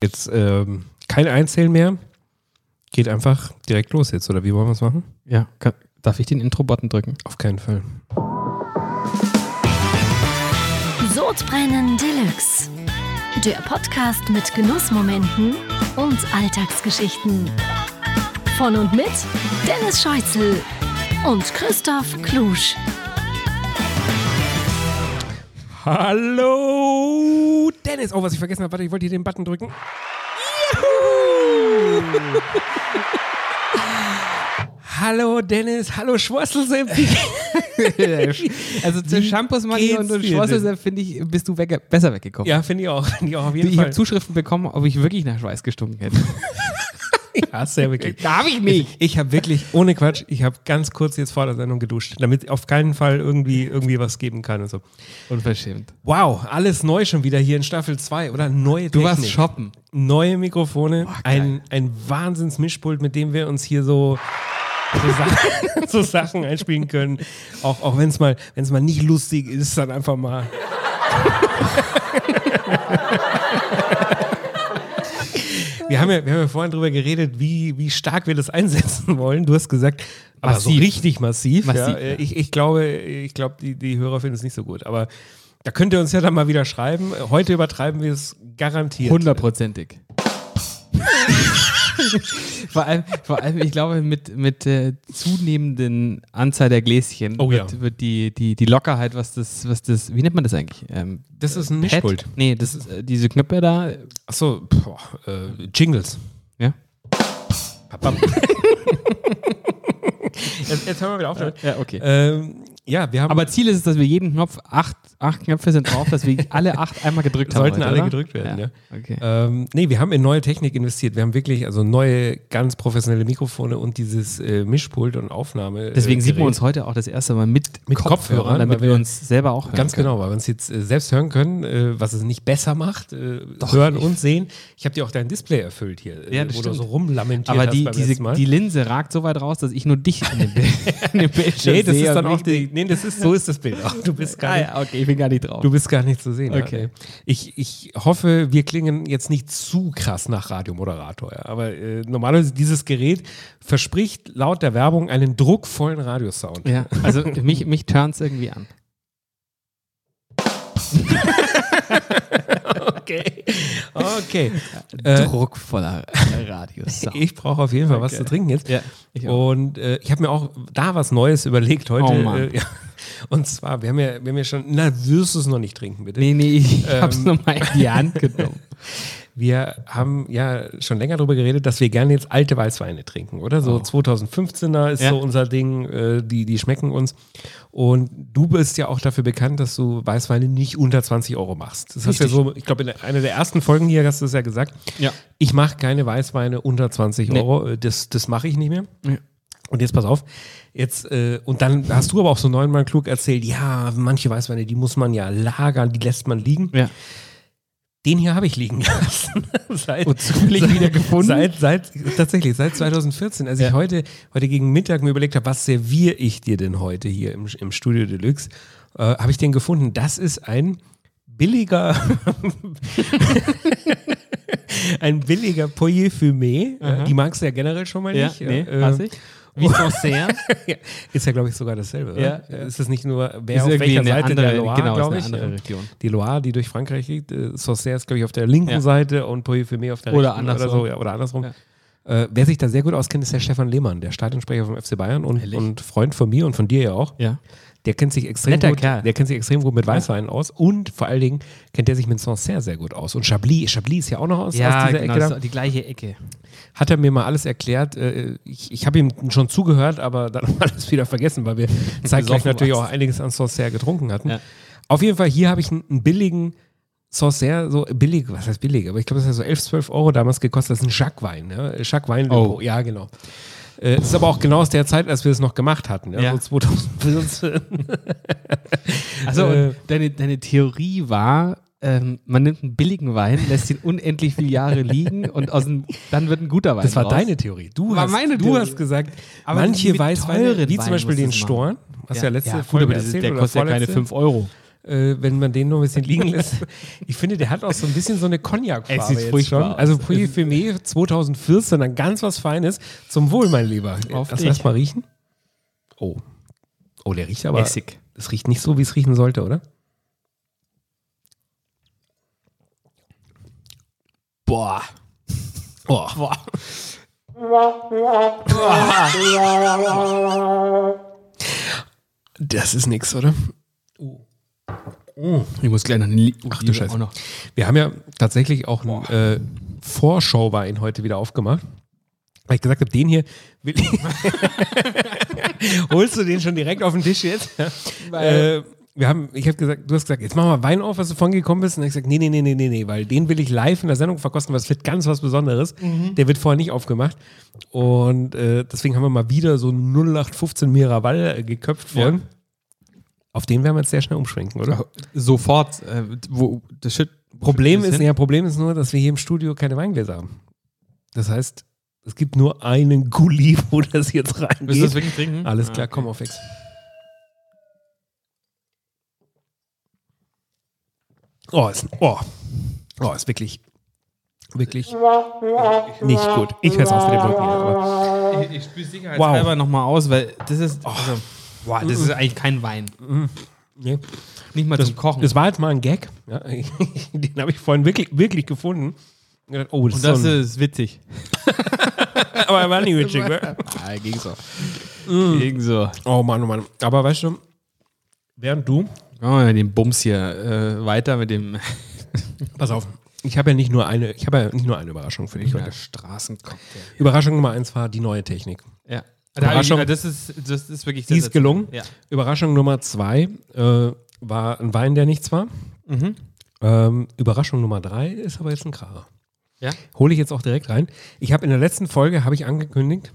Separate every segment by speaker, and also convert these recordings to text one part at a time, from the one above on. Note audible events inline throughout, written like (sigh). Speaker 1: Jetzt ähm, kein Einzählen mehr. Geht einfach direkt los jetzt, oder wie wollen wir es machen?
Speaker 2: Ja, kann, darf ich den Intro-Button drücken?
Speaker 1: Auf keinen Fall.
Speaker 3: Sodbrennen Deluxe. Der Podcast mit Genussmomenten und Alltagsgeschichten. Von und mit Dennis Scheuzel und Christoph Klusch.
Speaker 1: Hallo, Dennis. Oh, was ich vergessen habe. Warte, ich wollte hier den Button drücken. Juhu! (laughs) hallo, Dennis. Hallo, Schwasselsepp.
Speaker 2: Also zu Shampoos Money
Speaker 1: geht's
Speaker 2: und, und
Speaker 1: dir
Speaker 2: Schweißer, finde ich, bist du wegge- besser
Speaker 1: (laughs)
Speaker 2: weggekommen. Also
Speaker 1: ja, finde ich auch. Finde ich auch auf jeden
Speaker 2: ich habe
Speaker 1: Fall.
Speaker 2: Zuschriften bekommen, ob ich wirklich nach Schweiß gestunken hätte.
Speaker 1: ja, sehr wirklich.
Speaker 2: (laughs) Darf ich nicht.
Speaker 1: Ich habe wirklich, ohne Quatsch, ich habe ganz kurz jetzt vor der Sendung geduscht, damit es auf keinen Fall irgendwie, irgendwie was geben kann und so.
Speaker 2: Unverschämt.
Speaker 1: Wow, alles neu schon wieder hier in Staffel 2, oder? Neue
Speaker 2: Du
Speaker 1: Technik.
Speaker 2: warst shoppen.
Speaker 1: Neue Mikrofone, ein, ein Wahnsinns-Mischpult, mit dem wir uns hier so, so, Sachen, (laughs) so Sachen einspielen können. Auch, auch wenn es mal, wenn's mal nicht lustig ist, dann einfach mal. Wir haben, ja, wir haben ja vorhin drüber geredet, wie, wie stark wir das einsetzen wollen. Du hast gesagt, aber so
Speaker 2: Massiv.
Speaker 1: richtig massiv.
Speaker 2: Massiv,
Speaker 1: ja. Äh, Ich, ich glaube, ich glaube die, die Hörer finden es nicht so gut. Aber da könnt ihr uns ja dann mal wieder schreiben. Heute übertreiben wir es garantiert.
Speaker 2: Hundertprozentig. (laughs) vor, allem, vor allem, ich glaube, mit, mit äh, zunehmenden Anzahl der Gläschen
Speaker 1: Oh ja.
Speaker 2: wird, wird die, die, die Lockerheit, was das, was das, wie nennt man das eigentlich? Ähm,
Speaker 1: Das ist ein
Speaker 2: Pad?
Speaker 1: Mischpult.
Speaker 2: Nee, das ist äh, diese Knöpfe da. äh,
Speaker 1: Achso, boah, äh, Jingles.
Speaker 2: Ja.
Speaker 1: (laughs) jetzt, jetzt hören wir wieder auf damit.
Speaker 2: Ja, okay.
Speaker 1: Ähm, ja, wir haben
Speaker 2: Aber Ziel ist es, dass wir jeden Knopf, acht, acht Knöpfe sind drauf, dass wir alle acht einmal gedrückt haben.
Speaker 1: sollten
Speaker 2: heute,
Speaker 1: alle
Speaker 2: oder?
Speaker 1: gedrückt werden, ja.
Speaker 2: Okay.
Speaker 1: Ähm, nee, wir haben in neue Technik investiert. Wir haben wirklich also neue, ganz professionelle Mikrofone und dieses äh, Mischpult und Aufnahme.
Speaker 2: Deswegen
Speaker 1: äh,
Speaker 2: sieht man
Speaker 1: Gerät.
Speaker 2: uns heute auch das erste Mal mit,
Speaker 1: Mit Kopfhörern,
Speaker 2: damit
Speaker 1: weil wir-
Speaker 2: wir uns selber auch hören
Speaker 1: Ganz
Speaker 2: können.
Speaker 1: genau, weil wir uns jetzt äh, selbst hören können, äh, was es nicht besser macht, äh, hören und sehen. Ich habe dir auch dein Display erfüllt hier, äh,
Speaker 2: Ja, das
Speaker 1: wo du
Speaker 2: stimmt.
Speaker 1: so rumlamentiert genau
Speaker 2: Aber
Speaker 1: hast
Speaker 2: die,
Speaker 1: beim
Speaker 2: diese,
Speaker 1: letzten Mal.
Speaker 2: die Linse ragt so weit raus, dass ich nur dich in
Speaker 1: (laughs)
Speaker 2: dem Bild- in dem Bildschirm
Speaker 1: nee, das
Speaker 2: sehe
Speaker 1: ist dann
Speaker 2: und
Speaker 1: auch
Speaker 2: nicht-
Speaker 1: die, nee, das ist so ist das Bild auch. Du bist gar
Speaker 2: Ah,
Speaker 1: nicht
Speaker 2: ja, okay, ich bin gar nicht drauf.
Speaker 1: Du bist gar nicht zu sehen.
Speaker 2: Okay.
Speaker 1: Ja. Ich, ich hoffe, wir klingen jetzt nicht zu krass nach Radiomoderator. Ja. Aber äh, normalerweise dieses Gerät verspricht laut der Werbung einen druckvollen Radiosound.
Speaker 2: (laughs) ja, also mich, mich turns irgendwie an.
Speaker 1: Okay. Okay. Äh,
Speaker 2: Druckvoller Radius.
Speaker 1: ich brauche auf jeden Fall was zu trinken jetzt.
Speaker 2: Ja, ich auch.
Speaker 1: Und äh, ich habe mir auch da was Neues überlegt heute.
Speaker 2: Oh Mann.
Speaker 1: Äh, ja. Und zwar, wir haben, ja, wir haben ja schon, na, wirst du es noch nicht trinken, bitte.
Speaker 2: Nee, nee, ich
Speaker 1: Ähm.
Speaker 2: hab's nochmal in die Hand genommen.
Speaker 1: Wir haben ja schon länger darüber geredet, dass wir gerne jetzt alte Weißweine trinken, oder? So 2015er ist
Speaker 2: Oh. Ja.
Speaker 1: so unser Ding, äh, die, die schmecken uns. Und du bist ja auch dafür bekannt, dass du Weißweine nicht unter 20 Euro machst. Das hast du ja
Speaker 2: Richtig.
Speaker 1: so, ich glaube, in einer der ersten Folgen hier hast du es ja gesagt.
Speaker 2: Ja.
Speaker 1: Ich mache keine Weißweine unter 20
Speaker 2: Nee.
Speaker 1: Euro. Äh, Das, das mache ich nicht mehr.
Speaker 2: Ja.
Speaker 1: Und jetzt pass auf, jetzt, äh, und dann hast du aber auch so neunmal klug erzählt, ja, manche Weißweine, die muss man ja lagern, die lässt man liegen.
Speaker 2: ja.
Speaker 1: Den hier habe ich liegen
Speaker 2: (laughs)
Speaker 1: gelassen. seit,
Speaker 2: Und zufällig
Speaker 1: seit-
Speaker 2: wieder gefunden?
Speaker 1: Seit, seit, tatsächlich, seit 2014. Als ich
Speaker 2: Ja.
Speaker 1: heute, heute gegen Mittag mir überlegt habe, was serviere ich dir denn heute hier im, im Studio Deluxe, äh, habe ich den gefunden. Das ist ein billiger, (laughs) ein billiger Poyer Fumé. Äh, Die magst du ja generell schon mal
Speaker 2: Ja,
Speaker 1: nicht.
Speaker 2: nee,
Speaker 1: Äh,
Speaker 2: weiß ich. Wie Sancerre.
Speaker 1: (laughs) ja, ist ja, glaube ich, sogar dasselbe. Oder?
Speaker 2: Ja, ja.
Speaker 1: Ist es nicht nur, wer
Speaker 2: Ist
Speaker 1: auf
Speaker 2: irgendwie
Speaker 1: welcher
Speaker 2: eine
Speaker 1: Seite
Speaker 2: andere-
Speaker 1: der Loire,
Speaker 2: genau, ist
Speaker 1: glaube
Speaker 2: eine
Speaker 1: ich.
Speaker 2: andere
Speaker 1: äh,
Speaker 2: Region.
Speaker 1: Die Loire, die durch Frankreich liegt, äh, Saucerre ist, glaube ich, auf der linken
Speaker 2: Ja.
Speaker 1: Seite und Poyfumé auf der
Speaker 2: Oder
Speaker 1: rechten.
Speaker 2: andersrum.
Speaker 1: Oder, so, ja, oder andersrum. Äh, wer sich da sehr gut auskennt, ist der Stefan Lehmann, der Stadionsprecher vom FC Bayern und, und Freund von mir und von dir ja auch.
Speaker 2: Ja.
Speaker 1: Der kennt sich extrem
Speaker 2: Netter
Speaker 1: gut.
Speaker 2: Kerl.
Speaker 1: Der kennt sich extrem gut mit Weißwein aus und vor allen Dingen kennt er sich mit Sancerre sehr gut aus. Und Chablis, Chablis ist ja auch noch aus, aus
Speaker 2: Ja,
Speaker 1: dieser
Speaker 2: genau,
Speaker 1: Ecke.
Speaker 2: das
Speaker 1: da
Speaker 2: ist die gleiche Ecke.
Speaker 1: hat er mir mal alles erklärt. Äh, Ich, ich habe ihm schon zugehört, aber dann (laughs) alles wieder vergessen, weil wir
Speaker 2: (laughs)
Speaker 1: zeitgleich
Speaker 2: Besoffen
Speaker 1: natürlich auch
Speaker 2: warst.
Speaker 1: einiges an Saucerre getrunken hatten.
Speaker 2: Ja.
Speaker 1: Auf jeden Fall, hier habe ich einen, einen billigen Saucerre, so billig, was heißt billig, aber ich glaube, das hat so 11, 12 Euro damals gekostet. Das ist ein Jacques-Wein, ne? Jacques-Wein.
Speaker 2: Oh.
Speaker 1: Ja, genau. Äh, ist aber auch genau aus der Zeit, als wir es noch gemacht hatten, ja,
Speaker 2: Ja.
Speaker 1: so 2014.
Speaker 2: Also
Speaker 1: Äh,
Speaker 2: und deine, deine Theorie war, ähm, man nimmt einen billigen Wein, lässt ihn unendlich viele Jahre liegen und aus dem, dann wird ein guter Wein.
Speaker 1: Das war
Speaker 2: raus.
Speaker 1: deine Theorie. Du,
Speaker 2: War
Speaker 1: hast,
Speaker 2: meine
Speaker 1: du
Speaker 2: Theorie.
Speaker 1: hast gesagt,
Speaker 2: Aber
Speaker 1: manche
Speaker 2: mit
Speaker 1: Weißweine,
Speaker 2: teuren
Speaker 1: wie zum
Speaker 2: Wein
Speaker 1: Beispiel
Speaker 2: muss
Speaker 1: den
Speaker 2: es machen.
Speaker 1: Storn, hast ja, letzte
Speaker 2: gut,
Speaker 1: Folge
Speaker 2: aber das ist-
Speaker 1: erzählt,
Speaker 2: der
Speaker 1: oder
Speaker 2: kostet ja keine
Speaker 1: vorletzte.
Speaker 2: 5 Euro.
Speaker 1: äh, wenn man den nur ein bisschen liegen lässt. Ich finde, der hat auch so ein bisschen so eine Cognac-Farbe
Speaker 2: Es sieht
Speaker 1: jetzt
Speaker 2: furchtbar
Speaker 1: schon.
Speaker 2: aus.
Speaker 1: Also Puy Fumé 2014, dann ganz was Feines. Zum Wohl, mein Lieber.
Speaker 2: Auf
Speaker 1: das
Speaker 2: dich.
Speaker 1: lass mal riechen. Oh. Oh, der riecht aber.
Speaker 2: Essig.
Speaker 1: Es riecht nicht so, wie es riechen sollte, oder?
Speaker 2: Boah.
Speaker 1: Oh. Das ist nix, oder?
Speaker 2: Ich muss gleich Oh, noch den Li Ach
Speaker 1: du Scheiße. Wir haben ja tatsächlich auch einen äh, Vorschau-Wein heute wieder aufgemacht. Weil ich gesagt habe, den hier will ich. (laughs) Holst du den schon direkt auf den Tisch jetzt? äh, wir haben, ich habe gesagt, du hast gesagt, jetzt machen wir Wein auf, was du von gekommen bist. Und ich gesagt, nee, nee, nee, nee, nee, nee, weil den will ich live in der Sendung verkosten, weil es wird ganz was Besonderes. Der wird vorher nicht aufgemacht. Und äh, deswegen haben wir mal wieder so einen 0815 Miraval äh, geköpft vorhin. Auf den werden wir jetzt sehr schnell umschwenken, oder?
Speaker 2: Sofort. Äh, wo, das Shit.
Speaker 1: Problem
Speaker 2: das
Speaker 1: ist,
Speaker 2: hin?
Speaker 1: ja, Problem ist nur, dass wir hier im Studio keine Weingläser haben. Das heißt, es gibt nur einen Gulli, wo das jetzt
Speaker 2: Willst du das
Speaker 1: reingeht.
Speaker 2: wirklich trinken?
Speaker 1: Alles
Speaker 2: Ah,
Speaker 1: klar,
Speaker 2: okay.
Speaker 1: komm auf Ex. Oh, ist, oh. oh, ist wirklich, wirklich nicht gut. Ich höre es auf mit dem Rücken. aber-
Speaker 2: Ich, ich spüle sicherheitshalber nochmal aus, weil das ist. Also, boah, das ist eigentlich kein Wein.
Speaker 1: Nee.
Speaker 2: Nicht mal
Speaker 1: Das,
Speaker 2: zum Kochen.
Speaker 1: das war jetzt mal ein Gag. Ja, (laughs) den habe ich vorhin wirklich, wirklich gefunden. Und gedacht, Oh, das,
Speaker 2: Und das
Speaker 1: ist, so ein,
Speaker 2: ist witzig.
Speaker 1: (laughs) aber er war nicht witzig,
Speaker 2: (laughs)
Speaker 1: ne?
Speaker 2: Ah, ging so. Ging so.
Speaker 1: Oh Mann, oh Mann. Aber weißt du, während du.
Speaker 2: Machen wir mal den Bums hier äh, weiter mit dem
Speaker 1: Pass auf. Ich habe ja nicht nur eine, ich habe ja nicht nur eine Überraschung für dich heute.
Speaker 2: Straßencocktail.
Speaker 1: Überraschung Nummer eins war die neue Technik.
Speaker 2: Ja.
Speaker 1: Überraschung.
Speaker 2: Ja, das, ist, das ist wirklich
Speaker 1: Die ist gelungen.
Speaker 2: Ja.
Speaker 1: Überraschung Nummer zwei äh, war ein Wein, der nichts war. Ähm, Überraschung Nummer drei ist aber jetzt ein Kracher.
Speaker 2: Ja?
Speaker 1: Hole ich jetzt auch direkt rein. Ich habe in der letzten Folge habe ich angekündigt,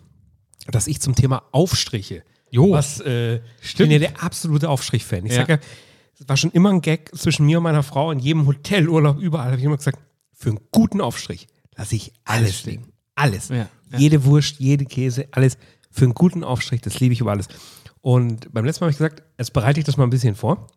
Speaker 1: dass ich zum Thema Aufstriche
Speaker 2: Jo.
Speaker 1: Was, äh, ich bin
Speaker 2: Stimmt.
Speaker 1: ja der absolute Aufstrich-Fan. Ich
Speaker 2: Ja.
Speaker 1: sag ja, es war schon immer ein Gag zwischen mir und meiner Frau in jedem Hotelurlaub, überall habe ich immer gesagt, für einen guten Aufstrich lasse ich alles liegen. Alles.
Speaker 2: Ja, ja.
Speaker 1: Jede Wurst, jede Käse, alles. Für einen guten Aufstrich, das liebe ich über alles. Und beim letzten Mal habe ich gesagt, jetzt bereite ich das mal ein bisschen vor.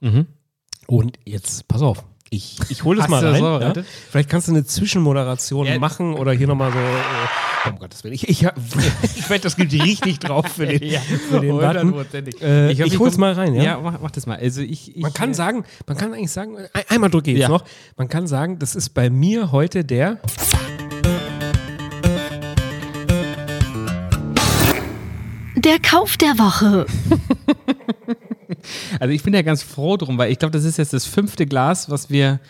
Speaker 1: Und jetzt, pass auf, ich, ich hole das
Speaker 2: Hast
Speaker 1: mal
Speaker 2: du das
Speaker 1: rein. ja.
Speaker 2: vorbereitet?
Speaker 1: Vielleicht kannst du eine Zwischenmoderation
Speaker 2: Ja.
Speaker 1: machen oder hier nochmal so. Äh, um Gottes Willen. Ich, ich, hab- (laughs) ich wette, das gibt richtig drauf für
Speaker 2: (laughs)
Speaker 1: den, für den Button.
Speaker 2: Hundertprozentig.
Speaker 1: Äh, ich
Speaker 2: hoffe,
Speaker 1: hol's
Speaker 2: komm-
Speaker 1: mal rein, ja?
Speaker 2: mach, mach das mal. Also ich, ich,
Speaker 1: Man kann
Speaker 2: äh,
Speaker 1: sagen, man kann eigentlich sagen, ein, einmal drücke ich jetzt
Speaker 2: Ja.
Speaker 1: noch, man kann sagen, das ist bei mir heute der.
Speaker 3: Der Kauf der Woche.
Speaker 2: Also ich bin ja ganz froh drum, weil ich glaube, das ist jetzt das fünfte Glas, was wir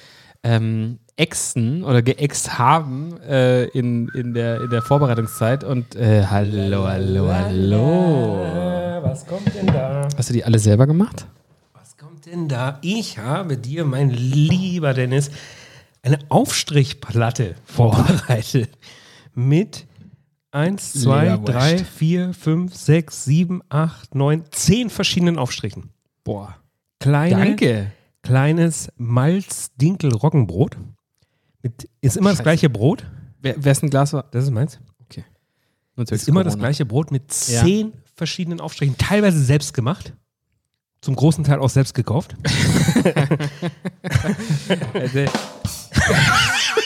Speaker 2: ähm, exen oder geext haben äh, in, in, der, in der Vorbereitungszeit. Und äh, hallo, hallo, hallo.
Speaker 1: Was kommt denn da?
Speaker 2: Hast du die alle selber gemacht?
Speaker 1: Was kommt denn da? Ich habe dir, mein lieber Dennis, eine Aufstrichplatte vorbereitet. Mit 1, 2,
Speaker 2: Leberwurst.
Speaker 1: 3, 4, 5, 6, 7, 8, 9, 10 verschiedenen Aufstrichen.
Speaker 2: Boah.
Speaker 1: Kleine,
Speaker 2: Danke.
Speaker 1: Kleines Malz-Dinkel-Roggenbrot. Mit- Ist immer das
Speaker 2: Scheiße.
Speaker 1: gleiche Brot.
Speaker 2: Wer, wer ist ein Glas? war-
Speaker 1: Das ist meins.
Speaker 2: Natürlich
Speaker 1: ist immer das
Speaker 2: Corona.
Speaker 1: gleiche Brot mit
Speaker 2: Ja.
Speaker 1: zehn verschiedenen Aufstrichen, teilweise selbst gemacht. Zum großen Teil auch selbst gekauft.
Speaker 2: Äh,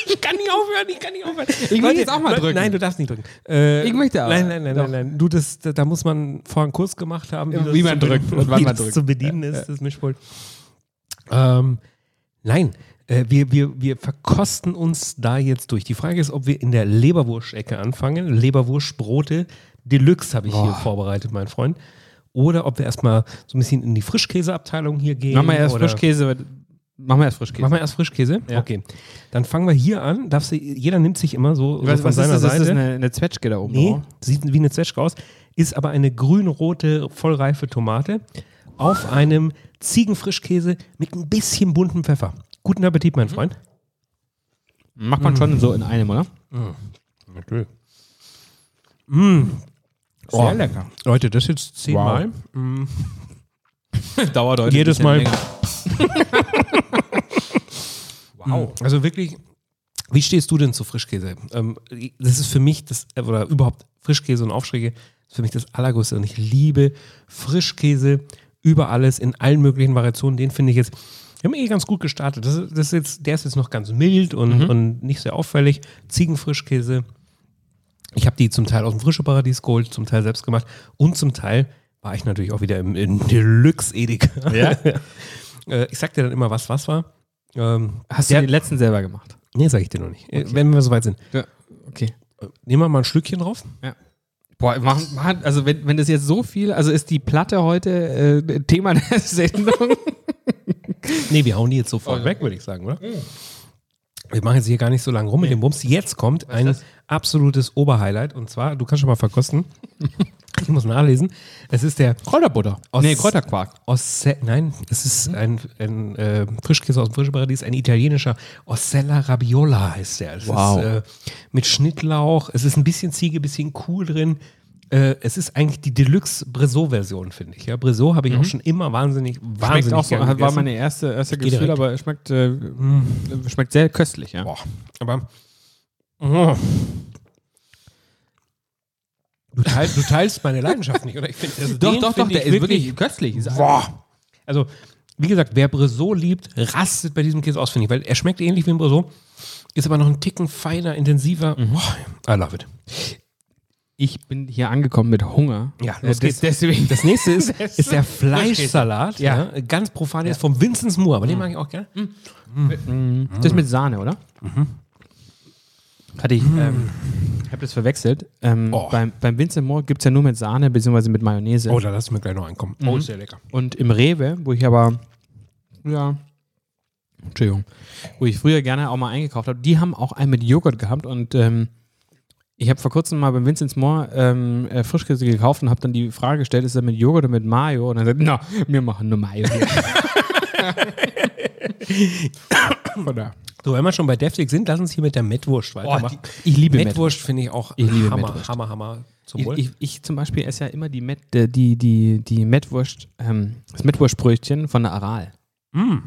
Speaker 1: Ich kann nicht aufhören, ich kann nicht aufhören. Ich
Speaker 2: will jetzt auch mal drücken.
Speaker 1: Nein, du darfst nicht drücken. Äh,
Speaker 2: Ich möchte aber.
Speaker 1: Nein, nein, nein,
Speaker 2: Doch.
Speaker 1: nein, nein. Du, das, da, da muss man vorher einen Kurs gemacht haben,
Speaker 2: Wie
Speaker 1: das
Speaker 2: man
Speaker 1: zu
Speaker 2: drückt
Speaker 1: bedienen-
Speaker 2: und wann
Speaker 1: wie
Speaker 2: man
Speaker 1: das
Speaker 2: drückt.
Speaker 1: zu bedienen ist, das Mischpult. Ähm, nein, äh, wir, wir, wir verkosten uns da jetzt durch. Die Frage ist, ob wir in der Leberwurst-Ecke anfangen. Leberwurstbrote Deluxe habe ich hier
Speaker 2: Boah.
Speaker 1: vorbereitet, mein Freund. Oder ob wir erstmal so ein bisschen in die Frischkäseabteilung hier gehen.
Speaker 2: Machen wir erst
Speaker 1: oder-
Speaker 2: Frischkäse. weil- Machen wir erst Frischkäse.
Speaker 1: Machen wir erst Frischkäse?
Speaker 2: Ja.
Speaker 1: Okay. Dann fangen wir hier an. Darfst du, jeder nimmt sich immer so, so
Speaker 2: Was,
Speaker 1: von
Speaker 2: was ist
Speaker 1: seiner
Speaker 2: das?
Speaker 1: Seite.
Speaker 2: Ist das eine, Oh. eine Zwetschge da oben?
Speaker 1: nee,
Speaker 2: drauf?
Speaker 1: sieht wie eine Zwetschge aus. Ist aber eine grün-rote, vollreife Tomate auf einem Ziegenfrischkäse mit ein bisschen buntem Pfeffer. Guten Appetit,
Speaker 2: Mhm.
Speaker 1: mein Freund.
Speaker 2: Macht man schon so in einem, oder?
Speaker 1: Natürlich.
Speaker 2: Sehr
Speaker 1: Oh.
Speaker 2: (laughs) lecker.
Speaker 1: Leute, das jetzt zehnmal.
Speaker 2: Dauert heute
Speaker 1: Jedes
Speaker 2: ein bisschen
Speaker 1: Mal.
Speaker 2: länger.
Speaker 1: Wow. Also wirklich, wie stehst du denn zu Frischkäse? Ähm, das ist für mich, das, äh, oder überhaupt Frischkäse und Aufschläge, ist für mich das Allergrößte. Und ich liebe Frischkäse über alles in allen möglichen Variationen. Den finde ich jetzt Wir haben eh ganz gut gestartet. Das ist, das ist jetzt, der ist jetzt noch ganz mild und, und nicht sehr auffällig. Ziegenfrischkäse. Ich habe die zum Teil aus dem frischen Paradies geholt, zum Teil selbst gemacht und zum Teil war ich natürlich auch wieder im, im Deluxe-Edeka.
Speaker 2: Ja?
Speaker 1: (laughs) Äh, ich sag dir dann immer, was was war. Ähm,
Speaker 2: Hast
Speaker 1: der-
Speaker 2: du den letzten selber gemacht?
Speaker 1: Nee, sag ich dir noch nicht. Äh, Wenn wir soweit sind.
Speaker 2: Ja, okay.
Speaker 1: Nehmen wir mal ein Schlückchen drauf.
Speaker 2: Boah, machen, machen, also wenn, wenn das jetzt so viel, also ist die Platte heute äh, Thema der (laughs) Sendung.
Speaker 1: Nee, wir hauen die jetzt
Speaker 2: Oh,
Speaker 1: sofort weg, würde ich sagen, oder?
Speaker 2: Mhm.
Speaker 1: Wir machen jetzt hier gar nicht so lange rum mit dem Bums. Jetzt kommt ein absolutes Oberhighlight. Und zwar, du kannst schon mal verkosten. ich muss nachlesen. Es ist der
Speaker 2: Kräuterbutter.
Speaker 1: Aus-
Speaker 2: nee, Kräuterquark.
Speaker 1: Osse Nein, es
Speaker 2: Hm?
Speaker 1: ist ein, ein äh, Frischkäse aus dem Frischparadies, ein italienischer Ossella Rabiola heißt der. Es
Speaker 2: Wow.
Speaker 1: ist äh, mit Schnittlauch. Es ist ein bisschen Ziege, ein bisschen Kuh drin. Äh, es ist eigentlich die Deluxe Brezo-Version, finde ich. Ja, Brezo habe ich auch schon immer wahnsinnig, wahnsinnig
Speaker 2: Mhm. Schmeckt auch so,
Speaker 1: gern
Speaker 2: war
Speaker 1: gegessen.
Speaker 2: meine erste, erste
Speaker 1: Geht
Speaker 2: Gefühl,
Speaker 1: direkt.
Speaker 2: aber es schmeckt, äh, schmeckt sehr köstlich, ja.
Speaker 1: Boah, aber. Oh. Du, teil, du teilst meine Leidenschaft nicht, oder? Ich find, also den find ich
Speaker 2: köstlich.
Speaker 1: Boah. Also, wie gesagt, wer Bresso liebt, rastet bei diesem Käse aus, finde ich, weil er schmeckt ähnlich wie ein Bresso, ist aber noch ein Ticken feiner, intensiver.
Speaker 2: Mhm.
Speaker 1: Boah, I love it.
Speaker 2: Ich bin hier angekommen mit Hunger. Äh,
Speaker 1: Ja, los geht's.
Speaker 2: des- Deswegen.
Speaker 1: Das nächste
Speaker 2: (laughs)
Speaker 1: ist, ist der Fleischsalat.
Speaker 2: Ja. Mhm.
Speaker 1: ja, ganz profan jetzt vom Vincent's Moore, aber den mag ich auch gerne.
Speaker 2: Das mit Sahne, oder? Hatte ich, ähm, ich habe das verwechselt. Ähm,
Speaker 1: Oh.
Speaker 2: beim, beim Vincent Moore gibt es ja nur mit Sahne bzw. mit Mayonnaise.
Speaker 1: Oh, da lass mir gleich noch einkommen.
Speaker 2: Mhm.
Speaker 1: Oh, ist sehr lecker.
Speaker 2: Und im Rewe, wo ich aber, ja, Entschuldigung, wo ich früher gerne auch mal eingekauft habe, die haben auch einen mit Joghurt gehabt und ähm, ich habe vor kurzem mal beim Vincent's Moore ähm, äh, Frischkäse gekauft und habe dann die Frage gestellt, ist er mit Joghurt oder mit Mayo? Und er sagt, na, wir machen nur Mayo. (clears throat) Von da. Oh,
Speaker 1: So, wenn wir schon bei deftig sind, lass uns hier mit der Mettwurst weitermachen.
Speaker 2: ich liebe
Speaker 1: Mettwurst finde ich auch
Speaker 2: Ich liebe
Speaker 1: Hammer,
Speaker 2: Mettwurst.
Speaker 1: Hammer, Hammer. Zum
Speaker 2: Ich,
Speaker 1: Wohl.
Speaker 2: ich, ich zum Beispiel esse ja immer die, Met, äh, die, die, die Mettwurst, ähm, das Mettwurstbrötchen von der Aral. Mm.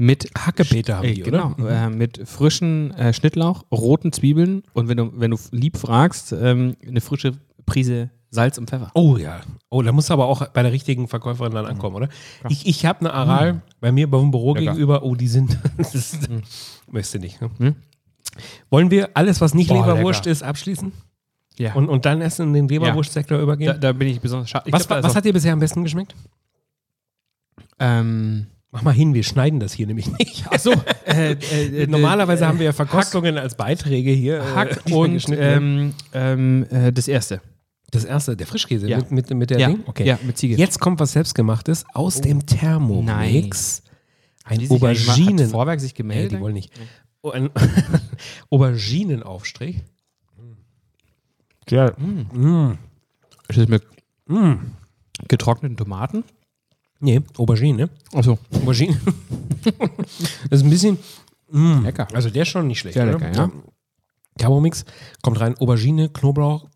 Speaker 2: Mit
Speaker 1: Hackepeter haben
Speaker 2: äh,
Speaker 1: die,
Speaker 2: genau, äh, mit frischen äh, Schnittlauch, roten Zwiebeln und wenn du, wenn du lieb fragst, ähm, eine frische Prise Salz und Pfeffer.
Speaker 1: Oh ja. Oh, da musst du aber auch bei der richtigen Verkäuferin dann ankommen, oder? Ich, ich habe eine Aral bei mir beim Büro
Speaker 2: Hm. Lecker. Hm.
Speaker 1: gegenüber. Oh, die sind. (laughs) das ist, Möchte nicht. Ne? Wollen wir alles, was nicht
Speaker 2: Boah,
Speaker 1: Leberwurst
Speaker 2: lecker.
Speaker 1: ist, abschließen
Speaker 2: Ja.
Speaker 1: und, und dann erst in den Leberwurstsektor
Speaker 2: da,
Speaker 1: übergehen?
Speaker 2: da bin ich besonders schade.
Speaker 1: was was hat dir bisher am besten geschmeckt?
Speaker 2: Ähm,
Speaker 1: Mach mal hin, wir schneiden das hier nämlich (laughs) nicht.
Speaker 2: (laughs) Achso, äh, äh, äh,
Speaker 1: Normalerweise haben wir ja Verkostungen als Beiträge hier. äh,
Speaker 2: Hack
Speaker 1: die wir
Speaker 2: und
Speaker 1: geschnitten haben.
Speaker 2: ähm, ähm, äh, das erste.
Speaker 1: das erste, der Frischkäse
Speaker 2: ja.
Speaker 1: mit, mit, mit der
Speaker 2: ja,
Speaker 1: Ding. Okay.
Speaker 2: ja, mit Ziege.
Speaker 1: Jetzt kommt was selbstgemachtes aus dem Thermomix.
Speaker 2: Oh. Die
Speaker 1: Ein
Speaker 2: sich eigentlich mal- hat
Speaker 1: Auberginen.
Speaker 2: Vorwerk sich
Speaker 1: Nee,
Speaker 2: gemeldet.
Speaker 1: die wollen nicht. Oh, ein (laughs) Auberginenaufstrich. Ja.
Speaker 2: Ist das mit Mm. getrockneten Tomaten? Also,
Speaker 1: Nee, Aubergine.
Speaker 2: Achso,
Speaker 1: Aubergine. (laughs) das ist ein bisschen,
Speaker 2: lecker.
Speaker 1: also der ist schon nicht schlecht.
Speaker 2: Sehr
Speaker 1: oder?
Speaker 2: lecker, ja.
Speaker 1: Thermomix kommt rein, Aubergine, Knoblauch,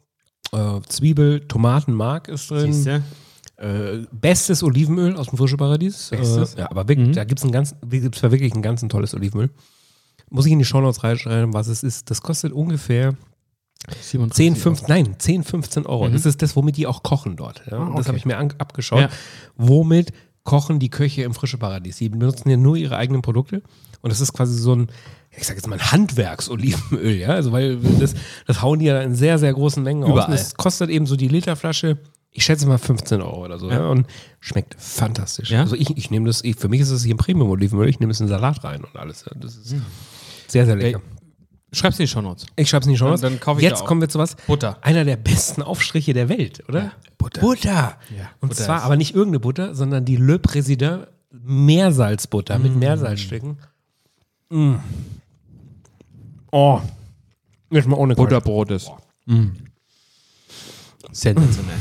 Speaker 1: äh, Zwiebel, Tomatenmark ist drin.
Speaker 2: Siehste?
Speaker 1: Äh, bestes Olivenöl aus dem frischen Paradies.
Speaker 2: Bestes?
Speaker 1: Äh, ja, aber wirklich, da gibt es ganz, da gibt's da wirklich ein ganz ein tolles Olivenöl. Muss ich in die Shownotes reinschreiben, was es ist. Das kostet ungefähr 10, 15, nein, 10, 15 Euro. Das ist das, womit die auch kochen dort. Ja? Und Das
Speaker 2: Mhm. Ah, okay.
Speaker 1: habe ich mir an, abgeschaut.
Speaker 2: Ja.
Speaker 1: Womit kochen die Köche im Frische Paradies? Die benutzen ja nur ihre eigenen Produkte. Und das ist quasi so ein, ich sage jetzt mal, ein Handwerksolivenöl. Ja? Also, weil das, das hauen die ja in sehr, sehr großen Mengen aus. Und
Speaker 2: Überall.
Speaker 1: Das kostet eben so die Literflasche, ich schätze mal 15 Euro oder so. Ja. Und schmeckt fantastisch.
Speaker 2: Ja?
Speaker 1: Also, ich, ich nehme das, ich, für mich ist das hier ein Premium-Olivenöl. Ich nehme es in den Salat rein und alles. Ja? Das
Speaker 2: Hm.
Speaker 1: ist sehr, sehr lecker.
Speaker 2: Schreib's in die Shownotes.
Speaker 1: Ich schreibe es in die Shownotes.
Speaker 2: Dann- dann kaufe ich
Speaker 1: Jetzt
Speaker 2: da auch.
Speaker 1: kommen wir zu was.
Speaker 2: Butter.
Speaker 1: Einer der besten Aufstriche der Welt, oder? Butter. Butter.
Speaker 2: Ja,
Speaker 1: Und
Speaker 2: Butter
Speaker 1: zwar
Speaker 2: ist-
Speaker 1: aber nicht irgendeine Butter, sondern die Le Président Meersalzbutter mit Meersalzstücken. Mm. Oh. Nicht mal ohne Butter.
Speaker 2: Butterbrotes. Sensationell.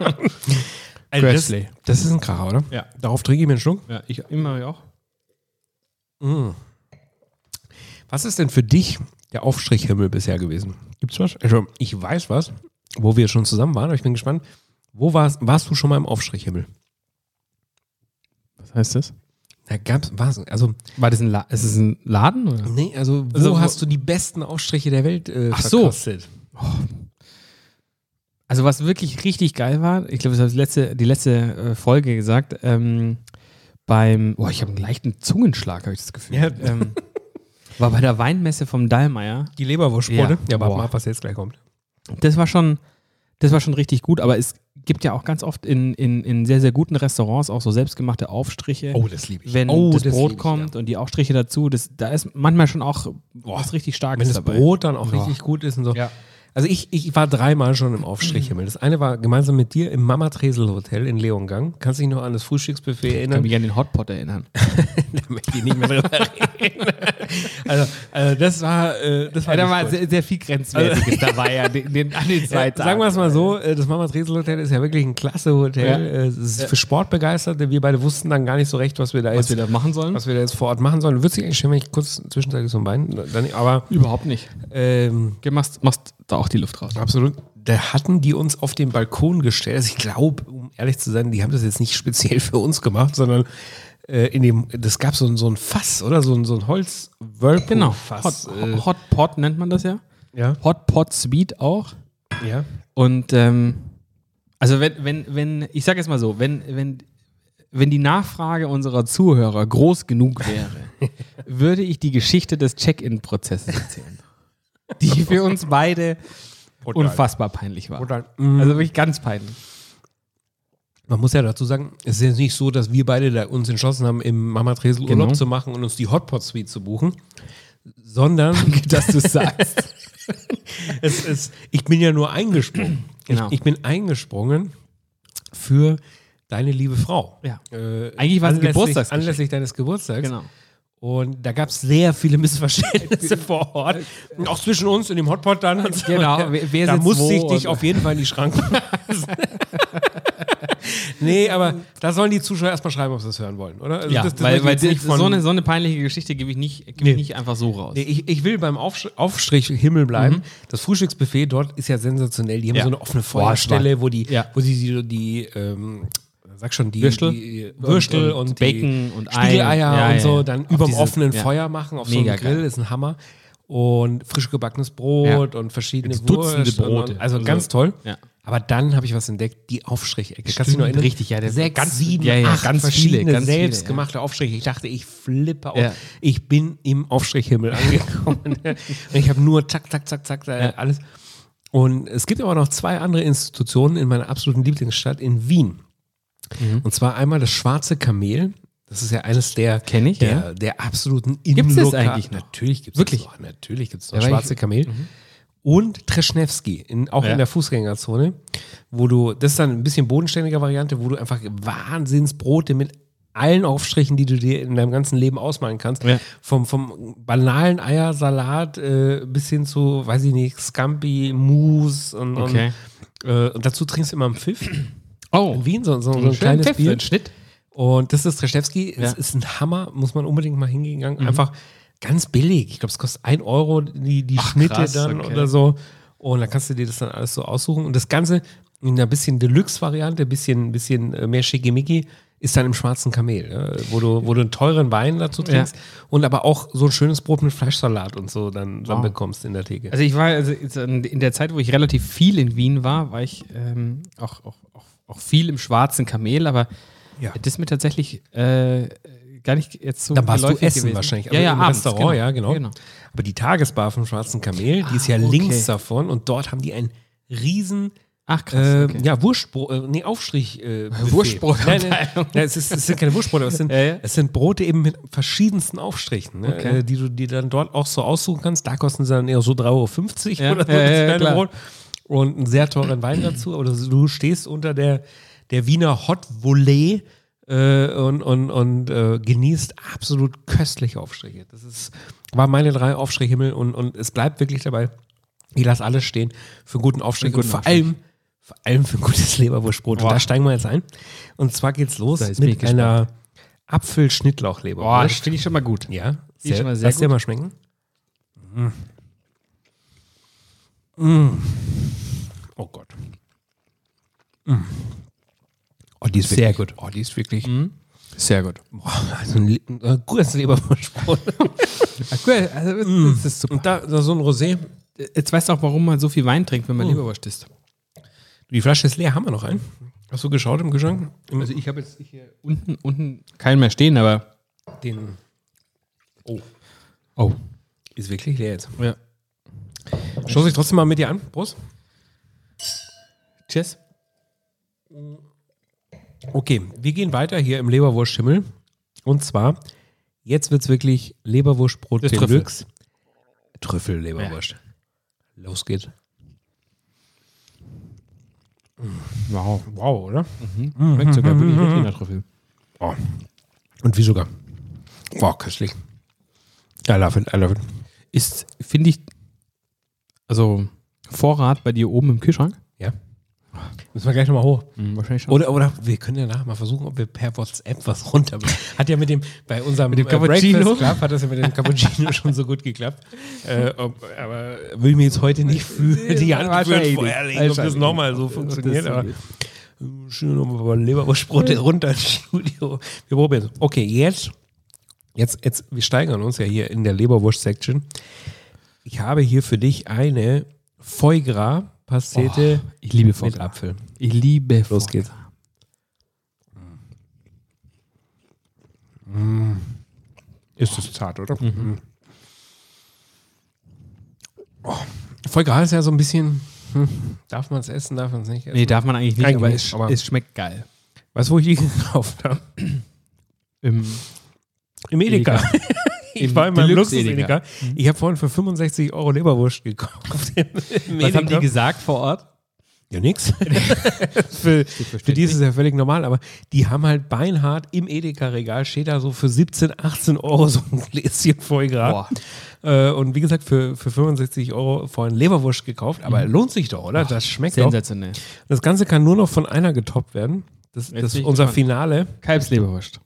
Speaker 1: Also das,
Speaker 2: Presley.
Speaker 1: das ist ein Kracher, oder?
Speaker 2: Ja.
Speaker 1: Darauf trinke ich mir einen Schluck.
Speaker 2: ja, ich immer auch.
Speaker 1: Was ist denn für dich der Aufstrichhimmel bisher gewesen? Gibt's was? Also, ich weiß was, wo wir schon zusammen waren, aber ich bin gespannt. Wo warst, warst du schon mal im Aufstrichhimmel?
Speaker 2: Was heißt das?
Speaker 1: Da gab's, war's, also
Speaker 2: War das ein, La ist es ein Laden? Oder?
Speaker 1: Nee, also wo
Speaker 2: Also wo-
Speaker 1: hast du die besten Aufstriche der Welt äh,
Speaker 2: Ach so.
Speaker 1: verkostet?
Speaker 2: Also was wirklich richtig geil war, ich glaube, das habe ich letzte, die letzte äh, Folge gesagt, ähm, beim, boah, ich habe einen leichten Zungenschlag, habe ich das Gefühl.
Speaker 1: Ja.
Speaker 2: Ähm, war bei der Weinmesse vom Dallmayr.
Speaker 1: Die Leberwurstbude.
Speaker 2: Ja.
Speaker 1: Ja, warte
Speaker 2: Boah.
Speaker 1: mal ab, was jetzt gleich kommt.
Speaker 2: Das war schon, das war schon richtig gut, aber es gibt ja auch ganz oft in, in, in sehr, sehr guten Restaurants auch so selbstgemachte Aufstriche.
Speaker 1: das liebe
Speaker 2: Wenn
Speaker 1: oh,
Speaker 2: das,
Speaker 1: lieb
Speaker 2: Brot
Speaker 1: ich,
Speaker 2: kommt und die Aufstriche dazu, das, da ist manchmal schon auch was richtig
Speaker 1: Ja.
Speaker 2: Starkes
Speaker 1: Wenn das
Speaker 2: dabei.
Speaker 1: Brot dann auch
Speaker 2: Ja.
Speaker 1: richtig gut ist und so.
Speaker 2: Ja.
Speaker 1: Also ich, ich war dreimal schon im Aufstrich, Himmel. Das eine war gemeinsam mit dir im Mama Tresel Hotel in Leongang. Kannst dich noch an das Frühstücksbuffet
Speaker 2: Ich kann
Speaker 1: erinnern?
Speaker 2: mich an den Hotpot erinnern.
Speaker 1: da möchte ich nicht mehr drüber reden. also, also das war, äh, das war,
Speaker 2: (laughs) Ja, da
Speaker 1: nicht
Speaker 2: war
Speaker 1: gut.
Speaker 2: sehr, sehr viel Grenzwertiges dabei Also ja, den, den, an den zwei
Speaker 1: Ja, sagen wir es mal so, äh, das Mama Tresel Hotel ist ja wirklich ein klasse Hotel.
Speaker 2: Ja.
Speaker 1: Äh, Es ist für Sportbegeisterte. Wir beide wussten dann gar nicht so recht, was wir da
Speaker 2: was
Speaker 1: jetzt,
Speaker 2: wir da machen sollen.
Speaker 1: was wir da jetzt vor Ort machen sollen. Würde sich eigentlich schön, wenn ich kurz zwischenzeitlich so ein Bein, dann, aber
Speaker 2: Überhaupt nicht.
Speaker 1: ähm,
Speaker 2: Du machst, machst da auch die Luft raus.
Speaker 1: absolut. Da hatten die uns auf den Balkon gestellt. Also ich glaube, um ehrlich zu sein, die haben das jetzt nicht speziell für uns gemacht, sondern äh, in dem, das gab so ein, so ein Fass, oder? So ein, so ein holz
Speaker 2: Genau.
Speaker 1: fass
Speaker 2: Hot, Hot- Hot Pot nennt man das ja.
Speaker 1: Ja,
Speaker 2: Hot Pot Speed auch.
Speaker 1: ja.
Speaker 2: Und ähm, also wenn, wenn, wenn, ich sage jetzt mal so, wenn, wenn, wenn die Nachfrage unserer Zuhörer groß
Speaker 1: (laughs)
Speaker 2: genug wäre, würde ich die Geschichte des Check-in-Prozesses erzählen. Die für uns beide unfassbar peinlich war.
Speaker 1: Brutal.
Speaker 2: Also wirklich ganz peinlich.
Speaker 1: Man muss ja dazu sagen, es ist jetzt nicht so, dass wir beide da uns entschlossen haben, im Mama Tresel Urlaub
Speaker 2: Genau.
Speaker 1: zu machen und uns die Hotpot Suite zu buchen, sondern
Speaker 2: Dass du es sagst.
Speaker 1: (laughs) es ist, ich bin ja nur eingesprungen.
Speaker 2: Genau.
Speaker 1: Ich, ich bin eingesprungen für deine liebe Frau.
Speaker 2: Ja.
Speaker 1: Äh,
Speaker 2: Eigentlich war es
Speaker 1: anlässlich-
Speaker 2: ein Geburtstagsgeschenk.
Speaker 1: Anlässlich deines Geburtstags.
Speaker 2: Genau.
Speaker 1: Und da gab es sehr viele
Speaker 2: (laughs)
Speaker 1: Missverständnisse vor Ort. Und auch zwischen uns in dem Hotpot dann. Und so.
Speaker 2: Genau, wer- wer
Speaker 1: da
Speaker 2: sitzt wo
Speaker 1: musste ich dich
Speaker 2: und-
Speaker 1: auf jeden Fall in die
Speaker 2: (laughs)
Speaker 1: Schranken weisen. (laughs) Nee, aber da sollen die Zuschauer erstmal schreiben, ob sie das hören wollen, oder? Also
Speaker 2: Ja,
Speaker 1: das, das
Speaker 2: weil,
Speaker 1: möchte
Speaker 2: weil
Speaker 1: ich jetzt nicht von-
Speaker 2: so, eine, so eine peinliche Geschichte gebe ich nicht, gebe
Speaker 1: Nee.
Speaker 2: ich nicht einfach so raus. Mhm.
Speaker 1: Nee, ich, ich will beim Aufsch Aufstrich Himmel bleiben. Das Frühstücksbuffet dort ist ja sensationell. Die haben
Speaker 2: Ja.
Speaker 1: so eine offene
Speaker 2: Boah, das war-
Speaker 1: Feuerstelle, wo die,
Speaker 2: Ja.
Speaker 1: wo sie die, die ähm, sag schon, die
Speaker 2: Würstel?
Speaker 1: die Würstel
Speaker 2: Und-
Speaker 1: und,
Speaker 2: und
Speaker 1: die
Speaker 2: Bacon und Ei.
Speaker 1: Spiegeleier
Speaker 2: Ja, ja,
Speaker 1: und so
Speaker 2: ja.
Speaker 1: dann
Speaker 2: Auf
Speaker 1: überm
Speaker 2: diese-
Speaker 1: offenen
Speaker 2: ja.
Speaker 1: Feuer machen auf
Speaker 2: Mega
Speaker 1: so einem Grill
Speaker 2: geil.
Speaker 1: ist ein Hammer und frisch gebackenes Brot und verschiedene
Speaker 2: Jetzt Dutzende
Speaker 1: Wurst und-
Speaker 2: Brote.
Speaker 1: Und, also,
Speaker 2: Also-
Speaker 1: ganz toll.
Speaker 2: Ja.
Speaker 1: Aber dann habe ich was entdeckt, die Aufstrichecke. Kannst du dich
Speaker 2: Stimmt,
Speaker 1: noch erinnern?
Speaker 2: richtig, ja, der-
Speaker 1: Sechs,
Speaker 2: ganz-
Speaker 1: sieben,
Speaker 2: ja, ja,
Speaker 1: acht
Speaker 2: ganz viele,
Speaker 1: verschiedene
Speaker 2: ganz viele, ja.
Speaker 1: selbstgemachte Aufstriche. Ich dachte, ich flippe aus.
Speaker 2: Ja.
Speaker 1: Ich bin im Aufstrichhimmel
Speaker 2: (laughs)
Speaker 1: angekommen. Und ich habe nur zack, zack, zack, zack, da alles. Und es gibt aber noch zwei andere Institutionen in meiner absoluten Lieblingsstadt in Wien.
Speaker 2: Mhm.
Speaker 1: Und zwar einmal das Schwarze Kamel. Das ist ja eines der,
Speaker 2: Kenn ich,
Speaker 1: der,
Speaker 2: ja.
Speaker 1: der absoluten
Speaker 2: Gibt's das
Speaker 1: Innenloka-
Speaker 2: eigentlich noch?
Speaker 1: Natürlich gibt es
Speaker 2: Wirklich?
Speaker 1: das noch. Natürlich gibt es
Speaker 2: Da
Speaker 1: noch
Speaker 2: war
Speaker 1: Schwarze
Speaker 2: ich- Mhm.
Speaker 1: Kamel. Und Treschnewski, in, auch
Speaker 2: Ja.
Speaker 1: in der Fußgängerzone, wo du, das ist dann ein bisschen bodenständiger Variante, wo du einfach Wahnsinnsbrote mit allen Aufstrichen, die du dir in deinem ganzen Leben ausmalen kannst,
Speaker 2: Ja.
Speaker 1: vom, vom banalen Eiersalat äh, bis hin zu, weiß ich nicht, Scampi, Mousse und,
Speaker 2: Okay.
Speaker 1: und, äh, und dazu trinkst du immer einen
Speaker 2: (clears throat)
Speaker 1: Pfiff.
Speaker 2: Oh,
Speaker 1: In Wien so, so, so ein
Speaker 2: schönen
Speaker 1: kleines
Speaker 2: Pfiff,
Speaker 1: Bier.
Speaker 2: einen Schnitt.
Speaker 1: Und das ist Treschewski. Das
Speaker 2: Ja. Mhm.
Speaker 1: ist ein Hammer, muss man unbedingt mal hingehen. Einfach ganz billig. Ich glaube, es kostet 1 Euro die, die
Speaker 2: Ach,
Speaker 1: Schnitte
Speaker 2: krass,
Speaker 1: dann
Speaker 2: okay.
Speaker 1: oder so. Und dann kannst du dir das dann alles so aussuchen. Und das Ganze in einer bisschen Deluxe-Variante, ein bisschen, bisschen äh, mehr Schickimicki, ist dann im schwarzen Kamel, ne? wo, du, wo du einen teuren Wein dazu trinkst und aber auch so ein schönes Brot mit Fleischsalat und so dann, dann bekommst in der Theke.
Speaker 2: Also ich war also jetzt an- in der Zeit, wo ich relativ viel in Wien war, war ich ähm, auch, auch, auch, auch viel im schwarzen Kamel, aber
Speaker 1: Ja.
Speaker 2: das ist mir tatsächlich äh, gar nicht jetzt so
Speaker 1: Dann warst du
Speaker 2: geläufig
Speaker 1: essen
Speaker 2: gewesen.
Speaker 1: wahrscheinlich.
Speaker 2: Ja,
Speaker 1: aber
Speaker 2: ja,
Speaker 1: im
Speaker 2: abends,
Speaker 1: Restaurant, ja, genau. Aber die Tagesbar vom Schwarzen Kamel, die ist ja
Speaker 2: Ah, okay.
Speaker 1: links davon und dort haben die ein riesen
Speaker 2: Ach krass,
Speaker 1: äh,
Speaker 2: okay.
Speaker 1: ja, Wurstbrot, äh, nee, Aufstrich. Äh, Buffet.
Speaker 2: Wurstbrot-
Speaker 1: Nein, nein, nein es, ist, es sind keine Wurstbrote, aber es sind,
Speaker 2: Ja, ja.
Speaker 1: es sind Brote eben mit verschiedensten Aufstrichen, ne?
Speaker 2: Okay.
Speaker 1: äh, die du dir dann dort auch so aussuchen kannst. Da kosten sie dann eher so 3,50 Euro
Speaker 2: Ja,
Speaker 1: oder so.
Speaker 2: ja,
Speaker 1: das
Speaker 2: ja,
Speaker 1: kleine
Speaker 2: klar.
Speaker 1: Brot. Und einen sehr teuren Wein dazu. Aber das- du stehst unter der, der Wiener Hot Volley äh, und, und, und äh, genießt absolut köstliche Aufstriche. Das ist, war meine drei Aufstrichhimmel und, und es bleibt wirklich dabei. Ich lasse alles stehen für guten Aufstrich
Speaker 2: Für guten
Speaker 1: und vor
Speaker 2: Aufstrich.
Speaker 1: allem, vor allem für gutes Leberwurstbrot. Und
Speaker 2: Boah.
Speaker 1: da steigen wir jetzt ein. Und zwar geht's los
Speaker 2: So, jetzt bin ich
Speaker 1: mit einer
Speaker 2: Boah, das
Speaker 1: Apfelschnittlauchleberwurst.
Speaker 2: finde ich schon mal gut.
Speaker 1: Ja,
Speaker 2: Die ist
Speaker 1: sehr,
Speaker 2: schon mal sehr
Speaker 1: lass dir
Speaker 2: gut.
Speaker 1: mal schmecken. Mm. Mm. Oh Gott. Mm. Oh, die ist
Speaker 2: Sehr
Speaker 1: wirklich, gut. Oh, die ist wirklich.
Speaker 2: Mhm. Sehr gut.
Speaker 1: Boah, also ein, Le- äh, gutes Leberwurstbrot. (laughs)
Speaker 2: Cool, also das- das ist super.
Speaker 1: Und Mm. da, da so ein Rosé. Oh.
Speaker 2: Jetzt weißt du auch, warum man so viel Wein trinkt, wenn man Leberwurst isst.
Speaker 1: Die Flasche ist leer, haben wir noch einen? Hast du geschaut im Geschenk?
Speaker 2: Also ich habe jetzt hier unten, unten keinen mehr stehen, aber.
Speaker 1: Den. Oh,
Speaker 2: Oh.
Speaker 1: ist wirklich leer jetzt.
Speaker 2: Ja.
Speaker 1: Schau sich trotzdem mal mit dir an. Prost.
Speaker 2: Cheers.
Speaker 1: Okay, wir gehen weiter hier im Leberwurstschimmel. Und zwar, jetzt wird es wirklich Leberwurstbrot
Speaker 2: Das Trüffel.
Speaker 1: Deluxe. Trüffel Leberwurst. Los geht's.
Speaker 2: Wow.
Speaker 1: Wow, oder? Mhm.
Speaker 2: Schmeckt sogar
Speaker 1: (laughs)
Speaker 2: wirklich richtig nach Trüffel.
Speaker 1: Oh. Und wie sogar. Wow, köstlich. I love it, I love it.
Speaker 2: Ist, finde ich, also Vorrat bei dir oben im Kühlschrank?
Speaker 1: Ja. Müssen wir gleich nochmal hoch.
Speaker 2: Mhm, wahrscheinlich schon.
Speaker 1: Oder, oder wir können ja nachher mal versuchen, ob wir per WhatsApp was runter. Hat ja mit dem, bei unserem mit
Speaker 2: dem Cappuccino?
Speaker 1: Club hat das ja mit dem
Speaker 2: (laughs)
Speaker 1: Cappuccino schon so gut geklappt. Äh, ob, aber will mir jetzt heute nicht für die Hand für
Speaker 2: Wahrscheinlich
Speaker 1: ein
Speaker 2: nicht.
Speaker 1: Feuer legen, ob das
Speaker 2: Wahrscheinlich
Speaker 1: nochmal
Speaker 2: nicht.
Speaker 1: so
Speaker 2: Ob das
Speaker 1: funktioniert.
Speaker 2: so
Speaker 1: Aber
Speaker 2: geht.
Speaker 1: schön nochmal Leberwurstbrote runter ins Studio. Wir probieren es. Okay, jetzt, jetzt, jetzt, wir steigern uns ja hier in der Leberwurst-Section. Ich habe hier für dich eine Foie Gras Pastete
Speaker 2: ich liebe
Speaker 1: mit
Speaker 2: Vorrat.
Speaker 1: Apfel.
Speaker 2: Ich liebe
Speaker 1: Los
Speaker 2: Vorrat.
Speaker 1: geht's. Hm. Ist es zart, oder? Mhm. Oh, Voll gerade ist ja so ein bisschen, hm, darf man es essen, darf man es nicht essen.
Speaker 2: Nee, darf man eigentlich nicht,
Speaker 1: Eigentlich
Speaker 2: aber,
Speaker 1: nicht,
Speaker 2: es,
Speaker 1: aber-
Speaker 2: es schmeißt geil.
Speaker 1: Weißt du, wo ich die (laughs) gekauft habe?
Speaker 2: Im
Speaker 1: Im Edeka. (laughs) Ich
Speaker 2: Im
Speaker 1: war in meinem
Speaker 2: Deluxe
Speaker 1: Luxus-Edeka. Ich habe vorhin für 65 Euro Leberwurst gekauft. (laughs) Im
Speaker 2: Was haben
Speaker 1: Edeka.
Speaker 2: die gesagt vor Ort?
Speaker 1: Ja, nix. (laughs) für, für die ist es ja völlig normal, aber die haben halt beinhart im Edeka-Regal, steht da so für 17, 18 Euro so ein Gläschen voll
Speaker 2: Boah.
Speaker 1: Grad. Äh, und wie gesagt, für, für 65 Euro vorhin Leberwurst gekauft,
Speaker 2: Mhm.
Speaker 1: aber lohnt sich doch, oder? das schmeckt doch.
Speaker 2: Sensationell.
Speaker 1: Das Ganze kann nur noch von einer getoppt werden. Das, das
Speaker 2: Jetzt bin
Speaker 1: ist
Speaker 2: ich
Speaker 1: unser
Speaker 2: gespannt.
Speaker 1: Finale.
Speaker 2: Kalbsleberwurst.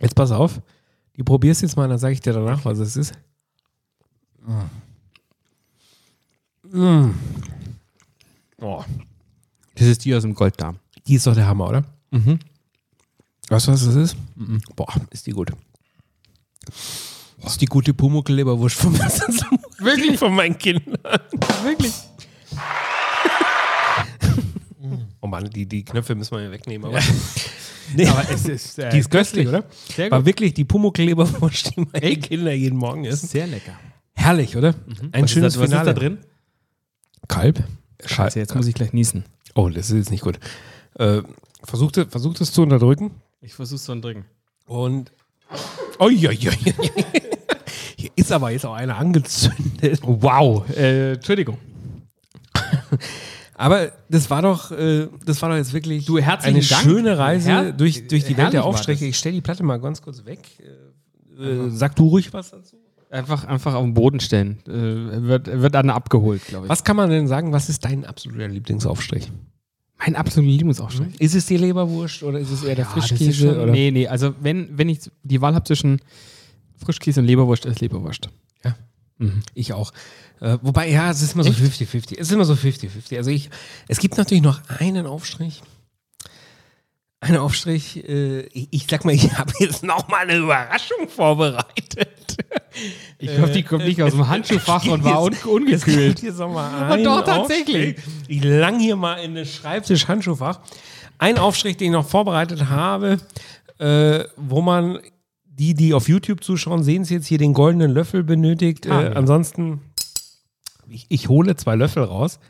Speaker 1: Jetzt pass auf. Die probierst jetzt mal, dann sage ich dir danach, was es ist. Mm. Oh.
Speaker 2: Das ist die aus dem Golddarm.
Speaker 1: Die ist doch der Hammer, oder? Mhm. Weißt du, was das ist? Boah, ist die gut. Das Mhm. ist die gute Pumuckl-Leberwurst (laughs) von, Wirklich? von meinen Kindern.
Speaker 2: Wirklich?
Speaker 1: (laughs) Oh Mann, die, die Knöpfe müssen wir ja wegnehmen. Aber
Speaker 2: Aber es ist, äh,
Speaker 1: die ist köstlich, oder?
Speaker 2: Sehr
Speaker 1: War
Speaker 2: gut.
Speaker 1: wirklich die Pumuckl-Leberwurst, die meine
Speaker 2: Echt?
Speaker 1: Kinder jeden Morgen essen. Mhm.
Speaker 2: Sehr lecker.
Speaker 1: Herrlich, oder? Ein schönes
Speaker 2: was
Speaker 1: Finale.
Speaker 2: ist da drin?
Speaker 1: Kalb?
Speaker 2: Scheiße, Also jetzt muss ich gleich niesen.
Speaker 1: Oh, das ist jetzt nicht gut. Äh, versucht, es- versucht es zu unterdrücken.
Speaker 2: Ich versuch's zu entdrücken.
Speaker 1: Und. Uiuiui. Hier ist aber jetzt auch einer angezündet.
Speaker 2: Wow. Äh, Entschuldigung.
Speaker 1: Aber das war doch, äh, das war doch jetzt wirklich
Speaker 2: Du, herzlichen
Speaker 1: eine
Speaker 2: Dank.
Speaker 1: schöne Reise
Speaker 2: Her-
Speaker 1: durch, durch die Welt
Speaker 2: Herrlich
Speaker 1: der
Speaker 2: war
Speaker 1: Aufstrecke.
Speaker 2: das.
Speaker 1: Ich stelle die Platte mal ganz kurz weg. Äh, äh, sag du ruhig was dazu.
Speaker 2: Einfach, einfach auf den Boden stellen. Äh, wird, wird dann abgeholt, glaube ich.
Speaker 1: Was kann man denn sagen, was ist dein absoluter Lieblingsaufstrich?
Speaker 2: Mein absoluter Lieblingsaufstrich.
Speaker 1: Ist es die Leberwurst oder ist es eher der
Speaker 2: Ja, Ah, das ist
Speaker 1: Frischkäse?
Speaker 2: schon-
Speaker 1: oder?
Speaker 2: Nee, nee, also wenn, wenn ich die Wahl habe zwischen Frischkäse und Leberwurst, ist Leberwurst.
Speaker 1: Ich auch. Äh, wobei, ja, es ist immer so 50-50. Es ist immer so 50-50. Also ich, es gibt natürlich noch einen Aufstrich. Einen Aufstrich, äh, ich, ich sag mal, ich (laughs) habe jetzt nochmal eine Überraschung vorbereitet.
Speaker 2: Ich glaube, die kommt nicht aus
Speaker 1: Äh, (laughs)
Speaker 2: dem Handschuhfach und war un ungekühlt.
Speaker 1: Hier so mal
Speaker 2: Und doch,
Speaker 1: einen
Speaker 2: tatsächlich.
Speaker 1: Aufstrich. Ich lang hier mal in das Schreibtisch-Handschuhfach. Ein Aufstrich, den ich noch vorbereitet habe, äh, wo man die, die auf YouTube zuschauen, sehen es jetzt hier den goldenen Löffel benötigt. Äh,
Speaker 2: Ah, ja.
Speaker 1: Ansonsten, ich, ich hole zwei Löffel raus.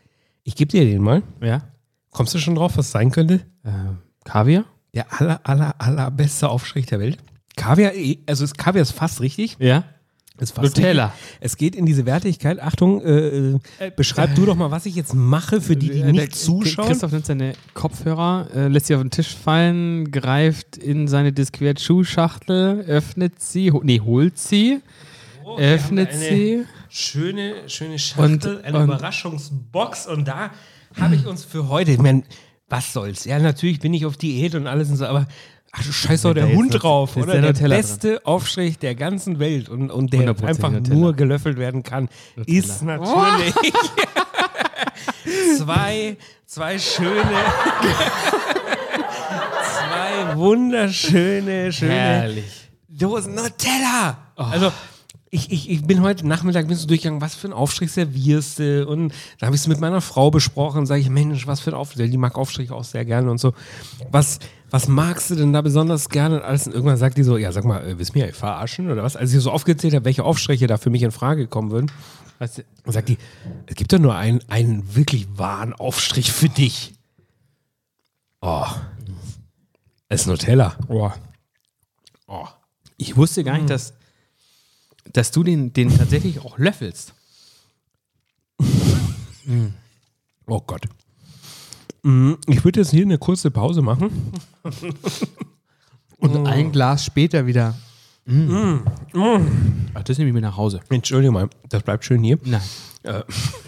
Speaker 1: Ich gebe dir den mal.
Speaker 2: (laughs) Ja.
Speaker 1: Kommst du schon drauf, was es sein könnte?
Speaker 2: Äh, Kaviar?
Speaker 1: Der aller, aller, allerbeste Aufstrich der Welt. Kaviar, eh, also ist Kaviar ist fast richtig.
Speaker 2: Ja.
Speaker 1: Ist fast
Speaker 2: Nutella.
Speaker 1: Richtig. Es geht in diese Wertigkeit. Achtung, äh, äh, beschreib du doch mal, was ich jetzt mache für die, die
Speaker 2: Äh, der-
Speaker 1: nicht zuschauen.
Speaker 2: Christoph nimmt seine Kopfhörer, äh, lässt sie auf den Tisch fallen, greift in seine Disquiet-Schuhschachtel, öffnet sie, ho nee, holt sie, öffnet
Speaker 1: haben eine-
Speaker 2: sie.
Speaker 1: Schöne, schöne
Speaker 2: Schachtel, eine und-
Speaker 1: Überraschungsbox. Und da habe ich uns für heute, ich meine, was soll's? Ja, natürlich bin ich auf Diät und alles und so, aber ach du Scheiß, doch
Speaker 2: Wenn
Speaker 1: der
Speaker 2: da jetzt
Speaker 1: Hund
Speaker 2: noch-
Speaker 1: drauf,
Speaker 2: da ist
Speaker 1: oder?
Speaker 2: der
Speaker 1: Der,
Speaker 2: Nutella dran.
Speaker 1: beste Aufstrich der ganzen Welt und, und der
Speaker 2: 100%
Speaker 1: einfach
Speaker 2: Nutella.
Speaker 1: nur gelöffelt werden kann, ist
Speaker 2: (laughs)
Speaker 1: natürlich zwei, zwei schöne... (laughs) Zwei wunderschöne, schöne
Speaker 2: Herrlich.
Speaker 1: Dosen Nutella. Also ich, ich, ich bin heute Nachmittag bin so durchgegangen, was für einen Aufstrich servierst du? Und da habe ich es mit meiner Frau besprochen, sage ich, Mensch, was für ein Aufstrich, die mag Aufstriche auch sehr gerne und so. Was, was magst du denn da besonders gerne? Und alles. Und irgendwann sagt die so, ja, sag mal, äh, willst du mich eigentlich verarschen oder was? Als ich so aufgezählt habe, welche Aufstriche da für mich in Frage kommen würden,
Speaker 2: Was,
Speaker 1: dann sagt die, es gibt doch nur einen, einen wirklich wahren Aufstrich für dich. Oh. Es ist Nutella.
Speaker 2: boah.
Speaker 1: Oh.
Speaker 2: Ich wusste gar nicht, dass, dass du den, den tatsächlich auch löffelst.
Speaker 1: Oh Gott. Mm, Ich würde jetzt hier eine kurze Pause machen.
Speaker 2: Und ein Glas später wieder.
Speaker 1: Mm.
Speaker 2: Ah, Mm. das nehme ich mir nach Hause.
Speaker 1: Entschuldigung mal, das bleibt schön hier.
Speaker 2: Nein.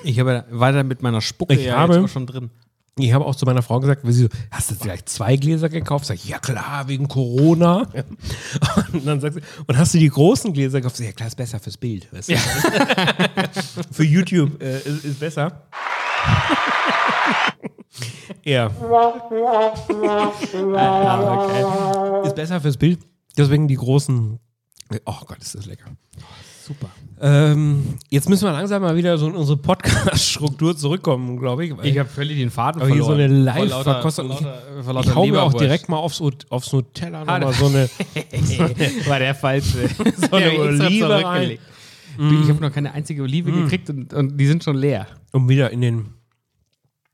Speaker 2: Ich habe, war da mit meiner Spucke
Speaker 1: Ich habe-
Speaker 2: auch schon drin.
Speaker 1: Ich habe auch zu meiner Frau gesagt, weil sie so, hast du jetzt gleich zwei Gläser gekauft? Sag ich, ja klar, wegen Corona. (laughs) Und dann sagt sie, und hast du die großen Gläser gekauft? Sag ich, Ja klar, ist besser fürs Bild. Weißt du? (laughs) Für YouTube äh, ist, ist besser. (laughs) ja. Aber geil. Ist besser fürs Bild. Deswegen die großen. Oh Gott, ist das lecker.
Speaker 2: Super.
Speaker 1: Ähm, jetzt müssen wir langsam mal wieder so in unsere Podcast-Struktur zurückkommen, glaube ich. weil-
Speaker 2: Ich habe völlig den Faden
Speaker 1: Aber hier so
Speaker 2: verloren.
Speaker 1: eine
Speaker 2: Vor lauter-
Speaker 1: Live-Verkostung.
Speaker 2: vor lauter- vor lauter
Speaker 1: Ich hau mir auch
Speaker 2: Leberwurst.
Speaker 1: direkt mal aufs, Ut- aufs Nutella
Speaker 2: Ah,
Speaker 1: nochmal so (laughs) eine,
Speaker 2: (laughs) War der
Speaker 1: (laughs)
Speaker 2: falsche. so
Speaker 1: eine Olive Mm. rein.
Speaker 2: Du, ich habe noch keine einzige Olive gekriegt und, und die sind schon leer.
Speaker 1: um wieder in den,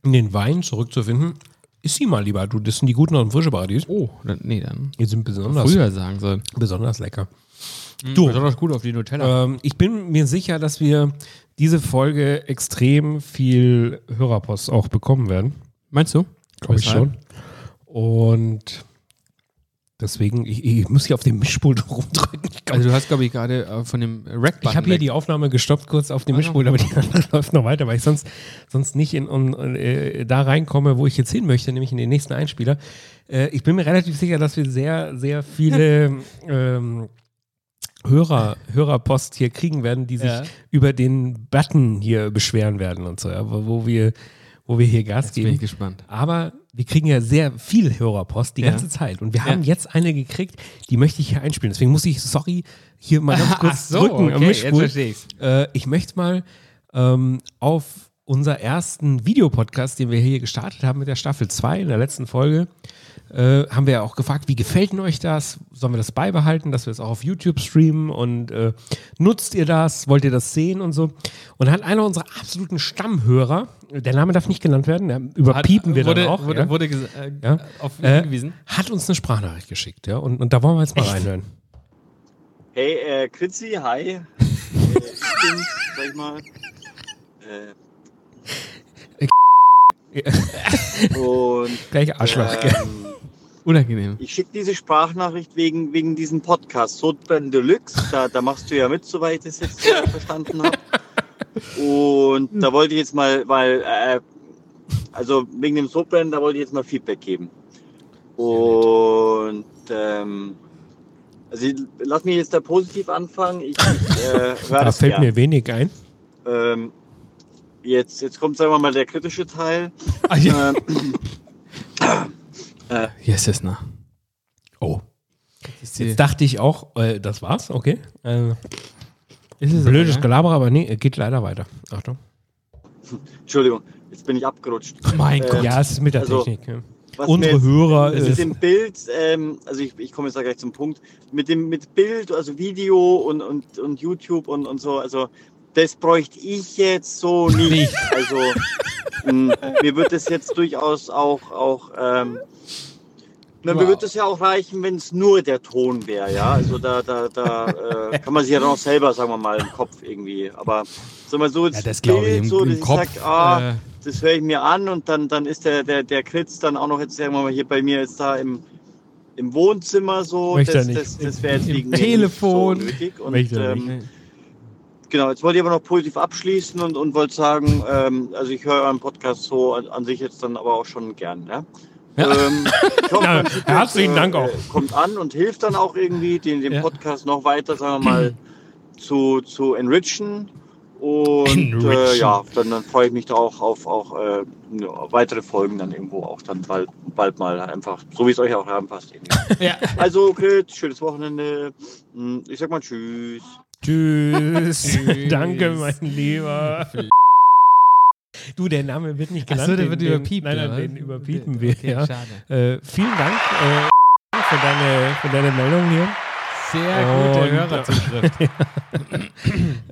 Speaker 1: in den Wein zurückzufinden. Ist sie mal lieber, du, das sind die guten aus dem frischen Paradies.
Speaker 2: Oh, dann, nee, dann.
Speaker 1: Die sind besonders,
Speaker 2: Früher sagen sollen.
Speaker 1: besonders lecker. Mhm.
Speaker 2: Du.
Speaker 1: Oh.
Speaker 2: Besonders gut auf die Nutella.
Speaker 1: Ähm, ich bin mir sicher, dass wir diese Folge extrem viel Hörerpost auch bekommen werden.
Speaker 2: Meinst du?
Speaker 1: Glaube ich schon. Und deswegen, ich, ich muss hier auf den Mischpult (laughs) rumdrücken. Ich glaub,
Speaker 2: Also du hast, glaube ich, gerade äh, von dem rack
Speaker 1: Ich habe hier die Aufnahme gestoppt, kurz auf dem Mischpult, aber die (laughs) andere läuft noch weiter, weil ich sonst, sonst nicht in, um, äh, da reinkomme, wo ich jetzt hin möchte, nämlich in den nächsten Einspieler. Äh, ich bin mir relativ sicher, dass wir sehr, sehr viele (laughs) ähm, Hörer, Hörerpost hier kriegen werden, die sich
Speaker 2: Ja.
Speaker 1: über den Button hier beschweren werden und so, ja, wo, wo, wir, wo wir hier Gas
Speaker 2: Bin
Speaker 1: geben.
Speaker 2: ich gespannt.
Speaker 1: Aber wir kriegen ja sehr viel Hörerpost die
Speaker 2: Ja.
Speaker 1: ganze Zeit. Und wir haben jetzt eine gekriegt, die möchte ich hier einspielen. Deswegen muss ich, sorry, hier
Speaker 2: (laughs)
Speaker 1: mal ganz kurz drücken am Mischpult.
Speaker 2: ich's.
Speaker 1: Äh, ich möchte mal ähm, auf unser ersten Videopodcast, den wir hier gestartet haben mit der Staffel 2 in der letzten Folge, äh, haben wir ja auch gefragt, wie gefällt denn euch das? Sollen wir das beibehalten, dass wir es auch auf YouTube streamen und äh, nutzt ihr das? Wollt ihr das sehen und so? Und da hat einer unserer absoluten Stammhörer, der Name darf nicht genannt werden, da überpiepen wir
Speaker 2: wurde,
Speaker 1: dann auch,
Speaker 2: Wurde,
Speaker 1: ja,
Speaker 2: wurde ges- äh,
Speaker 1: Ja.
Speaker 2: auf ihn
Speaker 1: Äh,
Speaker 2: hingewiesen.
Speaker 1: hat uns eine Sprachnachricht geschickt, ja, und, und da wollen wir jetzt mal reinhören.
Speaker 4: Hey, äh, Kritzi, hi. Äh, ich bin, sag ich mal.
Speaker 1: (laughs)
Speaker 4: Äh, und
Speaker 1: Gleich Arschloch, gell?
Speaker 4: ähm,
Speaker 2: Unangenehm.
Speaker 4: ich schicke diese Sprachnachricht wegen, wegen diesem Podcast, Sodbrennen Deluxe. Da, da machst du ja mit, soweit ich
Speaker 1: (laughs)
Speaker 4: es jetzt äh, verstanden habe. Und da wollte ich jetzt mal, weil, äh, also wegen dem Sodbrennen, da wollte ich jetzt mal Feedback geben. Und ähm, also ich- lass mich jetzt da positiv anfangen. Ich, ich
Speaker 1: (laughs)
Speaker 4: äh, höre
Speaker 1: Da
Speaker 4: das
Speaker 1: fällt
Speaker 4: gern.
Speaker 1: mir wenig ein.
Speaker 4: Ähm, jetzt, jetzt kommt, sagen wir mal, der
Speaker 1: (laughs)
Speaker 4: kritische Teil.
Speaker 2: Ah, (laughs) ja.
Speaker 4: Ähm,
Speaker 2: Hier ist es, na.
Speaker 1: Oh.
Speaker 2: Ist
Speaker 1: Jetzt dachte ich auch, äh, das war's, okay. Äh,
Speaker 2: ist es
Speaker 1: Blödes
Speaker 2: aber,
Speaker 1: Gelaber, aber nee, geht leider weiter. Achtung.
Speaker 4: Entschuldigung, jetzt bin ich abgerutscht.
Speaker 2: ja? Mein
Speaker 4: Äh,
Speaker 2: Gott.
Speaker 1: Ja, es ist mit der
Speaker 4: Also,
Speaker 1: Technik. Ja.
Speaker 4: Was mir
Speaker 1: Unsere
Speaker 4: jetzt-
Speaker 1: Hörer.
Speaker 4: Es
Speaker 1: Äh,
Speaker 4: ist im Bild, ähm, also ich, ich komme jetzt da gleich zum Punkt, mit dem mit Bild, also Video und, und, und YouTube und, und so, also das bräuchte ich jetzt so nicht. Also mh, mir wird das jetzt durchaus auch, auch ähm, na,
Speaker 2: Wow.
Speaker 4: mir wird es ja auch reichen, wenn es nur der Ton wäre, ja. Also da, da, da äh, kann man sich ja dann auch selber, sagen wir mal, im Kopf irgendwie. Aber sagen wir so,
Speaker 2: Ja,
Speaker 4: jetzt
Speaker 2: das glaube ich.
Speaker 4: Bild,
Speaker 2: Im,
Speaker 4: so, dass
Speaker 2: im
Speaker 4: ich
Speaker 2: Kopf.
Speaker 4: sag, ah,
Speaker 2: äh,
Speaker 4: das höre ich mir an und dann, dann ist der, der, der Kritz dann auch noch jetzt, sagen wir mal, hier bei mir ist da im, im Wohnzimmer so.
Speaker 1: Möchte er
Speaker 4: das
Speaker 1: nicht.
Speaker 4: das, das wäre jetzt
Speaker 2: Im
Speaker 4: wegen mir
Speaker 2: Telefon.
Speaker 4: nicht so nötig. Und,
Speaker 1: Möchte er
Speaker 4: ähm, genau, jetzt wollte ich aber noch positiv abschließen und, und wollte sagen, ähm, also ich höre euren Podcast so an, an sich jetzt dann aber auch schon gern. Ne?
Speaker 2: Ja.
Speaker 4: Ähm,
Speaker 1: (laughs)
Speaker 4: ich hoffe,
Speaker 1: Na,
Speaker 4: mein Feedback,
Speaker 1: herzlichen
Speaker 4: äh,
Speaker 1: Dank auch.
Speaker 4: äh, Kommt an und hilft dann auch irgendwie, den, den
Speaker 2: Ja.
Speaker 4: Podcast noch weiter, sagen wir mal, zu, zu enrichen. Und äh, ja, dann, dann freue ich mich da auch auf, auch äh, ja, weitere Folgen dann irgendwo auch dann bald, bald mal einfach, so wie es euch auch anpasst. Irgendwie.
Speaker 2: ja.
Speaker 4: Also, Grit, schönes Wochenende. Mm, Ich sag Hm, mal Tschüss.
Speaker 1: Tschüss.
Speaker 2: Tschüss.
Speaker 1: (laughs) Danke, mein Lieber. Du, der Name wird nicht genannt.
Speaker 2: Achso, der
Speaker 1: den-
Speaker 2: wird
Speaker 1: den-
Speaker 2: überpiept.
Speaker 1: Nein, nein,
Speaker 2: oder?
Speaker 1: den überpiepen wir.
Speaker 2: Okay,
Speaker 1: ja.
Speaker 2: Schade.
Speaker 1: Äh, vielen Dank äh, für, deine, für deine Meldung hier.
Speaker 2: Sehr
Speaker 1: Und-
Speaker 2: gute Hörerzuschrift.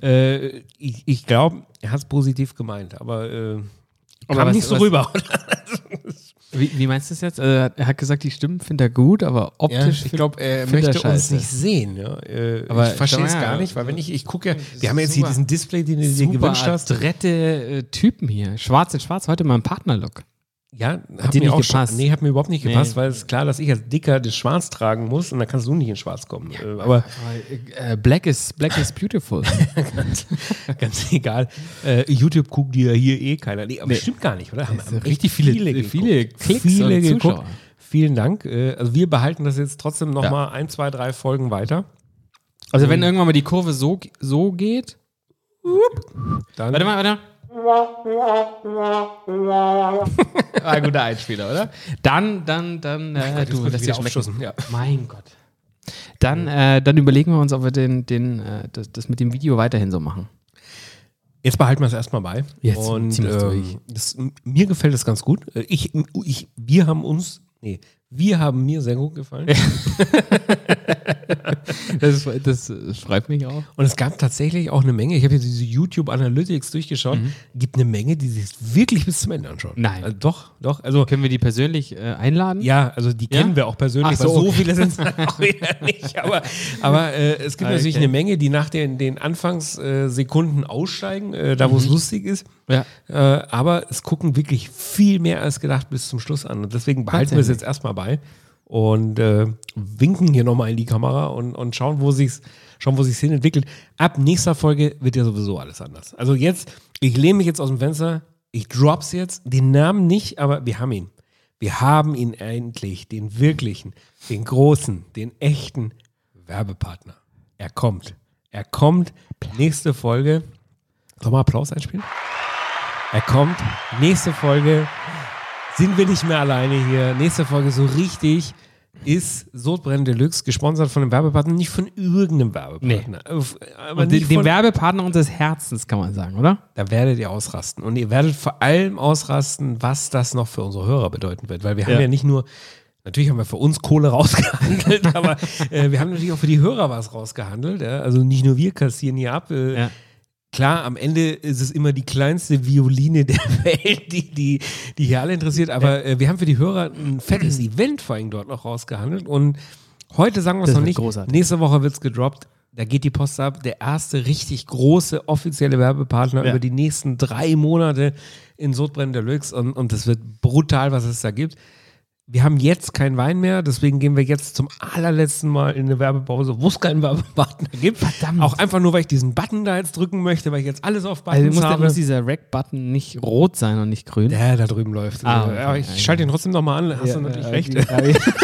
Speaker 1: Äh, ich ich glaube, er hat es positiv gemeint, aber äh, kam
Speaker 2: was-
Speaker 1: nicht so
Speaker 2: was-
Speaker 1: rüber.
Speaker 2: (laughs) Wie, wie meinst du es jetzt? Also, er hat gesagt, die Stimmen findet er gut, aber optisch.
Speaker 1: ich glaube, er
Speaker 2: find
Speaker 1: möchte uns
Speaker 2: das scheiße.
Speaker 1: nicht sehen. Ja? Äh,
Speaker 2: Aber
Speaker 1: ich verstehe es
Speaker 2: sag mal,
Speaker 1: gar nicht, weil wenn ich, ich gucke ja, wir haben ja jetzt hier
Speaker 2: super-
Speaker 1: diesen Display, den du dir
Speaker 2: super
Speaker 1: gewünscht hast.
Speaker 2: adrette äh, Typen hier. Schwarz in Schwarz, heute mal ein Partnerlook.
Speaker 1: Ja, hat
Speaker 2: dir
Speaker 1: mir
Speaker 2: nicht
Speaker 1: auch gepasst.
Speaker 2: gepasst?
Speaker 1: Nee, hat mir überhaupt nicht
Speaker 2: Nee.
Speaker 1: gepasst, weil es klar, dass ich als Dicker das Schwarz tragen muss und dann kannst du nicht in Schwarz kommen. Äh, aber (laughs)
Speaker 2: Äh, black, is, black is (laughs) beautiful.
Speaker 1: ganz egal. Äh, YouTube guckt dir hier eh keiner. Nee, aber stimmt gar nicht, oder? Haben, haben
Speaker 2: richtig viele-
Speaker 1: geguckt.
Speaker 2: viele Klicks
Speaker 1: viele
Speaker 2: und
Speaker 1: geguckt.
Speaker 2: Zuschauer.
Speaker 1: Vielen Dank. Äh, also wir behalten das jetzt trotzdem
Speaker 2: Ja.
Speaker 1: nochmal mal ein, zwei, drei Folgen weiter.
Speaker 2: Also, wenn irgendwann mal die Kurve so, so geht.
Speaker 1: Dann
Speaker 2: Warte mal, warte
Speaker 1: (laughs)
Speaker 2: mal. ah, guter Einspieler, oder? Dann, dann, dann. Äh,
Speaker 1: Gott, jetzt
Speaker 2: du,
Speaker 1: muss ich
Speaker 2: lass dir
Speaker 1: wieder
Speaker 2: schmecken.
Speaker 1: aufstoßen, ja.
Speaker 2: Mein Gott. Dann, äh, dann überlegen wir uns, ob wir den, den, äh, das, das mit dem Video weiterhin so machen.
Speaker 1: Jetzt behalten wir es erstmal bei.
Speaker 2: Jetzt
Speaker 1: Und
Speaker 2: ziehen wir es durch.
Speaker 1: ähm, das, mir gefällt das ganz gut. Äh, Ich, ich, wir haben uns, nee, wir haben mir sehr gut gefallen.
Speaker 2: Das, das schreibt mich auch.
Speaker 1: Und es gab tatsächlich auch eine Menge, ich habe jetzt diese YouTube Analytics durchgeschaut, gibt eine Menge, die sich wirklich bis zum Ende anschauen.
Speaker 2: Mhm. Nein.
Speaker 1: Also doch, doch. Also
Speaker 2: Können wir die persönlich äh, einladen?
Speaker 1: ja, also die
Speaker 2: Ja?
Speaker 1: kennen wir auch persönlich,
Speaker 2: Ach so,
Speaker 1: weil so (laughs)
Speaker 2: okay.
Speaker 1: viele sind es auch wieder nicht. Aber, (laughs) aber äh, es gibt
Speaker 2: Ah,
Speaker 1: natürlich
Speaker 2: okay.
Speaker 1: eine Menge, die nach den, den Anfangssekunden aussteigen, äh, da wo es lustig ist.
Speaker 2: Ja.
Speaker 1: Äh, aber es gucken wirklich viel mehr als gedacht bis zum Schluss an. Und deswegen behalten wir es jetzt erstmal bei und äh, winken hier nochmal in die Kamera und, und schauen, wo sich's, schauen, wo sich's hin entwickelt. Ab nächster Folge wird ja sowieso alles anders. Also jetzt, ich lehne mich jetzt aus dem Fenster, ich drop's jetzt, den Namen nicht, aber wir haben ihn. Wir haben ihn endlich, den wirklichen, den großen, den echten Werbepartner. Er kommt. Er kommt. Nächste Folge. Soll mal Applaus einspielen? Er kommt. Nächste Folge sind wir nicht mehr alleine hier. Nächste Folge so richtig ist Sodbrennen Deluxe gesponsert von einem Werbepartner, nicht von irgendeinem Werbepartner. Auf- Aber
Speaker 2: Und den,
Speaker 1: nicht
Speaker 2: den
Speaker 1: von,
Speaker 2: Werbepartner unseres Herzens, kann man sagen, oder?
Speaker 1: da werdet ihr ausrasten. Und ihr werdet vor allem ausrasten, was das noch für unsere Hörer bedeuten wird. Weil wir haben ja,
Speaker 2: Ja.
Speaker 1: nicht nur, natürlich haben wir für uns Kohle (laughs) rausgehandelt, aber äh, wir haben natürlich auch für die Hörer was rausgehandelt. Ja? Also nicht nur wir kassieren hier ab. Äh,
Speaker 2: Ja.
Speaker 1: Klar, am Ende ist es immer die kleinste Violine der (laughs) Welt, die, die, die hier alle interessiert. Aber äh, wir haben für die Hörer ein
Speaker 2: (clears throat)
Speaker 1: fettes Event vor allem dort noch rausgehandelt. Und heute sagen wir es
Speaker 2: Das
Speaker 1: noch
Speaker 2: wird
Speaker 1: nicht.
Speaker 2: großartig.
Speaker 1: Nächste Woche wird es gedroppt. Da geht die Post ab. Der erste richtig große offizielle Werbepartner
Speaker 2: Ja.
Speaker 1: über die nächsten drei Monate in Sodbrennen Deluxe. Und, und das wird brutal, was es da gibt. Wir haben jetzt keinen Wein mehr, deswegen gehen wir jetzt zum allerletzten Mal in eine Werbepause, wo es keinen (laughs) Werbepartner gibt.
Speaker 2: Verdammt.
Speaker 1: Auch einfach nur, weil ich diesen Button da jetzt drücken möchte, weil ich jetzt alles auf
Speaker 2: Also
Speaker 1: Buttons
Speaker 2: muss, der,
Speaker 1: habe.
Speaker 2: muss dieser Rack-Button nicht rot sein und nicht grün.
Speaker 1: der da drüben läuft.
Speaker 2: Ah,
Speaker 1: Also, ja,
Speaker 2: okay.
Speaker 1: ich schalte ihn trotzdem nochmal an, hast du natürlich
Speaker 2: äh,
Speaker 1: recht. (laughs)
Speaker 2: (laughs)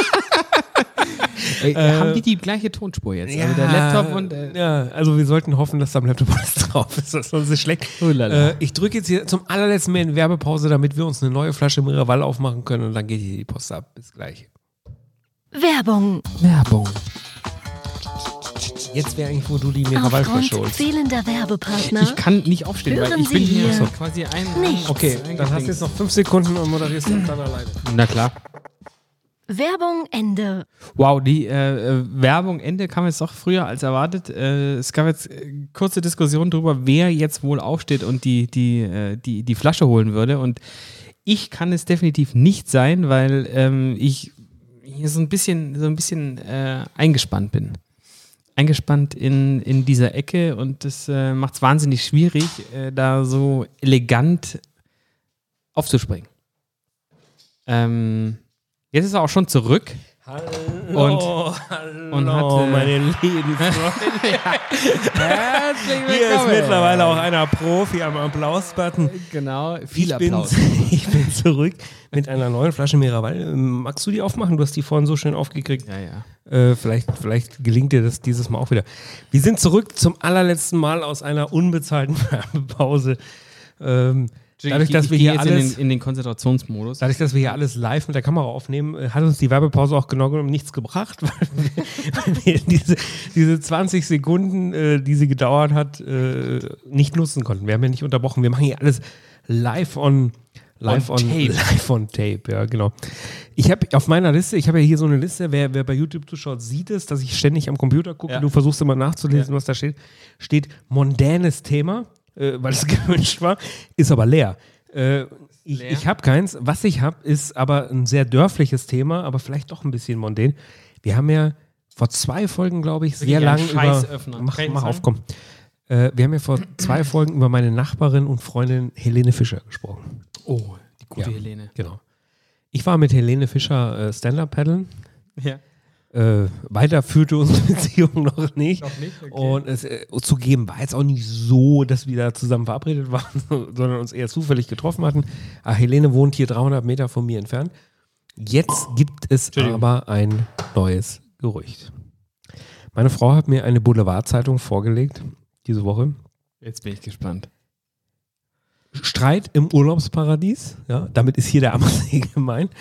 Speaker 2: Ey, Äh, haben die die gleiche Tonspur jetzt? also der Laptop und. Äh,
Speaker 1: ja, also wir sollten hoffen, dass da am Laptop (laughs) alles drauf ist, sonst ist es schlecht.
Speaker 2: Oh la la.
Speaker 1: Äh, ich drücke jetzt hier zum allerletzten Mal in Werbepause, damit wir uns eine neue Flasche Miraval aufmachen können und dann geht hier die Post ab. Bis gleich.
Speaker 3: Werbung.
Speaker 2: Werbung.
Speaker 1: Jetzt wäre eigentlich, wo du die Miraval-Flasche
Speaker 3: Aufgrund
Speaker 1: holst.
Speaker 3: fehlender
Speaker 2: Ich
Speaker 3: Werbepartner
Speaker 2: kann nicht aufstehen, weil
Speaker 3: Hören
Speaker 2: ich bin
Speaker 3: Sie
Speaker 2: hier
Speaker 3: hier
Speaker 2: quasi ein.
Speaker 3: nichts.
Speaker 1: Okay, dann hast du jetzt noch fünf Sekunden und moderierst das dann alleine.
Speaker 2: Na klar.
Speaker 3: Werbung Ende.
Speaker 2: Wow, die äh, äh, Werbung Ende kam jetzt doch früher als erwartet. Äh, es gab jetzt äh, kurze Diskussionen darüber, wer jetzt wohl aufsteht und die, die, äh, die, die Flasche holen würde. Und ich kann es definitiv nicht sein, weil ähm, ich hier so ein bisschen, so ein bisschen äh, eingespannt bin. Eingespannt in, in dieser Ecke und das äh, macht es wahnsinnig schwierig, äh, da so elegant aufzuspringen. Ähm, jetzt ist er auch schon zurück.
Speaker 1: Hallo, und, hallo,
Speaker 2: und hat, äh,
Speaker 1: meine
Speaker 2: (laughs)
Speaker 1: lieben Freunde.
Speaker 2: Herzlich
Speaker 1: Hier ist mittlerweile auch einer Profi am Applaus-Button.
Speaker 2: Genau, viel
Speaker 1: ich bin,
Speaker 2: Applaus.
Speaker 1: (laughs) ich bin zurück mit einer neuen Flasche Miraval. Ähm, Magst du die aufmachen? Du hast die vorhin so schön aufgekriegt.
Speaker 2: Ja, ja.
Speaker 1: Äh, vielleicht, vielleicht gelingt dir das dieses Mal auch wieder. Wir (laughs) sind zurück zum allerletzten Mal aus einer unbezahlten Werbepause. Ähm, Dadurch, dass
Speaker 2: ich
Speaker 1: wir
Speaker 2: gehe
Speaker 1: hier
Speaker 2: jetzt in
Speaker 1: alles-
Speaker 2: den, in den Konzentrationsmodus.
Speaker 1: Dadurch, dass wir hier alles live mit der Kamera aufnehmen, äh, hat uns die Werbepause auch genau genommen nichts gebracht, (laughs) weil wir, weil wir diese, diese 20 Sekunden, äh, die sie gedauert hat, äh, nicht nutzen konnten. Wir haben ja nicht unterbrochen. Wir machen hier alles live on live on,
Speaker 2: On tape.
Speaker 1: live on tape. Ja, genau. Ich habe auf meiner Liste, ich habe ja hier so eine Liste, wer, wer bei YouTube zuschaut, sieht es, dass ich ständig am Computer gucke.
Speaker 2: Ja.
Speaker 1: Du versuchst immer nachzulesen, was da steht. Steht mondänes Thema, äh, weil es (laughs) gewünscht war, ist aber leer. Äh, ich,
Speaker 2: Leer.
Speaker 1: ich habe keins. Was ich habe, ist aber ein sehr dörfliches Thema, aber vielleicht doch ein bisschen mondän. Wir haben ja vor zwei Folgen, glaube ich, sehr
Speaker 2: ein
Speaker 1: lang
Speaker 2: Scheißöffner.
Speaker 1: über... Mach,
Speaker 2: Kann ich
Speaker 1: mach
Speaker 2: sagen?
Speaker 1: auf, komm. Äh, wir haben ja vor
Speaker 2: (clears throat)
Speaker 1: zwei Folgen über meine Nachbarin und Freundin Helene Fischer gesprochen.
Speaker 2: Oh, die gute
Speaker 1: Ja.
Speaker 2: Helene.
Speaker 1: Genau. Ich war mit Helene Fischer äh, Stand-Up-Paddeln.
Speaker 2: Ja.
Speaker 1: Äh, weiter führte unsere (laughs) Beziehung noch nicht.
Speaker 2: Noch nicht, okay.
Speaker 1: Und es äh, zugeben war jetzt auch nicht so, dass wir da zusammen verabredet (laughs) waren, sondern uns eher zufällig getroffen hatten. Ah, Helene wohnt hier 300 Meter von mir entfernt. Jetzt gibt es aber ein neues Gerücht. Meine Frau hat mir eine Boulevardzeitung vorgelegt diese Woche.
Speaker 2: Jetzt bin ich gespannt.
Speaker 1: Streit im Urlaubsparadies. Ja, damit ist hier der Ammersee (laughs) gemeint.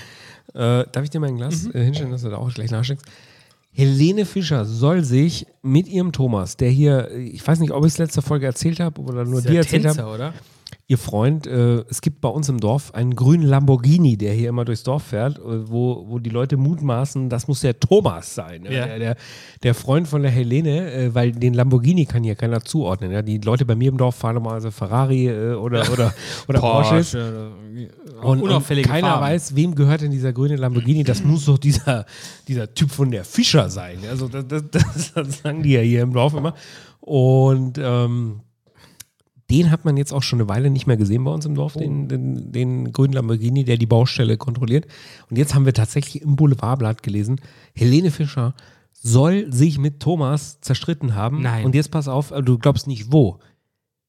Speaker 1: Äh, darf ich dir mal ein
Speaker 2: Mhm.
Speaker 1: Glas äh, hinstellen, dass du da auch gleich nachschlägst? Helene Fischer soll sich mit ihrem Thomas, der hier, äh, ich weiß nicht, ob ich es letzte Folge erzählt habe oder nur
Speaker 2: Ist ja
Speaker 1: dir erzählt
Speaker 2: Tänzer,
Speaker 1: habe,
Speaker 2: oder?
Speaker 1: ihr Freund, äh, es gibt bei uns im Dorf einen grünen Lamborghini, der hier immer durchs Dorf fährt, äh, wo, wo die Leute mutmaßen, das muss der Thomas sein. ne?
Speaker 2: Ja.
Speaker 1: Der, der, der Freund von der Helene, äh, weil den Lamborghini kann hier keiner zuordnen. Ja? Die Leute bei mir im Dorf fahren normalerweise Ferrari äh, oder, oder, oder Porsches. Und, und
Speaker 2: unauffällige
Speaker 1: keiner
Speaker 2: Farben.
Speaker 1: weiß, wem gehört denn dieser grüne Lamborghini?
Speaker 2: (laughs)
Speaker 1: Das muss doch dieser, dieser Typ von der Fischer sein. Also das, das, das, (laughs) das sagen die ja hier im Dorf immer. Und ähm, den hat man jetzt auch schon eine Weile nicht mehr gesehen bei uns im Dorf,
Speaker 2: Oh.
Speaker 1: den, den, den grünen Lamborghini, der die Baustelle kontrolliert. Und jetzt haben wir tatsächlich im Boulevardblatt gelesen, Helene Fischer soll sich mit Thomas zerstritten haben.
Speaker 2: Nein.
Speaker 1: Und jetzt pass auf, äh, du glaubst nicht wo.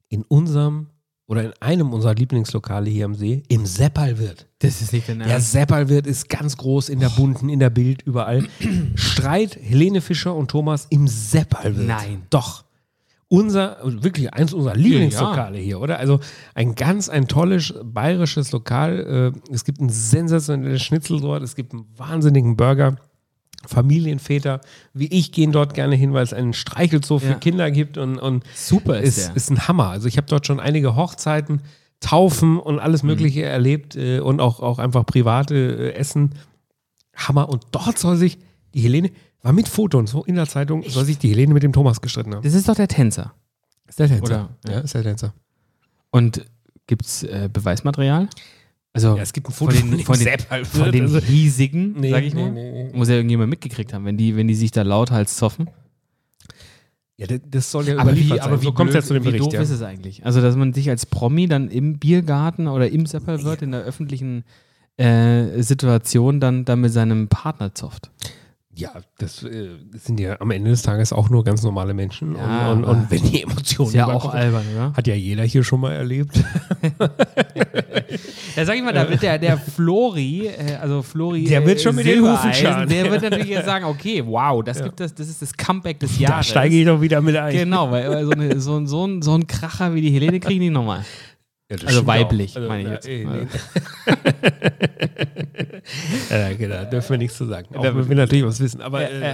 Speaker 1: In unserem oder in einem unserer Lieblingslokale hier am See, im Seppalwirt.
Speaker 2: Das ist nicht der
Speaker 1: Der
Speaker 2: Name.
Speaker 1: Seppalwirt ist ganz groß in der
Speaker 2: Oh.
Speaker 1: bunten, in der Bild, überall. Streit Helene Fischer und Thomas im Seppalwirt.
Speaker 2: Nein.
Speaker 1: Doch. Unser, wirklich eins unserer Lieblingslokale hier, oder? Also ein ganz, ein tolles bayerisches Lokal. Äh, Es gibt ein sensationelles Schnitzel dort, es gibt einen wahnsinnigen Burger. Familienväter wie ich gehen dort gerne hin, weil es einen Streichelzoo für
Speaker 2: Ja.
Speaker 1: Kinder gibt und, und
Speaker 2: Super ist
Speaker 1: ist,
Speaker 2: der.
Speaker 1: ist ein Hammer. Also ich habe dort schon einige Hochzeiten, Taufen und alles
Speaker 2: Mhm.
Speaker 1: Mögliche erlebt äh, und auch, auch einfach private äh, Essen. Hammer. Und dort soll sich die Helene, war mit Foto und so in der Zeitung, soll sich die Helene mit dem Thomas gestritten haben.
Speaker 2: Das ist doch der Tänzer.
Speaker 1: Ist der
Speaker 2: Oder-
Speaker 1: ja, ist der Tänzer.
Speaker 2: Und gibt es äh, Beweismaterial? Also
Speaker 1: Ja, es gibt ein
Speaker 2: von
Speaker 1: Foto
Speaker 2: den,
Speaker 1: ihm
Speaker 2: von den,
Speaker 1: selbst halt.
Speaker 2: von den
Speaker 1: Also,
Speaker 2: hiesigen,
Speaker 1: nee,
Speaker 2: sag ich
Speaker 1: nee,
Speaker 2: mal.
Speaker 1: nee, nee.
Speaker 2: Muss ja irgendjemand mitgekriegt haben, wenn die, wenn die sich da lauthals zoffen.
Speaker 1: ja, das- das soll
Speaker 2: (laughs)
Speaker 1: ja überliefert sein. So kommt es ja zu dem
Speaker 2: wie
Speaker 1: Bericht.
Speaker 2: doof
Speaker 1: Ja.
Speaker 2: ist es eigentlich? Also, dass man sich als Promi dann im Biergarten oder im Seppelwirt in der öffentlichen äh, Situation dann, dann mit seinem Partner zofft.
Speaker 1: ja, das äh, sind ja am Ende des Tages auch nur ganz normale Menschen.
Speaker 2: Ja,
Speaker 1: und, und,
Speaker 2: aber-
Speaker 1: und wenn die Emotionen
Speaker 2: Ist ja auch
Speaker 1: überkochen,
Speaker 2: albern, oder?
Speaker 1: hat ja jeder hier schon mal erlebt.
Speaker 2: Ja, sag ich mal, da wird der, der Flori, äh, also Flori.
Speaker 1: Der wird
Speaker 2: äh,
Speaker 1: schon mit den
Speaker 2: Silbereisen,
Speaker 1: Hufen scharren.
Speaker 2: Der wird natürlich jetzt sagen, okay, wow, das, gibt das, das ist das Comeback des
Speaker 1: Da
Speaker 2: Jahres.
Speaker 1: steige ich doch wieder mit ein.
Speaker 2: Genau, weil äh, so, eine, so, ein- so, ein, so ein Kracher wie die Helene kriegen die nochmal.
Speaker 1: Ja, das
Speaker 2: Also
Speaker 1: stimmt
Speaker 2: weiblich,
Speaker 1: auch. Also,
Speaker 2: meine ich
Speaker 1: na,
Speaker 2: jetzt.
Speaker 1: eh,
Speaker 2: Also.
Speaker 1: nee. (laughs) ja, okay, da dürfen wir nichts zu sagen. Auch wenn wir natürlich was wissen. Aber äh,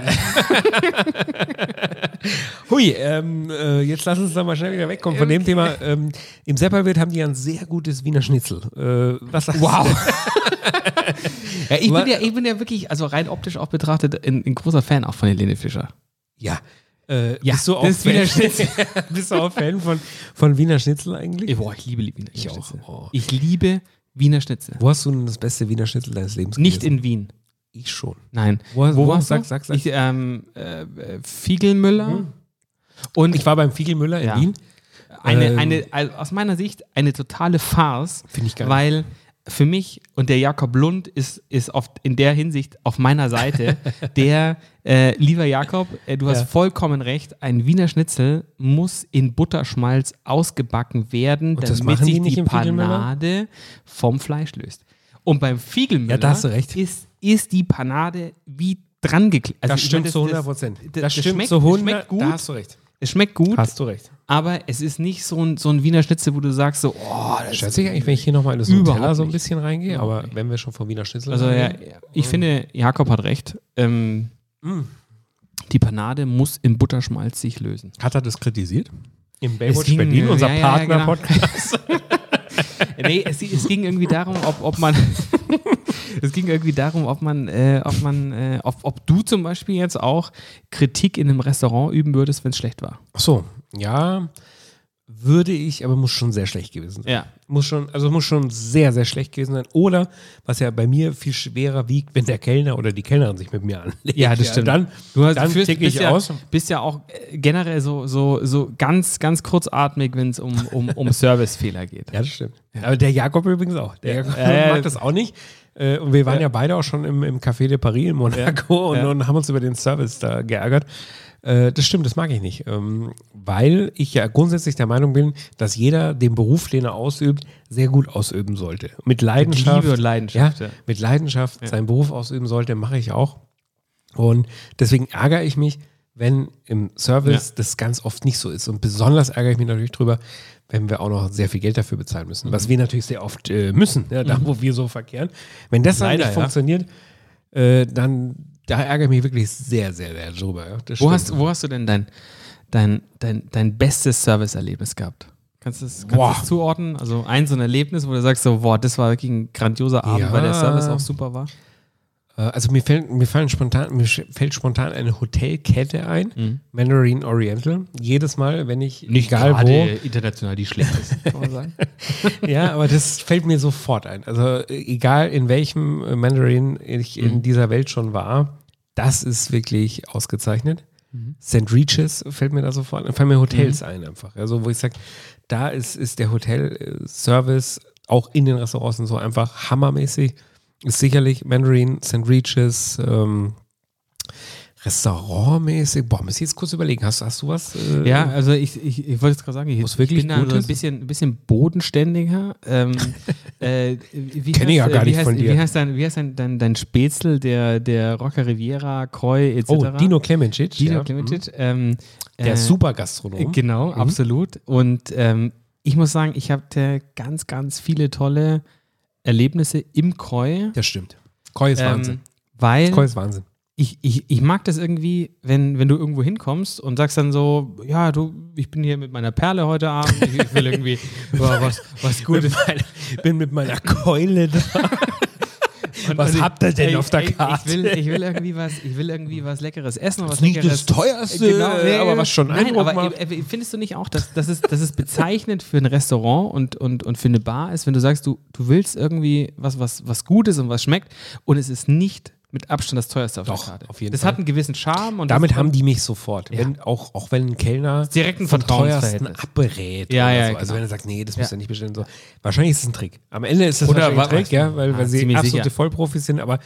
Speaker 1: (laughs) hui, ähm, äh, jetzt lass uns da mal schnell wieder wegkommen von dem Thema. Ähm, Im Seppelwirt haben die ein sehr gutes Wiener Schnitzel. Äh, was sagst
Speaker 2: Wow. (laughs) Ja, ich,
Speaker 1: Aber-
Speaker 2: bin ja, ich bin ja wirklich, also rein optisch auch betrachtet, ein, ein großer Fan auch von Helene Fischer.
Speaker 1: du? Ja. Äh,
Speaker 2: Ja,
Speaker 1: bist du auch
Speaker 2: das ist Wiener Schnitzel.
Speaker 1: (laughs) bist du auch Fan von, von Wiener Schnitzel eigentlich?
Speaker 2: Ich, boah, ich liebe Wiener
Speaker 1: Ich auch.
Speaker 2: Schnitzel.
Speaker 1: Oh.
Speaker 2: Ich liebe Wiener Schnitzel.
Speaker 1: Wo hast du denn das beste Wiener Schnitzel deines Lebens
Speaker 2: Nicht
Speaker 1: gegessen?
Speaker 2: in Wien.
Speaker 1: Ich schon.
Speaker 2: Nein.
Speaker 1: Wo- wo-
Speaker 2: warst du?
Speaker 1: sag- sag- sag.
Speaker 2: Ich, ähm, äh, äh, Fiegelmüller. Und
Speaker 1: Ich war beim Fiegelmüller in
Speaker 2: Ja. Also
Speaker 1: Wien.
Speaker 2: Eine,
Speaker 1: Ähm.
Speaker 2: eine, also aus meiner Sicht eine totale Farce.
Speaker 1: Finde ich geil.
Speaker 2: Weil für mich und der Jakob Lund ist, ist oft in der Hinsicht auf
Speaker 1: (laughs)
Speaker 2: meiner Seite, der, äh, lieber Jakob, äh, du
Speaker 1: Ja.
Speaker 2: hast vollkommen recht, ein Wiener Schnitzel muss in Butterschmalz ausgebacken werden,
Speaker 1: Und das
Speaker 2: damit
Speaker 1: machen die
Speaker 2: sich
Speaker 1: nicht
Speaker 2: die
Speaker 1: im Fiegelmüller?
Speaker 2: Panade vom Fleisch löst. Und beim Fiegelmüller
Speaker 1: Ja, da hast du recht.
Speaker 2: Ist, ist die Panade wie dran also geklebt.
Speaker 1: das stimmt zu 100 Prozent.
Speaker 2: Prozent. Das, das, das schmeckt,
Speaker 1: zu 100
Speaker 2: schmeckt gut.
Speaker 1: Da hast du recht.
Speaker 2: Es schmeckt gut, Oh,
Speaker 1: Hast du recht.
Speaker 2: aber es ist nicht so ein, so ein Wiener Schnitzel, wo du sagst so, oh, das
Speaker 1: Schätze ich eigentlich, wenn ich hier nochmal in das Nutella
Speaker 2: Überhaupt
Speaker 1: so ein
Speaker 2: nicht.
Speaker 1: bisschen reingehe, aber wenn wir schon vom Wiener Schnitzel
Speaker 2: Also ja,
Speaker 1: reden,
Speaker 2: ich finde, Jakob hat recht. Ähm, Die Panade muss im Butterschmalz sich lösen.
Speaker 1: hat er das kritisiert? Im
Speaker 2: Es
Speaker 1: Baywatch
Speaker 2: ging,
Speaker 1: Berlin,
Speaker 2: äh,
Speaker 1: unser
Speaker 2: ja, ja, ja, genau. (laughs)
Speaker 1: Partner-Podcast.
Speaker 2: nee, es, es ging irgendwie darum, ob, ob man. (laughs) es ging irgendwie darum, ob man, äh, ob man, äh, ob, ob du zum Beispiel jetzt auch Kritik in einem Restaurant üben würdest, wenn es schlecht war.
Speaker 1: Ach so, ja, würde ich, aber muss schon sehr schlecht gewesen sein.
Speaker 2: Ja.
Speaker 1: Muss schon, also muss schon sehr, sehr schlecht gewesen sein. Oder, was ja bei mir viel schwerer wiegt, wenn der Kellner oder die Kellnerin sich mit mir anlegt.
Speaker 2: Ja, das stimmt.
Speaker 1: Dann,
Speaker 2: Du hast,
Speaker 1: dann
Speaker 2: führst-
Speaker 1: ticke
Speaker 2: bist
Speaker 1: ich
Speaker 2: ja,
Speaker 1: aus.
Speaker 2: Bist ja auch äh, generell so, so, so ganz, ganz kurzatmig, wenn es um, um,
Speaker 1: (laughs)
Speaker 2: um Servicefehler geht.
Speaker 1: Ja, das stimmt. Aber der Jakob übrigens auch. Der Jakob
Speaker 2: Ja, ja.
Speaker 1: mag das auch nicht. Äh, Und wir waren ja, beide auch schon im, im Café de Paris in Monaco
Speaker 2: Ja.
Speaker 1: Und, und haben uns über den Service da geärgert. Äh, Das stimmt, das mag ich nicht. Ähm, Weil ich ja grundsätzlich der Meinung bin, dass jeder den Beruf, den er ausübt, sehr gut ausüben sollte. Mit Leidenschaft.
Speaker 2: Liebe und Leidenschaft,
Speaker 1: Ja,
Speaker 2: ja.
Speaker 1: mit Leidenschaft seinen Beruf ausüben sollte, mache ich auch. Und deswegen ärgere ich mich, wenn im Service das ganz oft nicht so ist. Und besonders ärgere ich mich natürlich drüber, wenn wir auch noch sehr viel Geld dafür bezahlen müssen.
Speaker 2: Mhm.
Speaker 1: Was wir natürlich sehr oft äh, müssen, ja, da wo wir so verkehren. Wenn das dann
Speaker 2: Leider,
Speaker 1: nicht
Speaker 2: ja.
Speaker 1: funktioniert, äh, dann da ärgere ich mich wirklich sehr, sehr, sehr drüber. Ja. Das
Speaker 2: Wo
Speaker 1: stimmt.
Speaker 2: hast, wo hast du denn dein, dein, dein, dein bestes Serviceerlebnis gehabt? Kannst du das, kannst du
Speaker 1: Boah.
Speaker 2: das zuordnen? Also eins, so ein Erlebnis, wo du sagst, so, boah, das war wirklich ein grandioser Abend, weil der
Speaker 1: Ja.
Speaker 2: Service auch super war.
Speaker 1: Äh, Also mir fällt, mir, fallen spontan, mir sch- fällt spontan eine Hotelkette ein,
Speaker 2: Mhm.
Speaker 1: Mandarin Oriental. Jedes Mal, wenn ich, egal wo,
Speaker 2: international die schlecht ist, kann man sagen.
Speaker 1: Ja, aber das fällt mir sofort ein. Also äh, egal in welchem äh, Mandarin ich
Speaker 2: Mhm.
Speaker 1: in dieser Welt schon war, das ist wirklich ausgezeichnet.
Speaker 2: Mhm.
Speaker 1: St. Regis fällt mir da sofort ein. Fallen mir Hotels ein einfach. Also wo ich sage, da ist, ist der Hotelservice auch in den Restaurants und so einfach hammermäßig. Ist sicherlich Mandarin, St. Regis, ähm, Restaurantmäßig. Boah, muss ich jetzt kurz überlegen. Hast, hast du was? äh,
Speaker 2: Ja, also ich, ich, ich wollte jetzt gerade sagen, ich,
Speaker 1: Muss wirklich
Speaker 2: ich bin da so ein
Speaker 1: Gutes?
Speaker 2: bisschen, ein bisschen bodenständiger.
Speaker 1: (laughs)
Speaker 2: Ähm, äh, wie
Speaker 1: Kenn ich ja
Speaker 2: heißt-
Speaker 1: gar
Speaker 2: wie
Speaker 1: nicht
Speaker 2: heißt,
Speaker 1: von dir.
Speaker 2: Wie heißt dein, wie heißt dein, dein, dein Spätzle, der, der Rocker Riviera, Koi etc.?
Speaker 1: Oh, Dino Clemencic.
Speaker 2: Dino
Speaker 1: ja. Mhm.
Speaker 2: Clementit. Ähm,
Speaker 1: Der
Speaker 2: äh,
Speaker 1: super ne? Mhm. Gastronom.
Speaker 2: Genau, absolut. Und ähm, ich muss sagen, ich hatte ganz, ganz viele tolle Erlebnisse im Koi.
Speaker 1: Das stimmt. Koi ist
Speaker 2: Ähm,
Speaker 1: Wahnsinn. Koi
Speaker 2: weil
Speaker 1: ist Wahnsinn.
Speaker 2: ich, ich, ich mag das irgendwie, wenn, wenn du irgendwo hinkommst und sagst dann so, ja, du, ich bin hier mit meiner Perle heute Abend, ich, ich
Speaker 1: (laughs)
Speaker 2: will irgendwie boah, was, was Gutes.
Speaker 1: bin mit meiner Keule da.
Speaker 2: (laughs) Und-
Speaker 1: Was
Speaker 2: und ich-
Speaker 1: habt ihr denn
Speaker 2: ey,
Speaker 1: auf der
Speaker 2: ey,
Speaker 1: Karte?
Speaker 2: Ich will, ich will irgendwie was, ich will irgendwie was Leckeres essen und was
Speaker 1: nicht
Speaker 2: Leckeres. Äh, genau.
Speaker 1: das Teuerste, aber was schon
Speaker 2: Nein,
Speaker 1: Eindruck
Speaker 2: aber
Speaker 1: macht.
Speaker 2: äh, äh, findest du nicht auch, dass, dass, es, dass es bezeichnend für ein Restaurant und, und, und für eine Bar ist, wenn du sagst, du, du willst irgendwie was, was, was Gutes und was schmeckt und es ist nicht mit Abstand das Teuerste auf
Speaker 1: Doch,
Speaker 2: der Karte.
Speaker 1: auf jeden
Speaker 2: das
Speaker 1: Fall.
Speaker 2: hat einen gewissen Charme und
Speaker 1: Damit
Speaker 2: das,
Speaker 1: haben die mich sofort. Wenn, auch, auch wenn ein Kellner
Speaker 2: Direkt ein
Speaker 1: vom teuersten
Speaker 2: Vertrauensverhältnis.
Speaker 1: abberät.
Speaker 2: Ja,
Speaker 1: oder
Speaker 2: ja,
Speaker 1: so. Also
Speaker 2: genau.
Speaker 1: wenn er sagt, nee, das
Speaker 2: Ja.
Speaker 1: müsst ihr nicht bestellen. So. Wahrscheinlich ist es ein Trick. Am Ende ist das
Speaker 2: Oder
Speaker 1: wahrscheinlich
Speaker 2: wa-
Speaker 1: ein Trick, ja, weil,
Speaker 2: Ah,
Speaker 1: weil sie
Speaker 2: ziemlich
Speaker 1: absolute
Speaker 2: sicher.
Speaker 1: Vollprofis sind, aber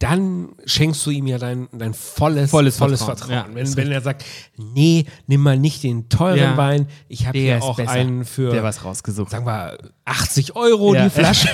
Speaker 1: dann schenkst du ihm ja dein, dein volles,
Speaker 2: Volles
Speaker 1: volles
Speaker 2: Vertrauen.
Speaker 1: Vertrauen.
Speaker 2: Ja, ist
Speaker 1: wenn, wenn er sagt, nee, nimm mal nicht den teuren
Speaker 2: Ja.
Speaker 1: Wein, ich habe
Speaker 2: der
Speaker 1: hier
Speaker 2: ist
Speaker 1: auch
Speaker 2: besser.
Speaker 1: einen für
Speaker 2: der was rausgesucht.
Speaker 1: sagen wir, 80 Euro
Speaker 2: Ja.
Speaker 1: die
Speaker 2: (laughs)
Speaker 1: Flasche.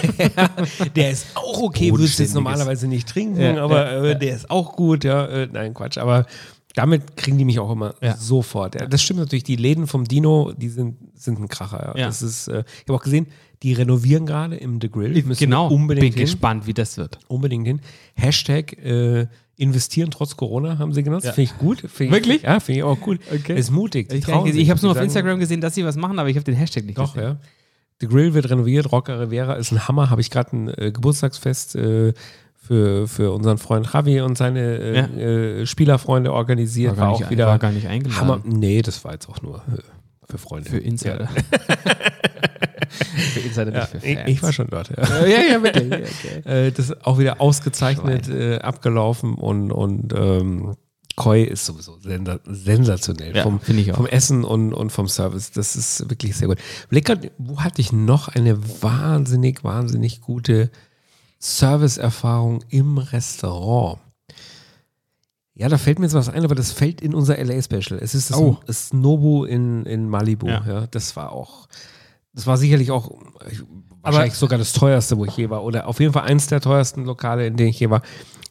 Speaker 1: der ist auch okay, würdest du
Speaker 2: Bodenständiges.
Speaker 1: jetzt normalerweise nicht trinken,
Speaker 2: Ja,
Speaker 1: aber äh, der ist auch gut, ja. Äh, nein, Quatsch, aber damit kriegen die mich auch immer
Speaker 2: Ja.
Speaker 1: sofort. Ja. Das stimmt natürlich, die Läden vom Dino, die sind, sind ein Kracher. Ja.
Speaker 2: Ja.
Speaker 1: Das ist, äh, ich habe auch gesehen, die renovieren gerade im The Grill. Müssen wir
Speaker 2: genau, bin
Speaker 1: unbedingt hin.
Speaker 2: gespannt, wie das wird.
Speaker 1: Unbedingt hin. Hashtag äh, investieren trotz Corona haben sie genutzt.
Speaker 2: Ja.
Speaker 1: Finde ich gut. Find ich,
Speaker 2: Wirklich?
Speaker 1: Ja, finde ich auch gut.
Speaker 2: Okay.
Speaker 1: Ist mutig. die
Speaker 2: Ich,
Speaker 1: trauen sich.
Speaker 2: ich habe es
Speaker 1: Die
Speaker 2: nur auf
Speaker 1: sagen,
Speaker 2: Instagram gesehen, dass sie was machen, aber ich habe den Hashtag nicht
Speaker 1: doch,
Speaker 2: gesehen.
Speaker 1: ja. The Grill wird renoviert, Rocker Rivera ist ein Hammer. Habe ich gerade ein äh, Geburtstagsfest äh, für, für unseren Freund Javi und seine äh,
Speaker 2: Ja.
Speaker 1: äh, Spielerfreunde organisiert. War,
Speaker 2: gar nicht,
Speaker 1: auch wieder
Speaker 2: war gar nicht eingeladen.
Speaker 1: Hammer. Nee, das war jetzt auch nur äh, für Freunde.
Speaker 2: Für Insider. (laughs) für Insider,
Speaker 1: Ja,
Speaker 2: nicht für
Speaker 1: ich,
Speaker 2: Fans.
Speaker 1: ich war schon dort. Ja.
Speaker 2: (laughs) Ja, ja, wirklich. Okay.
Speaker 1: Äh, das ist auch wieder ausgezeichnet äh, abgelaufen und, und ähm, Koi ist sowieso sensa sensationell.
Speaker 2: Ja,
Speaker 1: vom,
Speaker 2: finde ich auch.
Speaker 1: vom Essen und, und vom Service. Das ist wirklich sehr gut. Überleg grad, wo hatte ich noch eine wahnsinnig, wahnsinnig gute Serviceerfahrung im Restaurant? Ja, da fällt mir jetzt was ein, aber das fällt in unser LA-Special. Es ist das
Speaker 2: Oh.
Speaker 1: das Nobu in, in Malibu.
Speaker 2: Ja.
Speaker 1: Ja. das war auch, das war sicherlich auch ich, wahrscheinlich sogar das teuerste, wo ich je war. Oder auf jeden Fall eins der teuersten Lokale, in denen ich je war.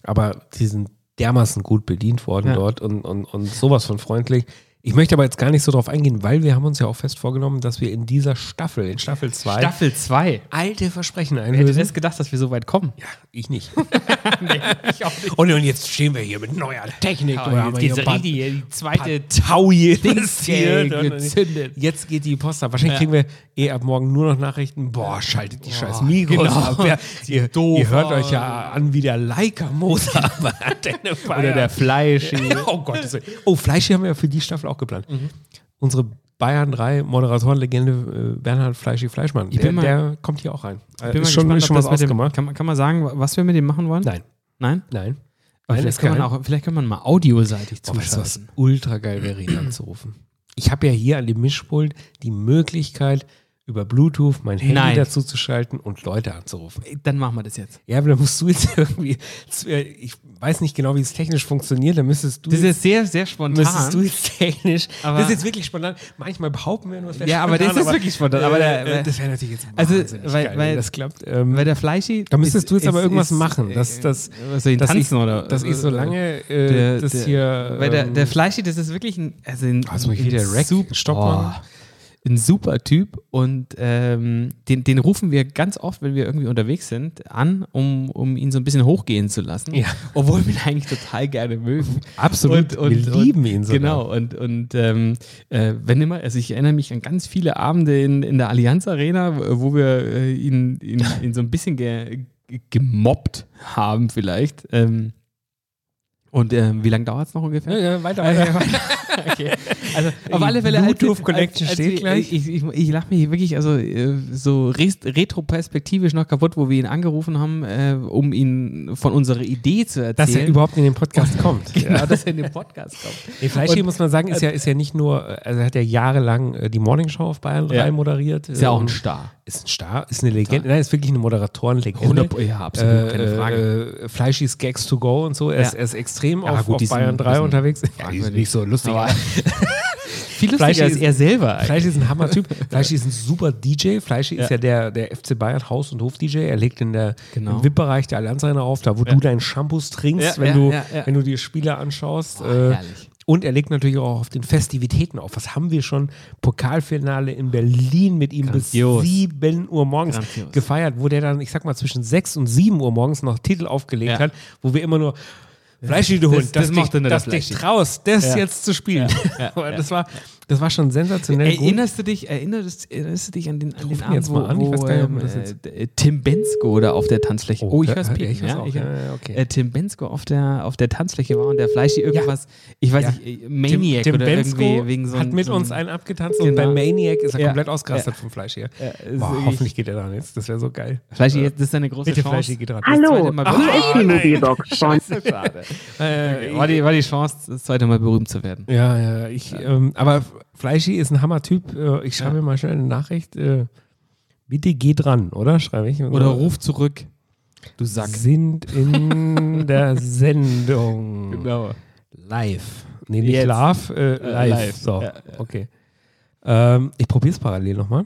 Speaker 1: Aber die sind dermaßen gut bedient worden
Speaker 2: Ja.
Speaker 1: dort und, und, und sowas von freundlich. Ich möchte aber jetzt gar nicht so drauf eingehen, weil wir haben uns ja auch fest vorgenommen, dass wir in dieser Staffel, in Staffel 2,
Speaker 2: Staffel 2.
Speaker 1: alte Versprechen
Speaker 2: Wer hätte das
Speaker 1: einlösen.
Speaker 2: gedacht, dass wir so weit kommen?
Speaker 1: Ja, ich nicht.
Speaker 2: (laughs) nee, ich auch
Speaker 1: (laughs)
Speaker 2: nicht.
Speaker 1: Und, und jetzt stehen wir hier mit neuer Technik. und
Speaker 2: Oh,
Speaker 1: haben hier ein paar-
Speaker 2: die zweite
Speaker 1: Tau jedes
Speaker 2: Dings
Speaker 1: hier.
Speaker 2: hier gezündet.
Speaker 1: Jetzt geht die Post ab. Wahrscheinlich kriegen wir eh ab morgen nur noch Nachrichten. Boah, schaltet die scheiß Mikros
Speaker 2: genau.
Speaker 1: ab.
Speaker 2: (laughs)
Speaker 1: Ja, ihr,
Speaker 2: doof
Speaker 1: ihr hört
Speaker 2: aus.
Speaker 1: euch ja an wie der
Speaker 2: (laughs)
Speaker 1: Leica-Motor. Oder
Speaker 2: Oder der Fleisch.
Speaker 1: (laughs) Oh
Speaker 2: (laughs)
Speaker 1: Gott. Oh, Fleisch haben wir ja für die Staffel auch geplant.
Speaker 2: Mhm.
Speaker 1: Unsere Bayern 3 Moderatorenlegende äh, Bernhard Fleischi Fleischmann.
Speaker 2: Ich
Speaker 1: Der,
Speaker 2: bin mal-
Speaker 1: der kommt hier auch rein. Äh,
Speaker 2: Bin mal
Speaker 1: ist schon,
Speaker 2: gespannt,
Speaker 1: ist schon
Speaker 2: ob
Speaker 1: was
Speaker 2: das mit dem,
Speaker 1: ausgemacht?
Speaker 2: kann, man- kann man sagen, was wir mit dem machen wollen?
Speaker 1: Nein,
Speaker 2: Nein?
Speaker 1: nein.
Speaker 2: Aber
Speaker 1: Nein,
Speaker 2: vielleicht,
Speaker 1: ist
Speaker 2: kann man
Speaker 1: geheim.
Speaker 2: auch, vielleicht kann man mal audioseitig
Speaker 1: Boah, weißt du, Oh, was
Speaker 2: zuschalten.
Speaker 1: ultra geil wäre, ihn anzurufen? Ich habe ja hier an dem Mischpult die Möglichkeit, über Bluetooth mein Handy
Speaker 2: Nein.
Speaker 1: dazu zu schalten und Leute anzurufen.
Speaker 2: Dann machen wir das jetzt.
Speaker 1: Ja, aber da musst du jetzt (laughs) irgendwie, ich weiß nicht genau, wie es technisch funktioniert, da müsstest du,
Speaker 2: Das ist
Speaker 1: jetzt,
Speaker 2: jetzt sehr, sehr spontan.
Speaker 1: Hm. müsstest du jetzt technisch,
Speaker 2: Aber-
Speaker 1: das ist jetzt wirklich spontan, manchmal behaupten wir nur, es wäre
Speaker 2: Ja, aber das ist wirklich spontan, aber der-
Speaker 1: äh, das wäre natürlich jetzt
Speaker 2: Also,
Speaker 1: wahnsinnig
Speaker 2: weil-
Speaker 1: geil,
Speaker 2: weil-
Speaker 1: wenn das klappt. Ähm,
Speaker 2: Weil der Fleischi.
Speaker 1: Da müsstest du jetzt aber irgendwas machen, dass- dass-
Speaker 2: äh, was soll ich
Speaker 1: dass ich-
Speaker 2: tanzen oder.
Speaker 1: dass ich so lange äh,
Speaker 2: Der-
Speaker 1: das
Speaker 2: der-
Speaker 1: hier...
Speaker 2: Weil der,
Speaker 1: ähm,
Speaker 2: der Fleischi, das ist wirklich ein. Also ein,
Speaker 1: Also ich will der Rack
Speaker 2: sup-
Speaker 1: Stopp
Speaker 2: Boah.
Speaker 1: machen.
Speaker 2: ein super Typ und ähm, den, den rufen wir ganz oft, wenn wir irgendwie unterwegs sind, an, um, um ihn so ein bisschen hochgehen zu lassen.
Speaker 1: ähm, Ja.
Speaker 2: Obwohl wir ihn (laughs) eigentlich total gerne mögen.
Speaker 1: Absolut, wir lieben ihn sogar.
Speaker 2: Genau, und, und ähm, äh, wenn immer, also ich erinnere mich an ganz viele Abende in, in der Allianz Arena, wo wo wir äh, ihn,
Speaker 1: (laughs)
Speaker 2: ihn, ihn so ein bisschen ge, ge, gemobbt haben vielleicht. Ähm, und ähm, wie lange dauert es noch ungefähr?
Speaker 1: ja, ja, weiter, weiter.
Speaker 2: (laughs) Okay. Also,
Speaker 1: (laughs)
Speaker 2: auf alle Fälle. als-
Speaker 1: Bluetooth Connection steht
Speaker 2: wir- äh,
Speaker 1: gleich.
Speaker 2: Ich, ich, ich lache mich wirklich also äh, so res- retroperspektivisch noch kaputt, wo wir ihn angerufen haben, äh, um ihn von unserer Idee zu erzählen.
Speaker 1: dass er
Speaker 2: (laughs)
Speaker 1: überhaupt in den Podcast kommt.
Speaker 2: genau,
Speaker 1: Ja.
Speaker 2: dass er in den Podcast kommt.
Speaker 1: Nee, Fleischi,
Speaker 2: Und-
Speaker 1: muss man sagen, ist ja, ist ja nicht nur, äh, also er hat ja jahrelang äh, die Morningshow auf Bayern 3
Speaker 2: Ja.
Speaker 1: moderiert. Ähm,
Speaker 2: Ist ja auch ein Star.
Speaker 1: Ist ein Star, ist eine Legende. Nein, ist wirklich eine Moderatorenlegende.
Speaker 2: 100 ja, absolut, keine Frage.
Speaker 1: Äh, äh, Fleischis Gags to go und so. Er, ist,
Speaker 2: Ja.
Speaker 1: er ist extrem
Speaker 2: Aber
Speaker 1: auf,
Speaker 2: gut,
Speaker 1: auf
Speaker 2: die sind
Speaker 1: Bayern
Speaker 2: ein
Speaker 1: 3
Speaker 2: bisschen
Speaker 1: unterwegs. Ja, die
Speaker 2: fragwürdig.
Speaker 1: sind nicht so lustig. (laughs)
Speaker 2: Aber-
Speaker 1: aber
Speaker 2: Viel lustiger
Speaker 1: Fleischi
Speaker 2: ist er selber. eigentlich. ne?
Speaker 1: Fleischi ist
Speaker 2: (laughs)
Speaker 1: ein Hammer-Typ. Fleischi ist ein super DJ. Fleischi ist
Speaker 2: Ja.
Speaker 1: ja der, der FC Bayern Haus- und Hof-DJ. Er legt in der,
Speaker 2: Genau.
Speaker 1: im VIP-Bereich der Allianz Arena auf, da wo du deinen Shampoos trinkst,
Speaker 2: Ja,
Speaker 1: wenn,
Speaker 2: ja,
Speaker 1: du,
Speaker 2: ja, ja.
Speaker 1: wenn du dir Spiele anschaust. äh,
Speaker 2: Oh, herrlich.
Speaker 1: und er legt natürlich auch auf den Festivitäten auf. Was haben wir schon? Pokalfinale in Berlin mit ihm
Speaker 2: Grandios.
Speaker 1: bis 7 Uhr morgens
Speaker 2: Grandios.
Speaker 1: gefeiert, wo der dann, ich sag mal, zwischen 6 und 7 Uhr morgens noch Titel aufgelegt
Speaker 2: Ja.
Speaker 1: hat, wo wir immer nur Fleischi, du Hund,
Speaker 2: das macht er nicht,
Speaker 1: dass
Speaker 2: der
Speaker 1: dich
Speaker 2: Fleischi.
Speaker 1: traust, das
Speaker 2: Ja.
Speaker 1: jetzt zu spielen. (laughs)
Speaker 2: Ja,
Speaker 1: Aber
Speaker 2: ja.
Speaker 1: Das, war, das war schon sensationell gut.
Speaker 2: Erinnerst du dich, erinnerst, erinnerst du dich an den, an
Speaker 1: Ruf
Speaker 2: den
Speaker 1: ihn
Speaker 2: Abend,
Speaker 1: jetzt mal an, ich weiß gar nicht, ob man das
Speaker 2: äh,
Speaker 1: jetzt-
Speaker 2: d- Tim Bensko da auf der Tanzfläche.
Speaker 1: ähm, Oh,
Speaker 2: hör's
Speaker 1: ja,
Speaker 2: piepen,
Speaker 1: ich hör's auch, ja, ja, okay.
Speaker 2: Äh, Tim Bensko auf der, auf der Tanzfläche war und der Fleischi irgendwas, ich weiß
Speaker 1: Ja.
Speaker 2: nicht, äh, Maniac
Speaker 1: Tim, Tim
Speaker 2: oder
Speaker 1: Bensko
Speaker 2: irgendwie wegen so
Speaker 1: hat
Speaker 2: einem-
Speaker 1: mit
Speaker 2: so
Speaker 1: uns
Speaker 2: einem-
Speaker 1: einen abgetanzt und
Speaker 2: Genau.
Speaker 1: bei Maniac ist er
Speaker 2: Ja.
Speaker 1: komplett ausgerastet vom Fleisch hier.
Speaker 2: ist
Speaker 1: Boah,
Speaker 2: wirklich-
Speaker 1: hoffentlich geht er dran jetzt. Das wäre so geil.
Speaker 2: Fleisch, jetzt ist deine große
Speaker 1: Bitte Fleisch
Speaker 2: Chance.
Speaker 1: geht dran.
Speaker 2: zweite
Speaker 5: Hallo,
Speaker 2: Mal
Speaker 5: hier
Speaker 2: berühmt.
Speaker 5: ist die
Speaker 2: (laughs)
Speaker 5: Mobilbox von
Speaker 2: Äh, war, die, war die Chance, das zweite Mal berühmt zu werden.
Speaker 1: Ja, ja, ich, Ähm, aber Fleischi ist ein Hammer-Typ. Äh, Ich schreibe ihm mal schnell eine Nachricht. Äh, bitte geh dran, oder? Schreibe ich.
Speaker 2: Oder ruf zurück.
Speaker 1: du Sack. Sind (laughs) in der Sendung.
Speaker 2: Genau.
Speaker 1: Live. Nee, nicht
Speaker 2: Jetzt.
Speaker 1: live, äh, live.
Speaker 2: live.
Speaker 1: So,
Speaker 2: Ja, ja.
Speaker 1: okay. Ähm, ich probiere es parallel nochmal.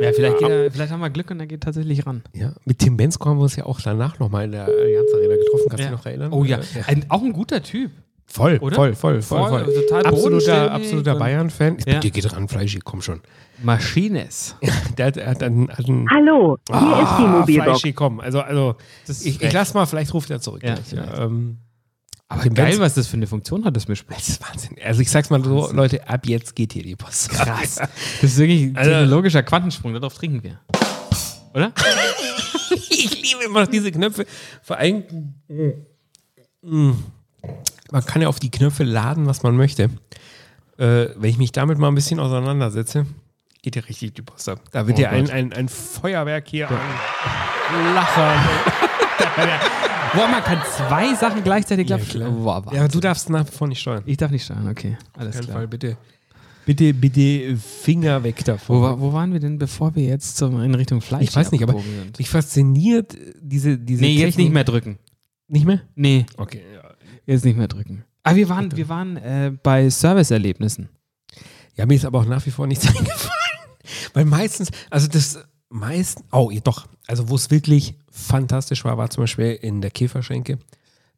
Speaker 2: Ja, vielleicht, geht er, vielleicht haben wir Glück und er geht tatsächlich ran.
Speaker 1: Ja. Mit Tim Bensko haben wir uns ja auch danach nochmal in der Allianz Arena getroffen. Kannst du dich noch erinnern?
Speaker 2: Oh ja,
Speaker 1: Äh,
Speaker 2: Ein, auch ein guter Typ.
Speaker 1: Voll,
Speaker 2: Oder?
Speaker 1: voll, voll, voll,
Speaker 2: Voll,
Speaker 1: voll.
Speaker 2: total bodenständig
Speaker 1: absoluter absoluter
Speaker 2: und-
Speaker 1: Bayern-Fan. Ich
Speaker 2: Ja.
Speaker 1: Bitte geh dran, Fleischi, komm schon. (laughs)
Speaker 2: Maschines.
Speaker 1: Der hat, er hat einen, hat einen
Speaker 5: Hallo, hier ist die
Speaker 1: Ah,
Speaker 5: Mobilbox.
Speaker 1: Fleischi, komm. Also, also
Speaker 2: Das ist
Speaker 1: ich,
Speaker 2: frech.
Speaker 1: ich lass mal, vielleicht ruft er zurück.
Speaker 2: Ja,
Speaker 1: gleich.
Speaker 2: vielleicht.
Speaker 1: ähm, aber
Speaker 2: Geil, was das für eine Funktion hat, das Mischpult.
Speaker 1: Das ist Wahnsinn. Also ich sag's mal so,
Speaker 2: Wahnsinn.
Speaker 1: Leute, ab jetzt geht hier die Post. Krass.
Speaker 2: Das ist wirklich ein
Speaker 1: Also-
Speaker 2: technologischer Quantensprung, darauf trinken wir. Oder?
Speaker 1: (laughs) ich liebe immer noch diese Knöpfe. Vor allem, mm, man kann ja auf die Knöpfe laden, was man möchte. Äh, wenn ich mich damit mal ein bisschen auseinandersetze, geht ja richtig die Post ab. Da wird
Speaker 2: Oh
Speaker 1: ja ein,
Speaker 2: Gott.
Speaker 1: ein, ein Feuerwerk hier an.
Speaker 2: Lachen. Boah, man kann zwei Sachen gleichzeitig klappen. Boah,
Speaker 1: Ja, aber
Speaker 2: Wahnsinn.
Speaker 1: du darfst nach wie vor nicht steuern.
Speaker 2: Ich darf nicht steuern, okay. Alles
Speaker 1: Auf keinen
Speaker 2: klar.
Speaker 1: Fall, bitte. Bitte, bitte Finger weg davon.
Speaker 2: Wo, wa- wo waren wir denn, bevor wir jetzt zum, in Richtung Fleisch
Speaker 1: ich weiß nicht, aber
Speaker 2: abgebogen sind?
Speaker 1: mich fasziniert äh, diese, diese
Speaker 2: Nee, jetzt
Speaker 1: Technik-
Speaker 2: nicht mehr drücken.
Speaker 1: Nicht mehr?
Speaker 2: Nee,
Speaker 1: Okay, ja.
Speaker 2: jetzt nicht mehr drücken. Ah, wir waren, wir waren äh, bei Serviceerlebnissen.
Speaker 1: Ja, mir ist aber auch nach wie vor nichts (laughs) eingefallen. Weil meistens, also das meisten, oh, ja, doch, also wo es wirklich fantastisch war, war zum Beispiel in der Käferschenke.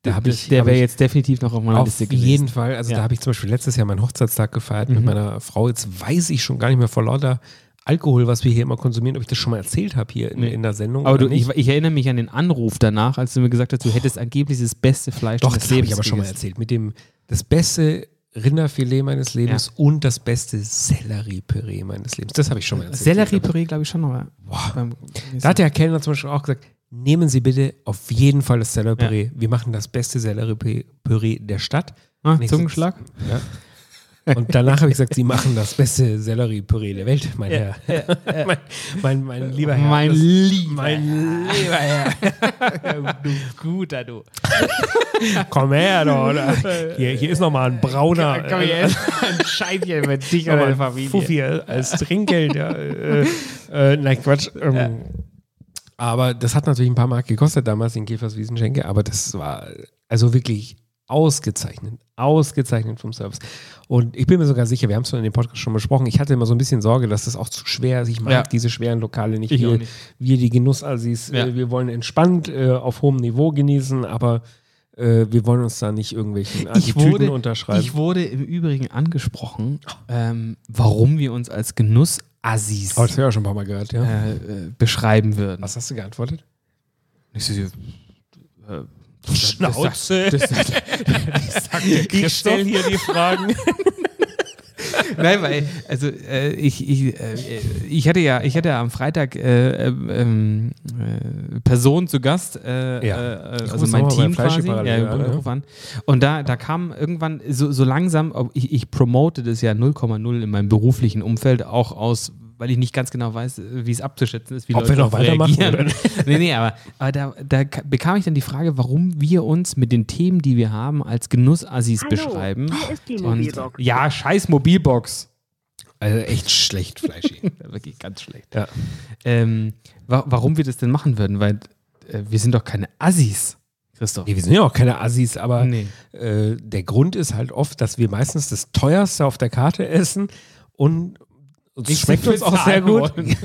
Speaker 1: Da hab
Speaker 2: Das-
Speaker 1: ich-
Speaker 2: der
Speaker 1: hab
Speaker 2: wäre
Speaker 1: ich-
Speaker 2: jetzt definitiv noch auf meiner
Speaker 1: Auf
Speaker 2: Liste gewesen.
Speaker 1: jeden Fall. Also
Speaker 2: Ja. Mhm.
Speaker 1: da habe ich zum Beispiel letztes Jahr meinen Hochzeitstag gefeiert mit meiner Frau. Jetzt weiß ich schon gar nicht mehr vor lauter Alkohol, was wir hier immer konsumieren, ob ich das schon mal erzählt habe hier in,
Speaker 2: Nee.
Speaker 1: in der Sendung.
Speaker 2: Aber
Speaker 1: oder
Speaker 2: du, ich, ich erinnere mich an den Anruf danach, als du mir gesagt hast, du hättest angeblich das beste Fleisch
Speaker 1: Doch,
Speaker 2: des
Speaker 1: das habe
Speaker 2: Lebens
Speaker 1: ich aber schon mal
Speaker 2: gegessen.
Speaker 1: erzählt. Mit dem das beste Rinderfilet meines Lebens und das beste Selleriepüree meines Lebens. Das habe ich schon mal erzählt.
Speaker 2: Selleriepüree, glaube ich, schon nochmal.
Speaker 1: Da hat der Herr Kellner zum Beispiel auch gesagt, nehmen Sie bitte auf jeden Fall das Selleriepüree. Wir machen das beste Selleriepüree der Stadt.
Speaker 2: Ah,
Speaker 1: Und ich
Speaker 2: Zungenschlag?
Speaker 1: sitz- Ja. Und danach habe ich gesagt, Sie machen das beste Selleriepüree der Welt, mein Herr. (laughs) mein, mein, mein lieber Herr.
Speaker 2: Mein
Speaker 1: das,
Speaker 2: lieber
Speaker 1: mein lieber Herr.
Speaker 2: (laughs) du guter Du.
Speaker 1: Komm her, doch.
Speaker 2: (laughs)
Speaker 1: Hier, hier ist nochmal ein brauner.
Speaker 2: Komm, hier (laughs) ist ein Scheitchen (laughs) mit dich
Speaker 1: Ja,
Speaker 2: oder der
Speaker 1: aber
Speaker 2: Familie.
Speaker 1: Fuffi als Trinkgeld, ja. Äh,
Speaker 2: (laughs)
Speaker 1: äh, nein, Quatsch. Ähm, Aber das hat natürlich ein paar Mark gekostet damals in Käferswiesenschenke, aber das war also wirklich ausgezeichnet, ausgezeichnet vom Service. Und ich bin mir sogar sicher, wir haben es in dem Podcast schon besprochen, ich hatte immer so ein bisschen Sorge, dass das auch zu schwer ist. Ich mag
Speaker 2: Ja.
Speaker 1: diese schweren Lokale nicht.
Speaker 2: Ich
Speaker 1: wir,
Speaker 2: auch nicht.
Speaker 1: wir, die Genussalsis,
Speaker 2: Ja.
Speaker 1: äh, wir wollen entspannt äh, auf hohem Niveau genießen, aber äh, wir wollen uns da nicht irgendwelchen
Speaker 2: Ich
Speaker 1: Attitüden
Speaker 2: wurde,
Speaker 1: unterschreiben.
Speaker 2: ich wurde im Übrigen angesprochen, ähm, warum wir uns als Genuss-Assis
Speaker 1: oh, das habe ich auch schon ein paar Mal gehört, ja.
Speaker 2: äh, äh, beschreiben würden.
Speaker 1: Was hast du geantwortet?
Speaker 2: Ich so, äh,
Speaker 1: Schnauze.
Speaker 2: Das, das,
Speaker 1: ich stelle hier die Fragen.
Speaker 2: (laughs) Nein, weil, also äh, ich, ich, äh, ich hatte ja, ich hatte ja am Freitag äh, ähm, ähm, äh, Personen zu Gast, äh,
Speaker 1: Ja.
Speaker 2: äh,
Speaker 1: Ich
Speaker 2: also
Speaker 1: muss
Speaker 2: mein
Speaker 1: noch mal bei
Speaker 2: Team
Speaker 1: Fleischi
Speaker 2: quasi,
Speaker 1: parallel
Speaker 2: ja,
Speaker 1: an,
Speaker 2: ruf an. Und da, da kam irgendwann so, so langsam, ob- ich, ich promote das ja 0,0 in meinem beruflichen Umfeld, auch aus, weil ich nicht ganz genau weiß, wie es abzuschätzen ist, wie
Speaker 1: Ob wir noch
Speaker 2: darauf
Speaker 1: weitermachen
Speaker 2: reagieren. (laughs) nee, nee, aber, aber da, da ka- bekam ich dann die Frage, warum wir uns mit den Themen, die wir haben, als Genussassis
Speaker 5: Hallo,
Speaker 2: beschreiben.
Speaker 5: hier ist die
Speaker 2: Und,
Speaker 5: Mobilbox.
Speaker 2: ja, scheiß Mobilbox.
Speaker 1: Also echt schlecht, Fleischi.
Speaker 2: Wirklich ganz schlecht.
Speaker 1: Ja.
Speaker 2: Ähm, wa warum wir das denn machen würden? Weil äh, wir sind doch keine Assis, Christoph.
Speaker 1: Nee, wir sind ja auch keine Assis, aber
Speaker 2: Nee.
Speaker 1: äh, der Grund ist halt oft, dass wir meistens das teuerste auf der Karte essen und uns
Speaker 2: Nicht so
Speaker 1: schmeckt
Speaker 2: viel
Speaker 1: uns auch sehr
Speaker 2: zahlen
Speaker 1: gut. (laughs)
Speaker 2: wollen.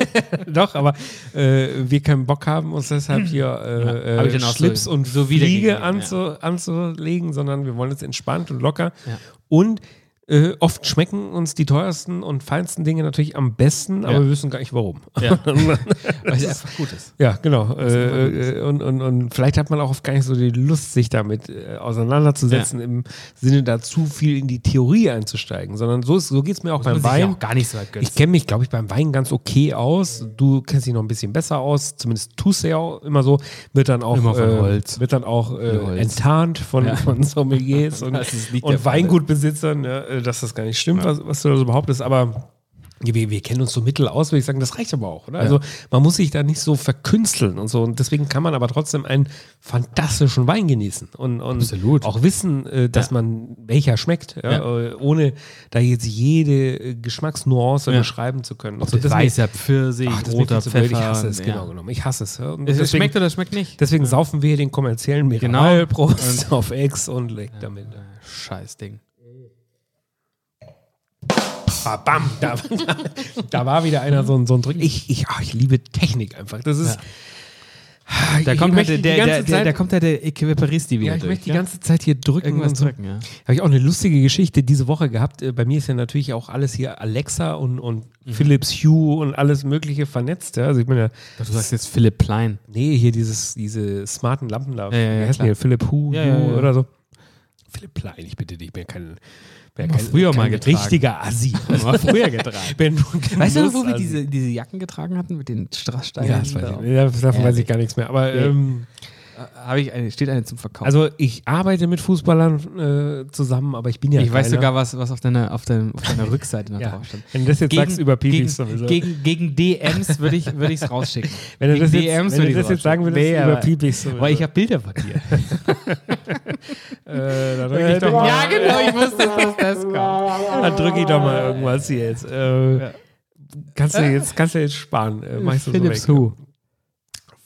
Speaker 1: Doch, aber äh, wir keinen Bock haben, uns deshalb hier äh,
Speaker 2: Hm. Ja, hab ich
Speaker 1: äh,
Speaker 2: dann auch so-
Speaker 1: Schlips und
Speaker 2: so
Speaker 1: Fliege
Speaker 2: wiedergegeben,
Speaker 1: anzu, anzulegen, sondern wir wollen uns entspannt und locker.
Speaker 2: Ja.
Speaker 1: Und äh, oft schmecken uns die teuersten und feinsten Dinge natürlich am besten, aber
Speaker 2: Ja.
Speaker 1: wir wissen gar nicht warum.
Speaker 2: (laughs) Weil es einfach gut ist.
Speaker 1: Ja, genau. Äh, äh, und, und, und vielleicht hat man auch oft gar nicht so die Lust, sich damit äh, auseinanderzusetzen, im Sinne da zu viel in die Theorie einzusteigen, sondern so, ist- so geht es mir auch beim
Speaker 2: Muss ich ja
Speaker 1: Wein.
Speaker 2: auch gar nicht so weit
Speaker 1: Ich kenne mich, glaube ich, beim Wein ganz okay aus. Du kennst dich noch ein bisschen besser aus. Zumindest tust du ja auch immer so. Wird dann auch,
Speaker 2: Immer von
Speaker 1: äh,
Speaker 2: Holz.
Speaker 1: Wird dann auch äh,
Speaker 2: Holz.
Speaker 1: enttarnt von,
Speaker 2: Ja.
Speaker 1: von Sommeliers und,
Speaker 2: Das ist nicht der
Speaker 1: und
Speaker 2: Fall.
Speaker 1: Weingutbesitzern, ja, äh, dass das gar nicht stimmt, was, was du da so behauptest. Aber wir, wir kennen uns so mittel aus, würde ich sagen. Das reicht aber auch. Oder? Also man muss sich da nicht so verkünsteln und so. Und deswegen kann man aber trotzdem einen fantastischen Wein genießen. Und, und
Speaker 2: Absolut.
Speaker 1: auch wissen, äh, dass man welcher schmeckt, ja, äh, ohne da jetzt jede äh, Geschmacksnuance
Speaker 2: Ja.
Speaker 1: beschreiben zu können. Also deswegen-
Speaker 2: Weißer Pfirsich,
Speaker 1: Ach, das
Speaker 2: roter
Speaker 1: ist mir viel zu blöd.
Speaker 2: Pfeffer.
Speaker 1: Ich hasse es,
Speaker 2: ja.
Speaker 1: genau genommen. Ich hasse es. Ja. Und
Speaker 2: Es
Speaker 1: deswegen,
Speaker 2: schmeckt halt- oder es schmeckt nicht?
Speaker 1: deswegen saufen wir den kommerziellen Mineral Prost
Speaker 2: Genau.
Speaker 1: auf Ex und leg damit.
Speaker 2: Scheiß Ding.
Speaker 1: Ah, Bam, da, (laughs) da, da war wieder einer so ein, so ein Trick. Ich, ich, ach, ich liebe Technik einfach. Das ist.
Speaker 2: Da
Speaker 1: Ich
Speaker 2: kommt halt
Speaker 1: möchte
Speaker 2: der,
Speaker 1: die
Speaker 2: der,
Speaker 1: ganze
Speaker 2: der, der,
Speaker 1: Zeit-
Speaker 2: da kommt halt der Equiparist, die wieder
Speaker 1: Ja, ich
Speaker 2: durch.
Speaker 1: möchte die
Speaker 2: ja?
Speaker 1: ganze Zeit hier drücken.
Speaker 2: Irgendwas
Speaker 1: und so.
Speaker 2: drücken, ja.
Speaker 1: Habe ich auch eine lustige Geschichte diese Woche gehabt. Äh, Bei mir ist ja natürlich auch alles hier Alexa und, und
Speaker 2: Mhm.
Speaker 1: Philips Hue und alles Mögliche vernetzt. Ja? Also ich bin ja,
Speaker 2: Du sagst jetzt Philipp Plein.
Speaker 1: nee, hier dieses, diese smarten Lampen da.
Speaker 2: Ja, ja, ja,
Speaker 1: Wie heißen die?
Speaker 2: klar.
Speaker 1: Philipp Hue
Speaker 2: Ja, ja,
Speaker 1: Hue
Speaker 2: ja.
Speaker 1: oder so. Philipp Plein, ich bitte dich, ich bin ja kein, bin ja
Speaker 2: Mal
Speaker 1: kein,
Speaker 2: früher
Speaker 1: kein
Speaker 2: mal getragen.
Speaker 1: richtiger (laughs) Assi.
Speaker 2: Mal früher getragen.
Speaker 1: Bin nur ein
Speaker 2: Weißt du, wo wir
Speaker 1: Genuss-Assi.
Speaker 2: diese, diese Jacken getragen hatten mit den Strasssteinen?
Speaker 1: Ja, das weiß ich, nicht. davon weiß ich
Speaker 2: Ehrlich.
Speaker 1: gar nichts mehr. Aber ähm,
Speaker 2: Hab ich eine, steht eine zum Verkauf.
Speaker 1: also ich arbeite mit Fußballern äh, zusammen, aber ich bin ja
Speaker 2: ich weiß
Speaker 1: keiner.
Speaker 2: sogar, was, was auf, deiner, auf, deinem, auf
Speaker 1: (laughs)
Speaker 2: deiner Rückseite noch
Speaker 1: Ja.
Speaker 2: drauf stand.
Speaker 1: Wenn du das jetzt sagst, überpiep
Speaker 2: gegen,
Speaker 1: ich sowieso.
Speaker 2: Gegen, gegen DMs würde ich es rausschicken.
Speaker 1: (laughs) Wenn du
Speaker 2: gegen
Speaker 1: das jetzt- wenn du
Speaker 2: würd ich's
Speaker 1: das jetzt
Speaker 2: rausschicken.
Speaker 1: sagen würdest,
Speaker 2: Nee, aber-
Speaker 1: überpiep ich's sowieso.
Speaker 2: Weil ich habe Bilder von
Speaker 1: (laughs)
Speaker 2: dir.
Speaker 1: Äh, da drücke ich, doch mal-
Speaker 2: ja, genau, ich wusste, dass das kommt.
Speaker 1: da drück ich doch mal irgendwas hier jetzt. Äh, kannst, du jetzt kannst du jetzt sparen. Äh, mach ich so
Speaker 2: Philips
Speaker 1: so weg.
Speaker 2: Who.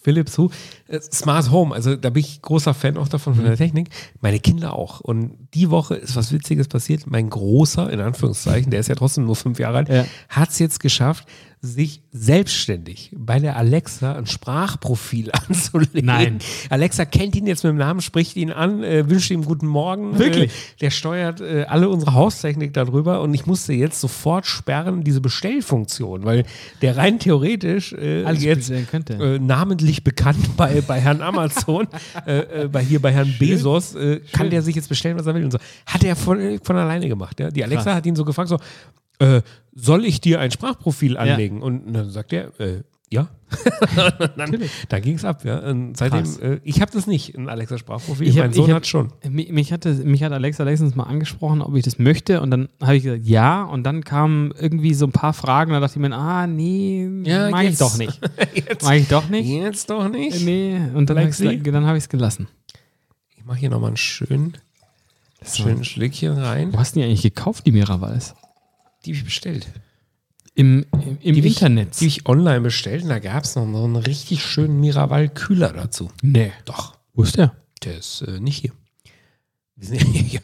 Speaker 1: Philips Hue. Äh, Smart Home, also da bin ich großer Fan auch davon, von
Speaker 2: Mhm.
Speaker 1: der Technik. Meine Kinder auch. Und die Woche ist was Witziges passiert. Mein Großer, in Anführungszeichen, der ist ja trotzdem nur fünf Jahre alt,
Speaker 2: Ja.
Speaker 1: hat es jetzt geschafft, sich selbstständig bei der Alexa ein Sprachprofil (laughs) anzulegen.
Speaker 2: Nein.
Speaker 1: Alexa kennt ihn jetzt mit dem Namen, spricht ihn an, äh, wünscht ihm guten Morgen.
Speaker 2: Wirklich?
Speaker 1: Äh, der steuert äh, alle unsere Haustechnik darüber und ich musste jetzt sofort sperren diese Bestellfunktion, weil der rein theoretisch äh,
Speaker 2: Alles
Speaker 1: jetzt
Speaker 2: bestellen könnte.
Speaker 1: äh, namentlich bekannt (laughs) bei, bei Herrn Amazon, äh, äh, bei hier bei Herrn Bezos, äh, kann der sich jetzt bestellen, was er will und so. Hat er von, äh, von alleine gemacht. Ja? Die Alexa hat ihn so gefragt, so, äh, soll ich dir ein Sprachprofil anlegen? Und dann sagt er, äh, ja. (laughs) Und dann dann ging es ab, ja. Und seitdem,
Speaker 2: Krass.
Speaker 1: äh, ich habe das nicht, ein Alexa-Sprachprofil.
Speaker 2: Ich hab-
Speaker 1: mein
Speaker 2: ich
Speaker 1: Sohn
Speaker 2: hab-
Speaker 1: hat schon.
Speaker 2: Mi- Mich, hatte, mich hat Alexa letztens mal angesprochen, ob ich das möchte. Und dann habe ich gesagt, ja. Und dann kamen irgendwie so ein paar Fragen. Da dachte ich mir, ah, nee,
Speaker 1: Ja,
Speaker 2: mag ich
Speaker 1: jetzt.
Speaker 2: doch nicht.
Speaker 1: (laughs) Jetzt,
Speaker 2: Mag ich doch nicht.
Speaker 1: jetzt doch nicht.
Speaker 2: Nee, und dann habe ich
Speaker 1: Lexi?
Speaker 2: es gelassen.
Speaker 1: Ich mache hier nochmal einen schönen, schönen Schlickchen rein.
Speaker 2: Wo hast du die eigentlich gekauft, die Miravals?
Speaker 1: Die habe ich bestellt.
Speaker 2: Im, im, im
Speaker 1: Die ich-
Speaker 2: Internet.
Speaker 1: Die ich online bestellt und da gab es noch so einen richtig schönen Miraval-Kühler dazu.
Speaker 2: nee.
Speaker 1: Doch,
Speaker 2: Wo ist der?
Speaker 1: der ist äh, nicht hier. Wir sind (laughs) ja hier.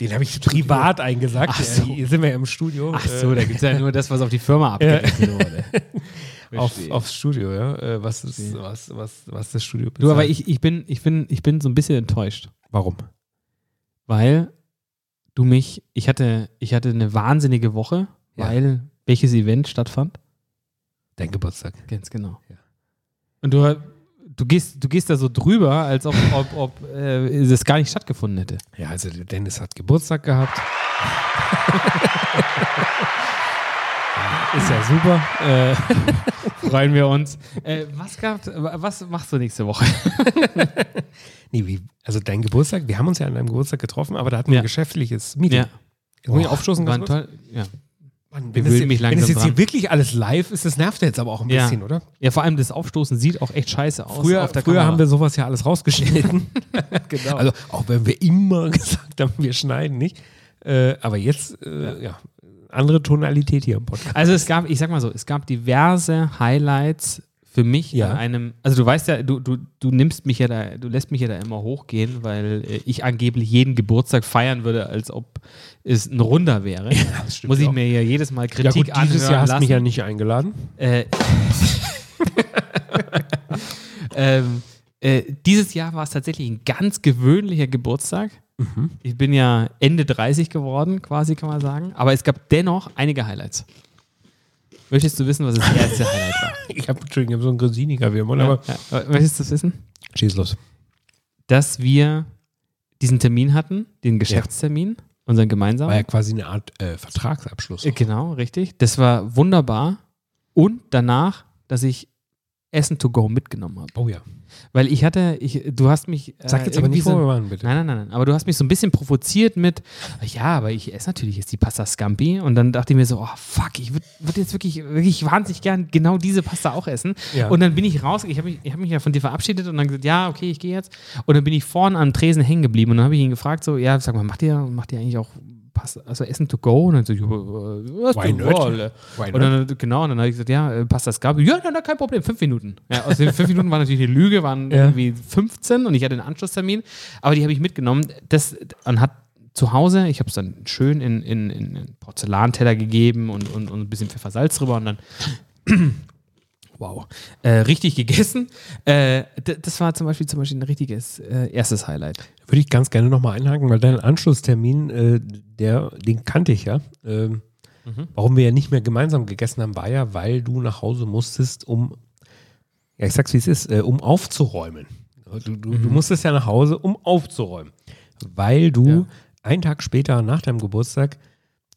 Speaker 1: Den habe ich privat eingesagt.
Speaker 2: Ach so.
Speaker 1: Äh, Hier sind wir ja im Studio.
Speaker 2: Ach so,
Speaker 1: äh,
Speaker 2: da gibt es ja nur das, was auf die Firma abgerechnet wurde.
Speaker 1: auf, aufs Studio, ja. Äh, was, ist, was, was, was das Studio
Speaker 2: Du, aber
Speaker 1: bezahlt.
Speaker 2: ich, ich, bin, ich, bin, ich bin so ein bisschen enttäuscht.
Speaker 1: Warum?
Speaker 2: weil du mich, ich hatte, ich hatte eine wahnsinnige Woche,
Speaker 1: Ja.
Speaker 2: weil welches Event stattfand.
Speaker 1: Dein Geburtstag.
Speaker 2: Ganz genau.
Speaker 1: Ja.
Speaker 2: Und du, du, gehst, du gehst da so drüber, als ob, ob, ob äh, es gar nicht stattgefunden hätte.
Speaker 1: Ja, also der Dennis hat Geburtstag (laughs) gehabt.
Speaker 2: Ist ja super. Äh, (laughs) freuen wir uns. Äh, was, gab, was machst du nächste Woche?
Speaker 1: Nee, wie, also dein Geburtstag, wir haben uns ja an deinem Geburtstag getroffen, aber da hatten wir
Speaker 2: Ja.
Speaker 1: ein geschäftliches Meeting. Jetzt muss ich aufstoßen
Speaker 2: war
Speaker 1: ganz
Speaker 2: ein
Speaker 1: kurz.
Speaker 2: toll, ja.
Speaker 1: Mann, wenn,
Speaker 2: Wir
Speaker 1: das
Speaker 2: wühlen
Speaker 1: hier,
Speaker 2: mich
Speaker 1: wenn
Speaker 2: langsam
Speaker 1: das jetzt
Speaker 2: dran.
Speaker 1: hier wirklich alles live ist, das nervt jetzt aber auch ein
Speaker 2: Ja.
Speaker 1: bisschen, oder?
Speaker 2: ja, vor allem das Aufstoßen sieht auch echt scheiße aus.
Speaker 1: Früher,
Speaker 2: auf der
Speaker 1: früher
Speaker 2: Kamera.
Speaker 1: haben wir sowas ja alles
Speaker 2: (laughs)
Speaker 1: rausgeschnitten.
Speaker 2: genau.
Speaker 1: Also auch wenn wir immer (laughs) gesagt haben, wir schneiden nicht. Äh, aber jetzt, äh, ja. andere Tonalität hier im Podcast.
Speaker 2: Also es gab, ich sag mal so, es gab diverse Highlights für mich
Speaker 1: Ja.
Speaker 2: an einem, also du weißt ja, du, du, du nimmst mich ja da, du lässt mich ja da immer hochgehen, weil äh, ich angeblich jeden Geburtstag feiern würde, als ob es ein Runder wäre. Muss ich
Speaker 1: auch.
Speaker 2: mir ja jedes Mal
Speaker 1: Ja
Speaker 2: Kritik
Speaker 1: gut,
Speaker 2: anhören
Speaker 1: dieses Jahr hast du
Speaker 2: lassen.
Speaker 1: mich ja nicht eingeladen. (laughs)
Speaker 2: Äh, (laughs) ähm, äh, dieses Jahr war es tatsächlich ein ganz gewöhnlicher Geburtstag.
Speaker 1: Mhm.
Speaker 2: Ich bin ja Ende 30 geworden, quasi kann man sagen. Aber es gab dennoch einige Highlights. Möchtest du wissen,
Speaker 1: (laughs)
Speaker 2: was das erste Highlight war?
Speaker 1: Ich habe Entschuldigung, ich hab so einen Grisiniger wie im Mund, aber
Speaker 2: Ja, ja. Möchtest du es wissen?
Speaker 1: schieß los.
Speaker 2: Dass wir diesen Termin hatten, den Geschäftstermin, unseren gemeinsamen.
Speaker 1: War ja quasi eine Art äh, Vertragsabschluss.
Speaker 2: Äh, Genau, richtig. Das war wunderbar. Und danach, dass ich Essen to go mitgenommen habe.
Speaker 1: Oh ja.
Speaker 2: Weil ich hatte, ich, du hast mich. äh,
Speaker 1: Sag jetzt aber
Speaker 2: irgendwie
Speaker 1: nicht, wo wir
Speaker 2: so,
Speaker 1: waren, bitte.
Speaker 2: Nein, nein, nein, nein. Aber du hast mich so ein bisschen provoziert mit, ja, aber ich esse natürlich jetzt die Pasta Scampi. Und dann dachte ich mir so, oh fuck, ich würde würd jetzt wirklich, wirklich wahnsinnig gern genau diese Pasta auch essen.
Speaker 1: Ja.
Speaker 2: Und dann bin ich raus, ich habe mich, ich hab mich ja von dir verabschiedet und dann gesagt, ja, okay, ich gehe jetzt. Und dann bin ich vorn am Tresen hängen geblieben. Und dann habe ich ihn gefragt, so, ja, sag mal, macht ihr, macht ihr eigentlich auch Pasta, also Essen to go? Und dann so, ja, äh, was
Speaker 1: Why
Speaker 2: du
Speaker 1: not?
Speaker 2: wolle.
Speaker 1: Why
Speaker 2: Und dann, genau, und dann habe ich gesagt, ja, äh, passt das Kabel? Ja, na, na, kein Problem, fünf Minuten. Ja, aus den fünf Minuten war natürlich eine Lüge, waren
Speaker 1: Ja.
Speaker 2: irgendwie 15 und ich hatte einen Anschlusstermin, aber die habe ich mitgenommen. Das, und hat zu Hause, ich habe es dann schön in, in, in einen Porzellanteller gegeben und, und, und ein bisschen Pfeffersalz drüber und dann, (clears throat) wow, äh, richtig gegessen. Äh, d- das war zum Beispiel, zum Beispiel ein richtiges äh, erstes Highlight.
Speaker 1: Würde ich ganz gerne nochmal einhaken, weil dein Anschlusstermin, äh, der, den kannte ich ja. Ähm, Warum wir ja nicht mehr gemeinsam gegessen haben, war ja, weil du nach Hause musstest, um, ja, ich sag's wie es ist, äh, um aufzuräumen. Du, du, du musstest ja nach Hause, um aufzuräumen. Weil du
Speaker 2: Ja.
Speaker 1: einen Tag später nach deinem Geburtstag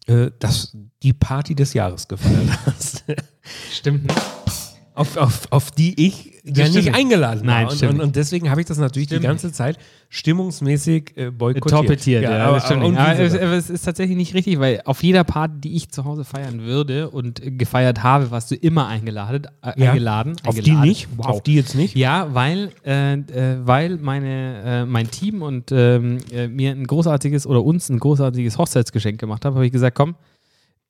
Speaker 1: äh, das, die Party des Jahres gefeiert hast.
Speaker 2: Stimmt.
Speaker 1: ne? auf, auf, auf die ich ja nicht
Speaker 2: stimmt nicht.
Speaker 1: eingeladen
Speaker 2: Nein,
Speaker 1: war. Und,
Speaker 2: stimmt
Speaker 1: und,
Speaker 2: nicht.
Speaker 1: und deswegen habe ich das natürlich die ganze Zeit stimmungsmäßig äh, boykottiert.
Speaker 2: Torpediert, ja,
Speaker 1: aber-
Speaker 2: das stimmt
Speaker 1: aber-
Speaker 2: nicht.
Speaker 1: und
Speaker 2: aber
Speaker 1: diese
Speaker 2: es,
Speaker 1: Sache.
Speaker 2: aber es ist tatsächlich nicht richtig, weil auf jeder Party, die ich zu Hause feiern würde und äh, gefeiert habe, warst du immer eingeladen. Äh,
Speaker 1: Ja.
Speaker 2: eingeladen
Speaker 1: Auf die
Speaker 2: eingeladen.
Speaker 1: nicht,
Speaker 2: Wow.
Speaker 1: auf die jetzt nicht.
Speaker 2: Ja, weil, äh, äh, weil meine, äh, mein Team und ähm, äh, mir ein großartiges oder uns ein großartiges Hochzeitsgeschenk gemacht haben, habe ich gesagt, komm,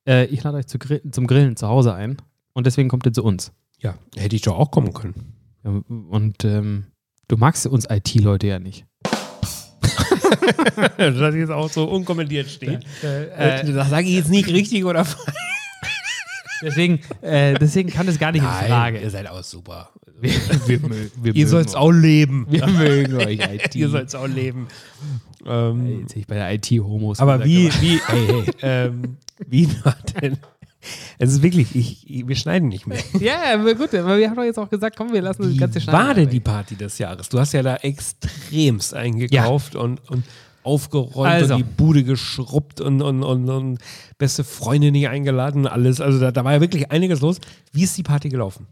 Speaker 2: äh, ich lade euch zu Grill, zum Grillen zu Hause ein und deswegen kommt ihr zu uns.
Speaker 1: Ja, hätte ich doch auch kommen (laughs) können.
Speaker 2: Ja, Und ähm, du magst uns IT-Leute ja nicht.
Speaker 1: Dass Äh, jetzt auch so unkommentiert steht. das sage ich jetzt nicht richtig oder falsch.
Speaker 2: Deswegen, äh, deswegen kam das gar nicht in
Speaker 1: Nein,
Speaker 2: Frage.
Speaker 1: ihr seid halt auch super. (laughs)
Speaker 2: Wir mö-
Speaker 1: Ihr
Speaker 2: wir mögen
Speaker 1: sollt's
Speaker 2: euch.
Speaker 1: auch leben.
Speaker 2: Wir
Speaker 1: (laughs)
Speaker 2: mögen euch, IT.
Speaker 1: ihr sollt's auch leben. Ähm,
Speaker 2: Jetzt bin ich bei der IT-Homos.
Speaker 1: aber
Speaker 2: gesagt,
Speaker 1: wie, wie, hey, hey, ähm, wie war denn? Es ist wirklich, ich, ich, wir schneiden nicht mehr.
Speaker 2: (laughs) Ja, aber gut, aber wir haben doch jetzt auch gesagt, komm, wir lassen das
Speaker 1: Wie
Speaker 2: ganze Schneiden
Speaker 1: war denn die
Speaker 2: weg.
Speaker 1: Party des Jahres? Du hast ja da extremst eingekauft und, und aufgeräumt
Speaker 2: Also.
Speaker 1: und die Bude geschrubbt und, und, und, und beste Freunde nicht eingeladen, alles. Also da, da war ja wirklich einiges los. Wie ist die Party gelaufen?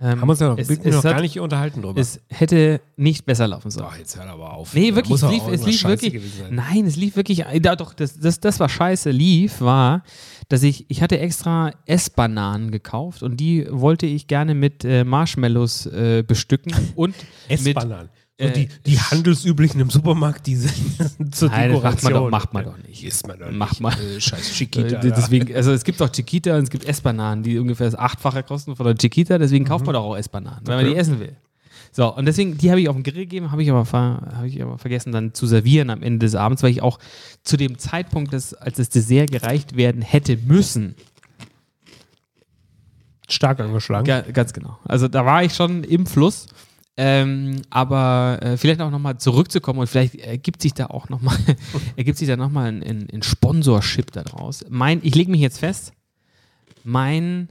Speaker 2: Ähm,
Speaker 1: Haben wir uns ja noch,
Speaker 2: es,
Speaker 1: wirklich
Speaker 2: es
Speaker 1: noch
Speaker 2: hat,
Speaker 1: gar nicht unterhalten drüber.
Speaker 2: Es hätte nicht besser laufen sollen.
Speaker 1: Ach, jetzt hör aber auf.
Speaker 2: Nee,
Speaker 1: Da
Speaker 2: wirklich,
Speaker 1: muss
Speaker 2: es
Speaker 1: doch
Speaker 2: lief,
Speaker 1: auch
Speaker 2: es lief
Speaker 1: irgendwas scheiße
Speaker 2: wirklich.
Speaker 1: gewesen sein.
Speaker 2: Nein, es lief wirklich. Ja, doch, das, das, das war scheiße. Lief war, dass ich, ich hatte extra Essbananen gekauft und die wollte ich gerne mit äh, Marshmallows äh,
Speaker 1: (laughs)
Speaker 2: bestücken und mit.
Speaker 1: S-Bananen. So
Speaker 2: äh,
Speaker 1: die, die handelsüblichen im Supermarkt, die sind (laughs) zur
Speaker 2: Nein, das
Speaker 1: Dekoration.
Speaker 2: macht man doch- macht man doch nicht.
Speaker 1: Isst man doch
Speaker 2: Macht
Speaker 1: nicht.
Speaker 2: man.
Speaker 1: Äh,
Speaker 2: (laughs)
Speaker 1: Scheiß
Speaker 2: Äh,
Speaker 1: Chiquita.
Speaker 2: d- deswegen, also es gibt auch Chiquita und es gibt Essbananen, die ungefähr das Achtfache kosten von der Chiquita, deswegen kauft man doch auch Essbananen, weil man die essen will. So, und deswegen, die habe ich auf den Grill gegeben, habe ich, aber ver- habe ich aber vergessen dann zu servieren am Ende des Abends, weil ich auch zu dem Zeitpunkt, des, als das Dessert gereicht werden hätte müssen,
Speaker 1: da. Stark angeschlagen.
Speaker 2: Ga ganz genau. Also da war ich schon im Fluss. Ähm, aber äh, vielleicht auch nochmal zurückzukommen und vielleicht ergibt sich da auch nochmal (laughs) ergibt sich da noch mal ein, ein, ein Sponsorship daraus. Mein, ich lege mich jetzt fest, mein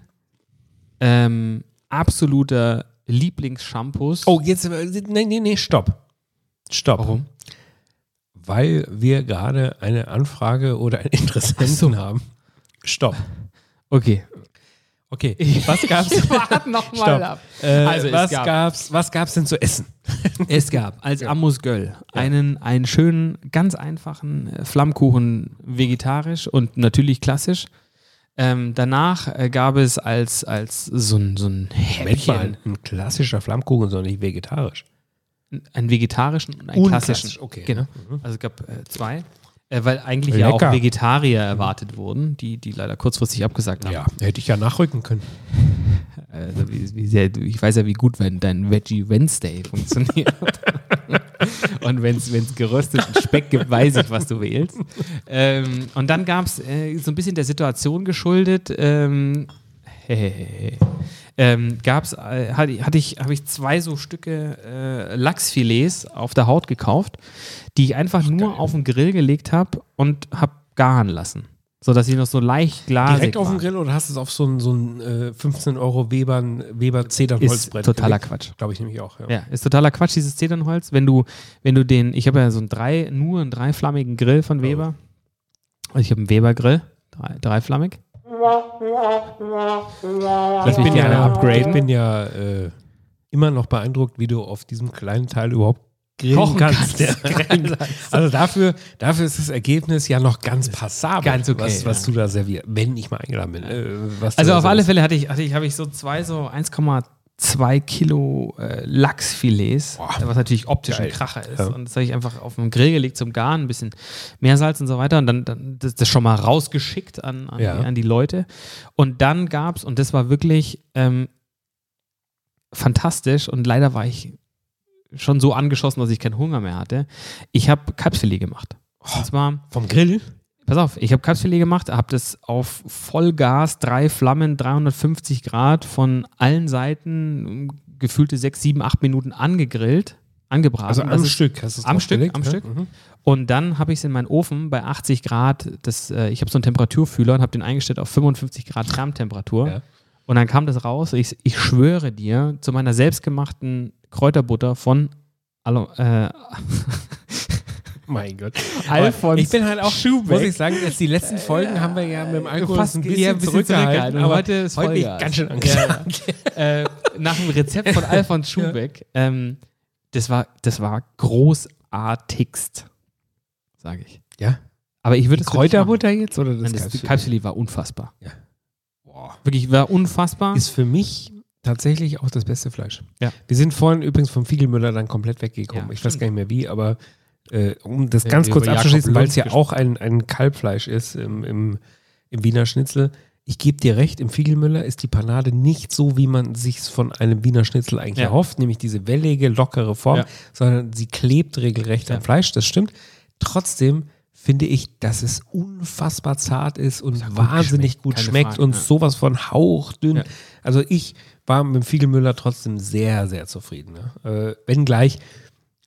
Speaker 2: ähm, absoluter Lieblingsshampoos.
Speaker 1: Oh, jetzt, äh, nee, nee, nee, stopp. Stopp.
Speaker 2: Warum?
Speaker 1: Weil wir gerade eine Anfrage oder einen Interessenten haben. Stopp.
Speaker 2: Okay. (laughs)
Speaker 1: Okay, was gab's?
Speaker 2: Warte nochmal
Speaker 1: Stopp.
Speaker 2: ab.
Speaker 1: Äh,
Speaker 2: Also, es
Speaker 1: was,
Speaker 2: gab-
Speaker 1: gab's, was gab's denn zu essen?
Speaker 2: Es gab als Amos Göll einen, einen schönen, ganz einfachen äh, Flammkuchen vegetarisch und natürlich klassisch. Ähm, danach äh, gab es als, als so ein, so ein
Speaker 1: Moment mal,
Speaker 2: Häppchen
Speaker 1: ein klassischer Flammkuchen, sondern nicht vegetarisch.
Speaker 2: einen vegetarischen und einen
Speaker 1: Und
Speaker 2: klassischen.
Speaker 1: klassisch, okay. ne? Mhm.
Speaker 2: Genau. Also es gab äh, zwei. Äh, weil eigentlich ja auch
Speaker 1: Lecker.
Speaker 2: Vegetarier erwartet wurden, die, die leider kurzfristig abgesagt haben.
Speaker 1: Ja, hätte ich ja nachrücken können.
Speaker 2: Also wie, wie sehr, du- ich weiß ja, wie gut wenn dein Veggie Wednesday funktioniert.
Speaker 1: (laughs)
Speaker 2: und wenn es gerösteten Speck gibt, weiß ich, was du wählst. Ähm, und dann gab es äh, so ein bisschen der Situation geschuldet, ähm, ähm, gab's, äh, hatte ich- hatte ich, habe ich zwei so Stücke äh, Lachsfilets auf der Haut gekauft, die ich einfach nur auf den Grill gelegt habe und habe garen lassen. So dass sie noch so leicht glasig
Speaker 1: Direkt auf
Speaker 2: waren.
Speaker 1: dem Grill oder hast du es auf so ein, so ein äh, 15 Euro Webern, Weber
Speaker 2: Ist
Speaker 1: Zedernholzbrett?
Speaker 2: totaler Quatsch.
Speaker 1: Glaube ich nämlich auch. Ja.
Speaker 2: Ja, ist totaler Quatsch, dieses Zedernholz. Wenn du, wenn du den, ich habe ja so einen drei, nur einen dreiflammigen Grill von Weber. Also ich habe einen Weber-Grill, drei, dreiflammig.
Speaker 1: Ich
Speaker 2: mich
Speaker 1: bin
Speaker 2: gerne
Speaker 1: ja,
Speaker 2: upgraden.
Speaker 1: ich bin ja äh, immer noch beeindruckt, wie du auf diesem kleinen Teil überhaupt grillen
Speaker 2: Kochen
Speaker 1: kannst.
Speaker 2: (laughs) kannst.
Speaker 1: Ja. (laughs) Also dafür, dafür ist das Ergebnis ja noch ganz passabel,
Speaker 2: ganz okay,
Speaker 1: was, was
Speaker 2: ja.
Speaker 1: du da servierst, wenn ich mal eingeladen bin. Äh, was du
Speaker 2: Also
Speaker 1: da
Speaker 2: auf alle
Speaker 1: servierst.
Speaker 2: Fälle hatte ich, hatte ich, habe ich so zwei, so 1,2 Kilo äh, Lachsfilets,
Speaker 1: Boah.
Speaker 2: was natürlich optisch ein
Speaker 1: Geil.
Speaker 2: Kracher ist.
Speaker 1: Ja.
Speaker 2: Und das habe ich einfach auf den Grill gelegt zum Garen, ein bisschen Meersalz und so weiter. Und dann, dann das, das schon mal rausgeschickt an, an,
Speaker 1: Ja.
Speaker 2: die, an die Leute. Und dann gab es, und das war wirklich ähm, fantastisch, und leider war ich schon so angeschossen, dass ich keinen Hunger mehr hatte. Ich habe Kalbsfilet gemacht. Und zwar
Speaker 1: Oh, vom Grill.
Speaker 2: Pass auf, ich habe Kalbsfilet gemacht, habe das auf Vollgas, drei Flammen, 350 Grad von allen Seiten mm, gefühlte sechs, sieben, acht Minuten angegrillt, angebraten.
Speaker 1: Also
Speaker 2: Das
Speaker 1: am
Speaker 2: ist-
Speaker 1: Stück hast du es
Speaker 2: am Stück,
Speaker 1: draufgelegt,
Speaker 2: am
Speaker 1: ne?
Speaker 2: Stück.
Speaker 1: Mhm.
Speaker 2: Und dann habe ich es in meinen Ofen bei 80 Grad, das, äh, ich habe so einen Temperaturfühler und habe den eingestellt auf 55 Grad Kramtemperatur.
Speaker 1: Ja.
Speaker 2: Und dann kam das raus, ich, ich schwöre dir, zu meiner selbstgemachten Kräuterbutter von Alo, äh,
Speaker 1: Mein Gott.
Speaker 2: Alfons
Speaker 1: ich bin halt auch,
Speaker 2: Schubeck.
Speaker 1: muss ich sagen, jetzt die letzten Folgen haben wir ja mit dem Alkohol
Speaker 2: Fast
Speaker 1: ein bisschen,
Speaker 2: eher ein bisschen
Speaker 1: zurückgehalten.
Speaker 2: zurückgehalten, aber
Speaker 1: Aber
Speaker 2: heute ist
Speaker 1: heute bin ich
Speaker 2: Vollgas.
Speaker 1: ganz schön
Speaker 2: Ja, (laughs) ja.
Speaker 1: angeschlagen.
Speaker 2: äh, nach dem Rezept (laughs) von Alfons Schubeck. Ähm, das, war, das war großartigst, sage ich.
Speaker 1: Ja.
Speaker 2: Aber ich würde es wirklich
Speaker 1: Kräuterbutter jetzt oder
Speaker 2: machen.
Speaker 1: das,
Speaker 2: Nein, Das
Speaker 1: Kalbsfilet?
Speaker 2: Kalbsfilet war unfassbar.
Speaker 1: Ja.
Speaker 2: Wirklich, war unfassbar.
Speaker 1: ist für mich tatsächlich auch das beste Fleisch.
Speaker 2: Ja.
Speaker 1: Wir sind vorhin übrigens vom Fiegelmüller dann komplett weggekommen.
Speaker 2: Ja,
Speaker 1: ich weiß
Speaker 2: stimmt.
Speaker 1: gar nicht mehr wie, aber äh, um das
Speaker 2: Äh,
Speaker 1: ganz
Speaker 2: über
Speaker 1: kurz
Speaker 2: Jakob
Speaker 1: abzuschließen, weil es
Speaker 2: Lund
Speaker 1: ja auch ein, ein Kalbfleisch ist im, im, im Wiener Schnitzel. Ich gebe dir recht, im Fiegelmüller ist die Panade nicht so, wie man sich von einem Wiener Schnitzel eigentlich
Speaker 2: Ja.
Speaker 1: erhofft, nämlich diese wellige, lockere Form,
Speaker 2: Ja.
Speaker 1: sondern sie klebt regelrecht
Speaker 2: Ja.
Speaker 1: am Fleisch, das stimmt. Trotzdem finde ich, dass es unfassbar zart ist und wahnsinnig
Speaker 2: geschmeckt,
Speaker 1: gut
Speaker 2: keine
Speaker 1: schmeckt
Speaker 2: Frage,
Speaker 1: und
Speaker 2: ja.
Speaker 1: sowas von hauchdünn.
Speaker 2: Ja.
Speaker 1: Also ich war mit dem Fiegelmüller trotzdem sehr, sehr zufrieden. Ne? Äh, wenngleich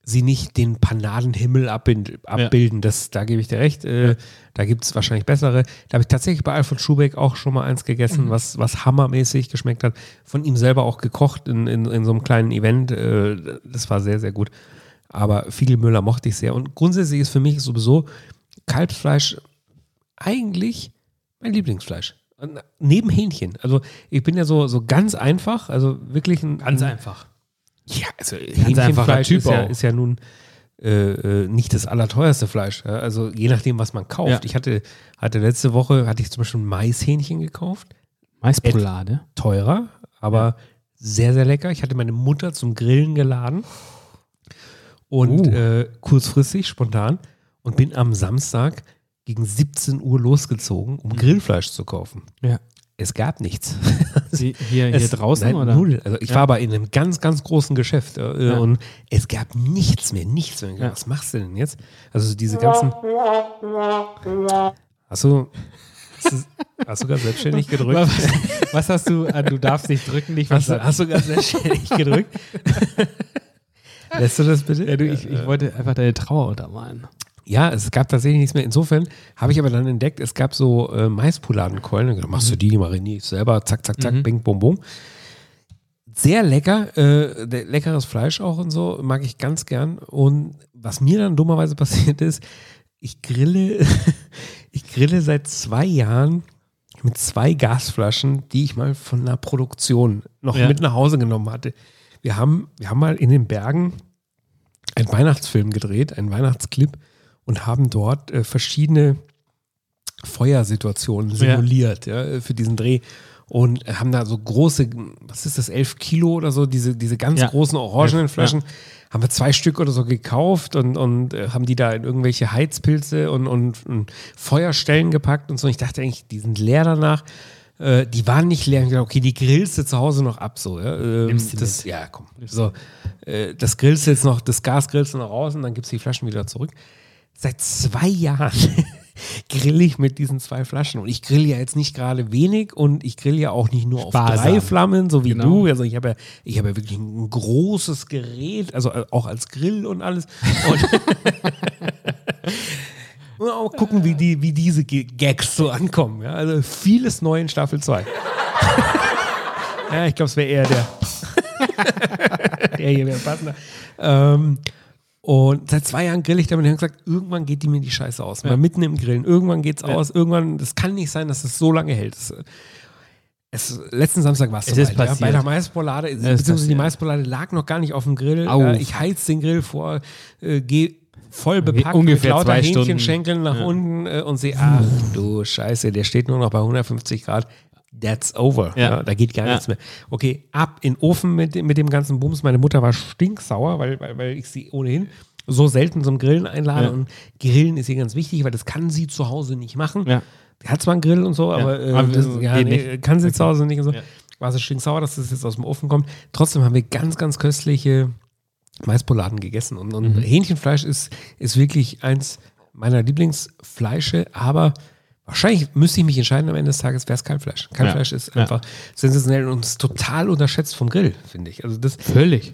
Speaker 1: sie nicht den Panadenhimmel abbind- abbilden, das, da gebe ich dir recht. Äh, Da gibt es wahrscheinlich bessere. Da habe ich tatsächlich bei Alfred Schubeck auch schon mal eins gegessen,
Speaker 2: Mhm.
Speaker 1: was, was hammermäßig geschmeckt hat. Von ihm selber auch gekocht in, in, in so einem kleinen Event. Äh, das war sehr, sehr gut. Aber Fiegelmüller mochte ich sehr. Und grundsätzlich ist für mich sowieso Kalbsfleisch eigentlich mein Lieblingsfleisch. Und Neben Hähnchen. Also ich bin ja so, so ganz einfach, also wirklich ein.
Speaker 2: Ganz
Speaker 1: ein,
Speaker 2: einfach.
Speaker 1: Ja, also
Speaker 2: einfacher
Speaker 1: Hähnchenfleisch
Speaker 2: Typ
Speaker 1: ist, ja,
Speaker 2: auch.
Speaker 1: ist ja nun äh, äh, nicht das allerteuerste Fleisch. Ja? Also je nachdem, was man kauft.
Speaker 2: Ja.
Speaker 1: Ich hatte, hatte letzte Woche, hatte ich zum Beispiel ein Maishähnchen gekauft
Speaker 2: Maispolade.
Speaker 1: teurer, aber sehr, sehr lecker. Ich hatte meine Mutter zum Grillen geladen und
Speaker 2: Uh.
Speaker 1: äh, kurzfristig, spontan und bin am Samstag gegen 17 Uhr losgezogen, um Grillfleisch zu kaufen.
Speaker 2: Mhm. Ja.
Speaker 1: Es gab nichts.
Speaker 2: Sie, hier, hier
Speaker 1: es,
Speaker 2: draußen
Speaker 1: nein,
Speaker 2: oder? (laughs)
Speaker 1: Null. Also ich
Speaker 2: Ja.
Speaker 1: war aber in einem ganz, ganz großen Geschäft äh,
Speaker 2: Ja.
Speaker 1: und es gab nichts mehr, nichts mehr. Ich dachte,
Speaker 2: Ja.
Speaker 1: Was machst du denn jetzt? Also diese ganzen. Hast du, hast du gerade selbstständig gedrückt?
Speaker 2: Was, was hast du? an- Du darfst nicht drücken, nicht
Speaker 1: Hast,
Speaker 2: was.
Speaker 1: du- hast du ganz selbstständig gedrückt?
Speaker 2: (laughs)
Speaker 1: Lässt du das bitte?
Speaker 2: Ja, äh. du, ich, ich wollte einfach deine Trauer untermalen.
Speaker 1: Ja, es gab tatsächlich nichts mehr. Insofern habe ich aber dann entdeckt, es gab so äh, Maispoladenkeulen. Und gedacht, Machst du die, marini ich selber, zack, zack, zack, bing, bum, bum. Sehr lecker, äh, de- leckeres Fleisch auch und so, mag ich ganz gern. Und was mir dann dummerweise (laughs) passiert ist, ich grille, (laughs) ich grille seit zwei Jahren mit zwei Gasflaschen, die ich mal von einer Produktion noch
Speaker 2: Ja.
Speaker 1: mit nach Hause genommen hatte. Wir haben, wir haben mal in den Bergen einen Weihnachtsfilm gedreht, einen Weihnachtsclip und haben dort äh, verschiedene Feuersituationen simuliert ja. für diesen Dreh und äh, haben da so große, was ist das, 11 Kilo oder so, diese, diese ganz
Speaker 2: Ja.
Speaker 1: großen orangenen Flaschen, haben wir zwei Stück oder so gekauft und, und äh, haben die da in irgendwelche Heizpilze und, und, und Feuerstellen gepackt und so. Ich dachte eigentlich, die sind leer danach. Äh, die waren nicht leer. Ich dachte, okay, die grillst du zu Hause noch ab so. Ja, ähm,
Speaker 2: Nimmst du
Speaker 1: das,
Speaker 2: mit.
Speaker 1: ja komm. So, äh, das grillst du jetzt noch, das Gas grillst du noch raus und dann gibst du die Flaschen wieder zurück. Seit zwei Jahren (laughs) grill ich mit diesen zwei Flaschen. Und ich grill ja jetzt nicht gerade wenig und ich grill ja auch nicht nur auf
Speaker 2: Sparsam.
Speaker 1: drei Flammen, so wie
Speaker 2: Genau.
Speaker 1: du. Also ich habe ja, ich habe ja wirklich ein großes Gerät, also äh, auch als Grill und alles. Und (laughs) und auch gucken, wie, die, wie diese G- Gags so ankommen. Ja? Also vieles neu in Staffel 2. (laughs) ja, ich glaube, es wäre eher der. der hier wäre passender. Ähm, und seit zwei Jahren grill ich damit und hab gesagt, irgendwann geht die mir die Scheiße aus. Mal mitten im Grillen. Irgendwann geht's aus. Irgendwann, das kann nicht sein, dass es so lange hält. Es, es, letzten Samstag war es
Speaker 2: Es
Speaker 1: soweit,
Speaker 2: ist
Speaker 1: Ja, bei
Speaker 2: passiert.
Speaker 1: der Maispolade, beziehungsweise die
Speaker 2: passiert.
Speaker 1: Maispolade lag noch gar nicht auf dem Grill.
Speaker 2: Auf.
Speaker 1: Ja, ich heiz den Grill vor, äh, gehe voll bepackt mit
Speaker 2: ungefähr
Speaker 1: lauter
Speaker 2: zwei Stunden.
Speaker 1: Hähnchenschenkeln nach unten äh, und sehe, ach du Scheiße, der steht nur noch bei 150 Grad. That's over. Ja.
Speaker 2: Ja.
Speaker 1: da geht gar
Speaker 2: Ja.
Speaker 1: nichts mehr. Okay, ab in den Ofen mit, dem- mit dem ganzen Bums. Meine Mutter war stinksauer, weil, weil, weil ich sie ohnehin so selten zum Grillen einlade.
Speaker 2: Ja.
Speaker 1: Und Grillen ist ihr ganz wichtig, weil das kann sie zu Hause nicht machen.
Speaker 2: Ja.
Speaker 1: Sie hat zwar einen Grill und so, aber, äh,
Speaker 2: aber
Speaker 1: das,
Speaker 2: das
Speaker 1: ja,
Speaker 2: geht
Speaker 1: nee,
Speaker 2: nicht.
Speaker 1: äh, kann sie zu Hause nicht. Und so.
Speaker 2: Ja.
Speaker 1: War so stinksauer, dass das jetzt aus dem Ofen kommt. Trotzdem haben wir ganz, ganz köstliche Maispoladen gegessen. Und, und
Speaker 2: Mhm.
Speaker 1: Hähnchenfleisch ist, ist wirklich eins meiner Lieblingsfleische, aber wahrscheinlich müsste ich mich entscheiden, am Ende des Tages wäre es Kalbfleisch. Kalbfleisch ist
Speaker 2: Ja.
Speaker 1: einfach sensationell und ist total unterschätzt vom Grill, finde ich. Also das
Speaker 2: Völlig.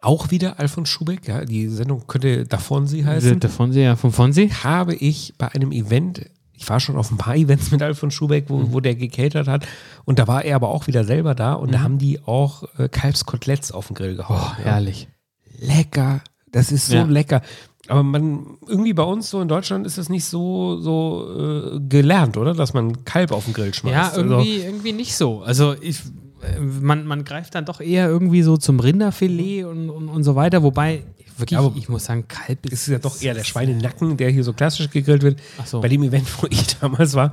Speaker 1: auch wieder Alfons Schubeck, ja, die Sendung könnte davon sie heißen
Speaker 2: Der Fonsi, ja, vom Fonsi.
Speaker 1: habe ich bei einem Event, ich war schon auf ein paar (laughs) Events mit Alfons Schubeck, wo, wo der gecatert hat. Und da war er aber auch wieder selber da und da haben die auch äh, Kalbskoteletts auf den Grill gehauen.
Speaker 2: Mhm. Oh,
Speaker 1: ja.
Speaker 2: herrlich.
Speaker 1: Lecker. Das ist so
Speaker 2: Ja.
Speaker 1: lecker. Aber man, irgendwie bei uns so in Deutschland ist das nicht so, so äh, gelernt, oder? Dass man Kalb auf den Grill schmeißt. Also
Speaker 2: Ja, irgendwie, irgendwie nicht so. Also ich, äh, man, man greift dann doch eher irgendwie so zum Rinderfilet und, und, und so weiter, wobei ich wirklich,
Speaker 1: Mhm. Aber
Speaker 2: ich muss sagen, Kalb
Speaker 1: ist es ja doch eher der Schweinenacken, der hier so klassisch gegrillt wird.
Speaker 2: Ach so.
Speaker 1: Bei dem Event, wo ich (laughs) damals war,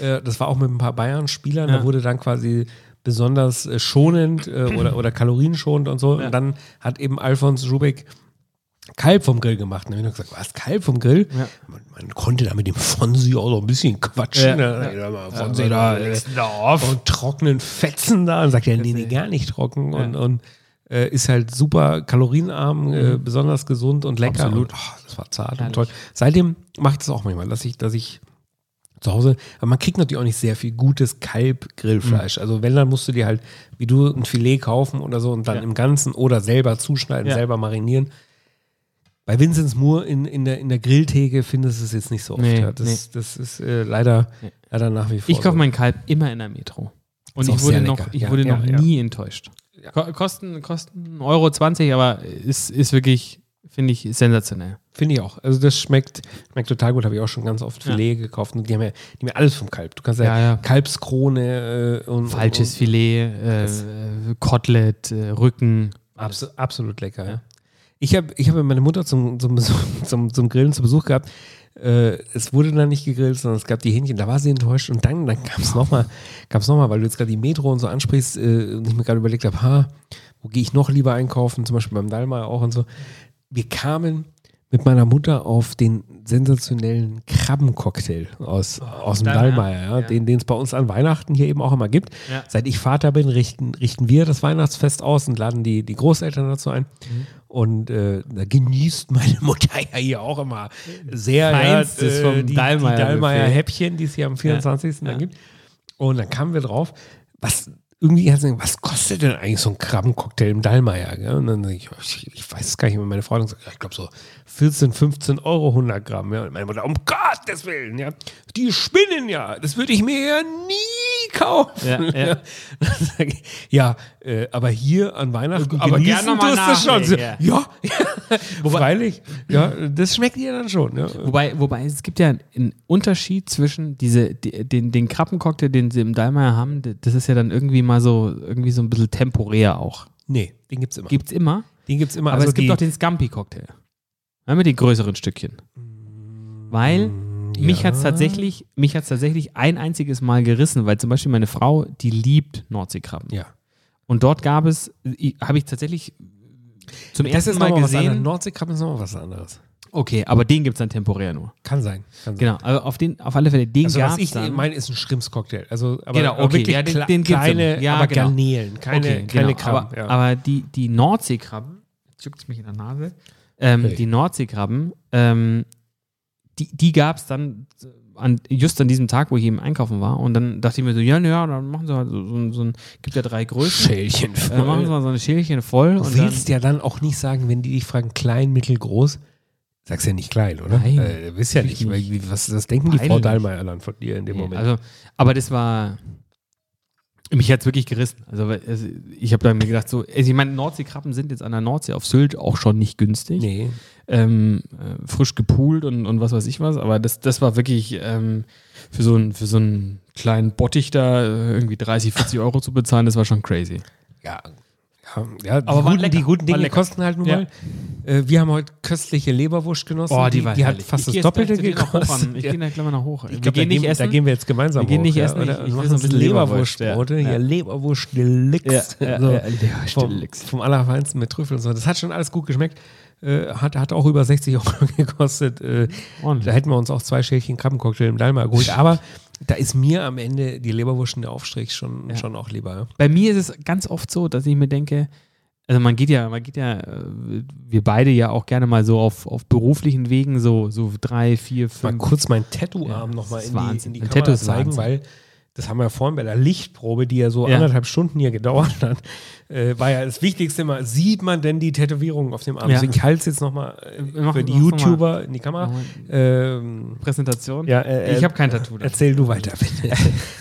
Speaker 1: äh, das war auch mit ein paar Bayern-Spielern, da
Speaker 2: Ja.
Speaker 1: wurde dann quasi besonders äh, schonend äh,
Speaker 2: (clears throat)
Speaker 1: oder, oder kalorienschonend und so. Und dann hat eben Alfons Schubeck Kalb vom Grill gemacht. Und dann habe ich noch gesagt, was, Kalb vom Grill?
Speaker 2: Ja.
Speaker 1: Man, man konnte da mit dem Fonsi auch so ein bisschen quatschen.
Speaker 2: Ja,
Speaker 1: ne?
Speaker 2: ja.
Speaker 1: Mal, Fonsi da, äh, und trockenen Fetzen da. Und sagt er, nee, nee, gar nicht trocken. Und, und Äh, ist halt super kalorienarm, äh, besonders gesund und lecker.
Speaker 2: Mhm. Absolut.
Speaker 1: Und, oh, das war zart
Speaker 2: Herrlich.
Speaker 1: und toll. Seitdem mache ich das auch manchmal, dass ich, dass ich zu Hause, aber man kriegt natürlich auch nicht sehr viel gutes Kalb-Grillfleisch.
Speaker 2: Mhm.
Speaker 1: Also wenn, dann musst du dir halt, wie du, ein Filet kaufen oder so und dann
Speaker 2: Ja.
Speaker 1: im Ganzen oder selber zuschneiden,
Speaker 2: Ja.
Speaker 1: selber marinieren. Bei Vinzenz Moore in, in, der, in der Grilltheke findest du es jetzt nicht so oft.
Speaker 2: Nee,
Speaker 1: ja. das, das ist äh, leider,
Speaker 2: Nee.
Speaker 1: leider nach wie vor
Speaker 2: Ich kaufe
Speaker 1: so.
Speaker 2: mein Kalb immer in der Metro. Und
Speaker 1: Ist auch
Speaker 2: ich wurde
Speaker 1: sehr
Speaker 2: noch,
Speaker 1: lecker.
Speaker 2: ich
Speaker 1: Ja,
Speaker 2: wurde
Speaker 1: ja,
Speaker 2: noch
Speaker 1: ja.
Speaker 2: nie enttäuscht. Ko kosten, kosten 1,20 Euro, 20, aber ist, ist wirklich, finde ich, sensationell.
Speaker 1: Finde ich auch. Also das schmeckt, schmeckt total gut. Habe ich auch schon ganz oft
Speaker 2: Ja.
Speaker 1: Filet gekauft. Und die haben ja, die haben ja alles vom Kalb. Du kannst ja,
Speaker 2: Ja, ja.
Speaker 1: Kalbskrone äh, und
Speaker 2: Falsches
Speaker 1: und,
Speaker 2: Filet, äh, äh, Kotelett, äh, Rücken.
Speaker 1: Abs absolut lecker.
Speaker 2: Ja.
Speaker 1: Ja. Ich habe ich hab meine Mutter zum, zum, Besuch, (laughs) zum, zum Grillen zu Besuch gehabt. Äh, es wurde dann nicht gegrillt, sondern es gab die Hähnchen. Da war sie enttäuscht. Und dann, dann gab es nochmal, gab's noch mal, weil du jetzt gerade die Metro und so ansprichst äh, und ich mir gerade überlegt habe, ha, wo gehe ich noch lieber einkaufen? Zum Beispiel beim Dalmar auch und so. Wir kamen mit meiner Mutter auf den sensationellen Krabbencocktail aus, aus dem
Speaker 2: Dallmayr,
Speaker 1: Dallmayr, ja,
Speaker 2: Oh, ja.
Speaker 1: den den es bei uns an Weihnachten hier eben auch immer gibt.
Speaker 2: Ja.
Speaker 1: Seit ich Vater bin, richten, richten wir das Weihnachtsfest aus und laden die, die Großeltern dazu ein.
Speaker 2: Mhm.
Speaker 1: Und äh, da genießt meine Mutter (laughs) ja hier auch immer sehr äh,
Speaker 2: Feinstes vom
Speaker 1: die, die
Speaker 2: Dallmayr-Buffet.
Speaker 1: Dallmayr Häppchen, die es hier am 24.
Speaker 2: Ja.
Speaker 1: Dann gibt. Und dann kamen wir drauf, was irgendwie hat sie gesagt, was kostet denn eigentlich so ein Krabbencocktail im Dallmayr? Gell? Und dann sag ich, oh, ich, ich weiß es gar nicht mehr. Meine Frau hat gesagt, ja, ich glaube so 14, 15 Euro 100 Gramm. Ja? Und meine Mutter, um Gottes Willen, ja, die spinnen ja. Das würde ich mir ja nie kaufen.
Speaker 2: Ja, ja.
Speaker 1: Dann sag ich, ja äh, aber hier an Weihnachten
Speaker 2: Aber gern
Speaker 1: genießen
Speaker 2: noch mal
Speaker 1: tust du es schon.
Speaker 2: nachlegen,
Speaker 1: ja, freilich. Ja, das schmeckt ihr dann schon. Ja.
Speaker 2: Wobei, wobei, es gibt ja einen Unterschied zwischen diese, die- den, den Krabbencocktail, den sie im Dallmayr haben, d- das ist ja dann irgendwie mal so, irgendwie so ein bisschen temporär auch.
Speaker 1: Nee, den gibt's immer.
Speaker 2: Gibt's immer,
Speaker 1: Den gibt's immer.
Speaker 2: aber
Speaker 1: Also
Speaker 2: es gibt
Speaker 1: die-
Speaker 2: auch den Scampi-Cocktail. Ja, mit den größeren Stückchen. Weil mich hat es
Speaker 1: Mm, ja.
Speaker 2: tatsächlich, mich hat's tatsächlich ein einziges Mal gerissen, weil zum Beispiel meine Frau, die liebt Nordseekrabben.
Speaker 1: Ja.
Speaker 2: Und dort gab es, i- habe ich tatsächlich zum
Speaker 1: Das
Speaker 2: ersten
Speaker 1: ist
Speaker 2: Mal
Speaker 1: nochmal was anderes.
Speaker 2: gesehen.
Speaker 1: Nordseekrabben ist nochmal was anderes.
Speaker 2: Okay, aber den gibt es dann temporär nur.
Speaker 1: Kann sein. Kann sein.
Speaker 2: Genau, aber auf, den, auf alle Fälle, den
Speaker 1: Also
Speaker 2: gab
Speaker 1: was
Speaker 2: es
Speaker 1: ich
Speaker 2: dann.
Speaker 1: meine, ist ein Schrimpscocktail. Also aber,
Speaker 2: Genau,
Speaker 1: aber
Speaker 2: okay,
Speaker 1: wirklich
Speaker 2: ja, den-
Speaker 1: kle-
Speaker 2: den gibt's
Speaker 1: kleine,
Speaker 2: immer. Ja,
Speaker 1: aber
Speaker 2: genau.
Speaker 1: Garnelen, keine,
Speaker 2: Okay,
Speaker 1: keine
Speaker 2: genau,
Speaker 1: Krabben.
Speaker 2: Aber,
Speaker 1: ja.
Speaker 2: aber die, die Nordseekrabben, juckt mich in der Nase, ähm,
Speaker 1: Hey.
Speaker 2: die Nordseekrabben, ähm, die, die gab es dann äh, an, just an diesem Tag, wo ich eben einkaufen war. Und dann dachte ich mir so, ja, na ja, dann machen sie halt so, so, so ein, gibt ja drei Größen.
Speaker 1: Schälchen.
Speaker 2: Äh, machen sie mal so ein Schälchen voll.
Speaker 1: Du
Speaker 2: Und dann,
Speaker 1: willst ja dann auch nicht sagen, wenn die dich fragen, klein, mittel, groß, sagst ja nicht klein, oder?
Speaker 2: Nein.
Speaker 1: Äh, du bist ja nicht. Weil, wie- was, was denken die Frau
Speaker 2: Peinlich.
Speaker 1: Dahlmeier dann von dir in dem
Speaker 2: Nee,
Speaker 1: Moment?
Speaker 2: Also, aber das war. Mich hat es wirklich gerissen. Also, weil es- ich habe dann mir gedacht, so, also ich meine, Nordseekrabben sind jetzt an der Nordsee auf Sylt auch schon nicht günstig.
Speaker 1: nee.
Speaker 2: Ähm, äh, frisch gepoolt und, und was weiß ich was. Aber das, das war wirklich ähm, für, so einen, für so einen kleinen Bottich da äh, irgendwie 30, 40 Euro zu bezahlen, das war schon crazy.
Speaker 1: Ja. Ja, ja die,
Speaker 2: Aber war
Speaker 1: guten,
Speaker 2: lecker,
Speaker 1: die guten
Speaker 2: war
Speaker 1: Dinge
Speaker 2: lecker.
Speaker 1: kosten halt nun
Speaker 2: Ja. Oh,
Speaker 1: mal. Äh, wir haben heute köstliche Leberwurst genossen. die hat fast das Doppelte gekostet.
Speaker 2: Ich
Speaker 1: Ja.
Speaker 2: gehe da gleich mal nach hoch.
Speaker 1: Ich glaub, da, gehen, da gehen wir jetzt gemeinsam
Speaker 2: Wir gehen
Speaker 1: hoch,
Speaker 2: nicht
Speaker 1: ja,
Speaker 2: essen,
Speaker 1: Oder?
Speaker 2: ich-
Speaker 1: Ich,
Speaker 2: ich will
Speaker 1: machen
Speaker 2: so ein
Speaker 1: uns
Speaker 2: bisschen Leberwurst,
Speaker 1: Leberwurstbrote.
Speaker 2: ja.
Speaker 1: Ja,
Speaker 2: Ja.
Speaker 1: Leberwurst Deluxe.
Speaker 2: Ja, ja,
Speaker 1: so.
Speaker 2: ja, Leberwurst
Speaker 1: vom,
Speaker 2: Deluxe.
Speaker 1: Vom Allerfeinsten mit Trüffeln und so. Das hat schon alles gut geschmeckt. Äh, hat, hat auch über 60 Euro (laughs) gekostet. Äh,
Speaker 2: Ordentlich.
Speaker 1: da hätten wir uns auch zwei Schälchen Krabbencocktail im Dalmar geholt.
Speaker 2: (laughs)
Speaker 1: Aber da ist mir am Ende die Leberwurst und der Aufstrich schon,
Speaker 2: Ja.
Speaker 1: schon auch lieber. ja.
Speaker 2: bei mir ist es ganz oft so, dass ich mir denke, also man geht ja, man geht ja, äh, wir beide ja auch gerne mal so auf, auf beruflichen Wegen, so, so drei, vier,
Speaker 1: mal
Speaker 2: fünf.
Speaker 1: kurz meinen Tattoo-Arm
Speaker 2: Ja,
Speaker 1: nochmal
Speaker 2: das ist
Speaker 1: in die,
Speaker 2: Wahnsinn.
Speaker 1: in die
Speaker 2: Ein
Speaker 1: Kamera
Speaker 2: Tattoo ist
Speaker 1: zeigen,
Speaker 2: Wahnsinn.
Speaker 1: weil das haben wir ja vorhin bei der Lichtprobe, die ja so
Speaker 2: Ja.
Speaker 1: anderthalb Stunden hier gedauert hat, äh, war ja das Wichtigste immer, sieht man denn die Tätowierung auf dem Arm?
Speaker 2: Ja.
Speaker 1: Deswegen ich halte es jetzt nochmal
Speaker 2: Wir
Speaker 1: äh,
Speaker 2: machen-
Speaker 1: für die
Speaker 2: machen wir mal.
Speaker 1: YouTuber in die Kamera.
Speaker 2: Machen
Speaker 1: Ähm,
Speaker 2: Präsentation?
Speaker 1: ja, äh,
Speaker 2: ich habe
Speaker 1: äh,
Speaker 2: kein Tattoo. da.
Speaker 1: Erzähl du weiter,
Speaker 2: (laughs)
Speaker 1: bitte.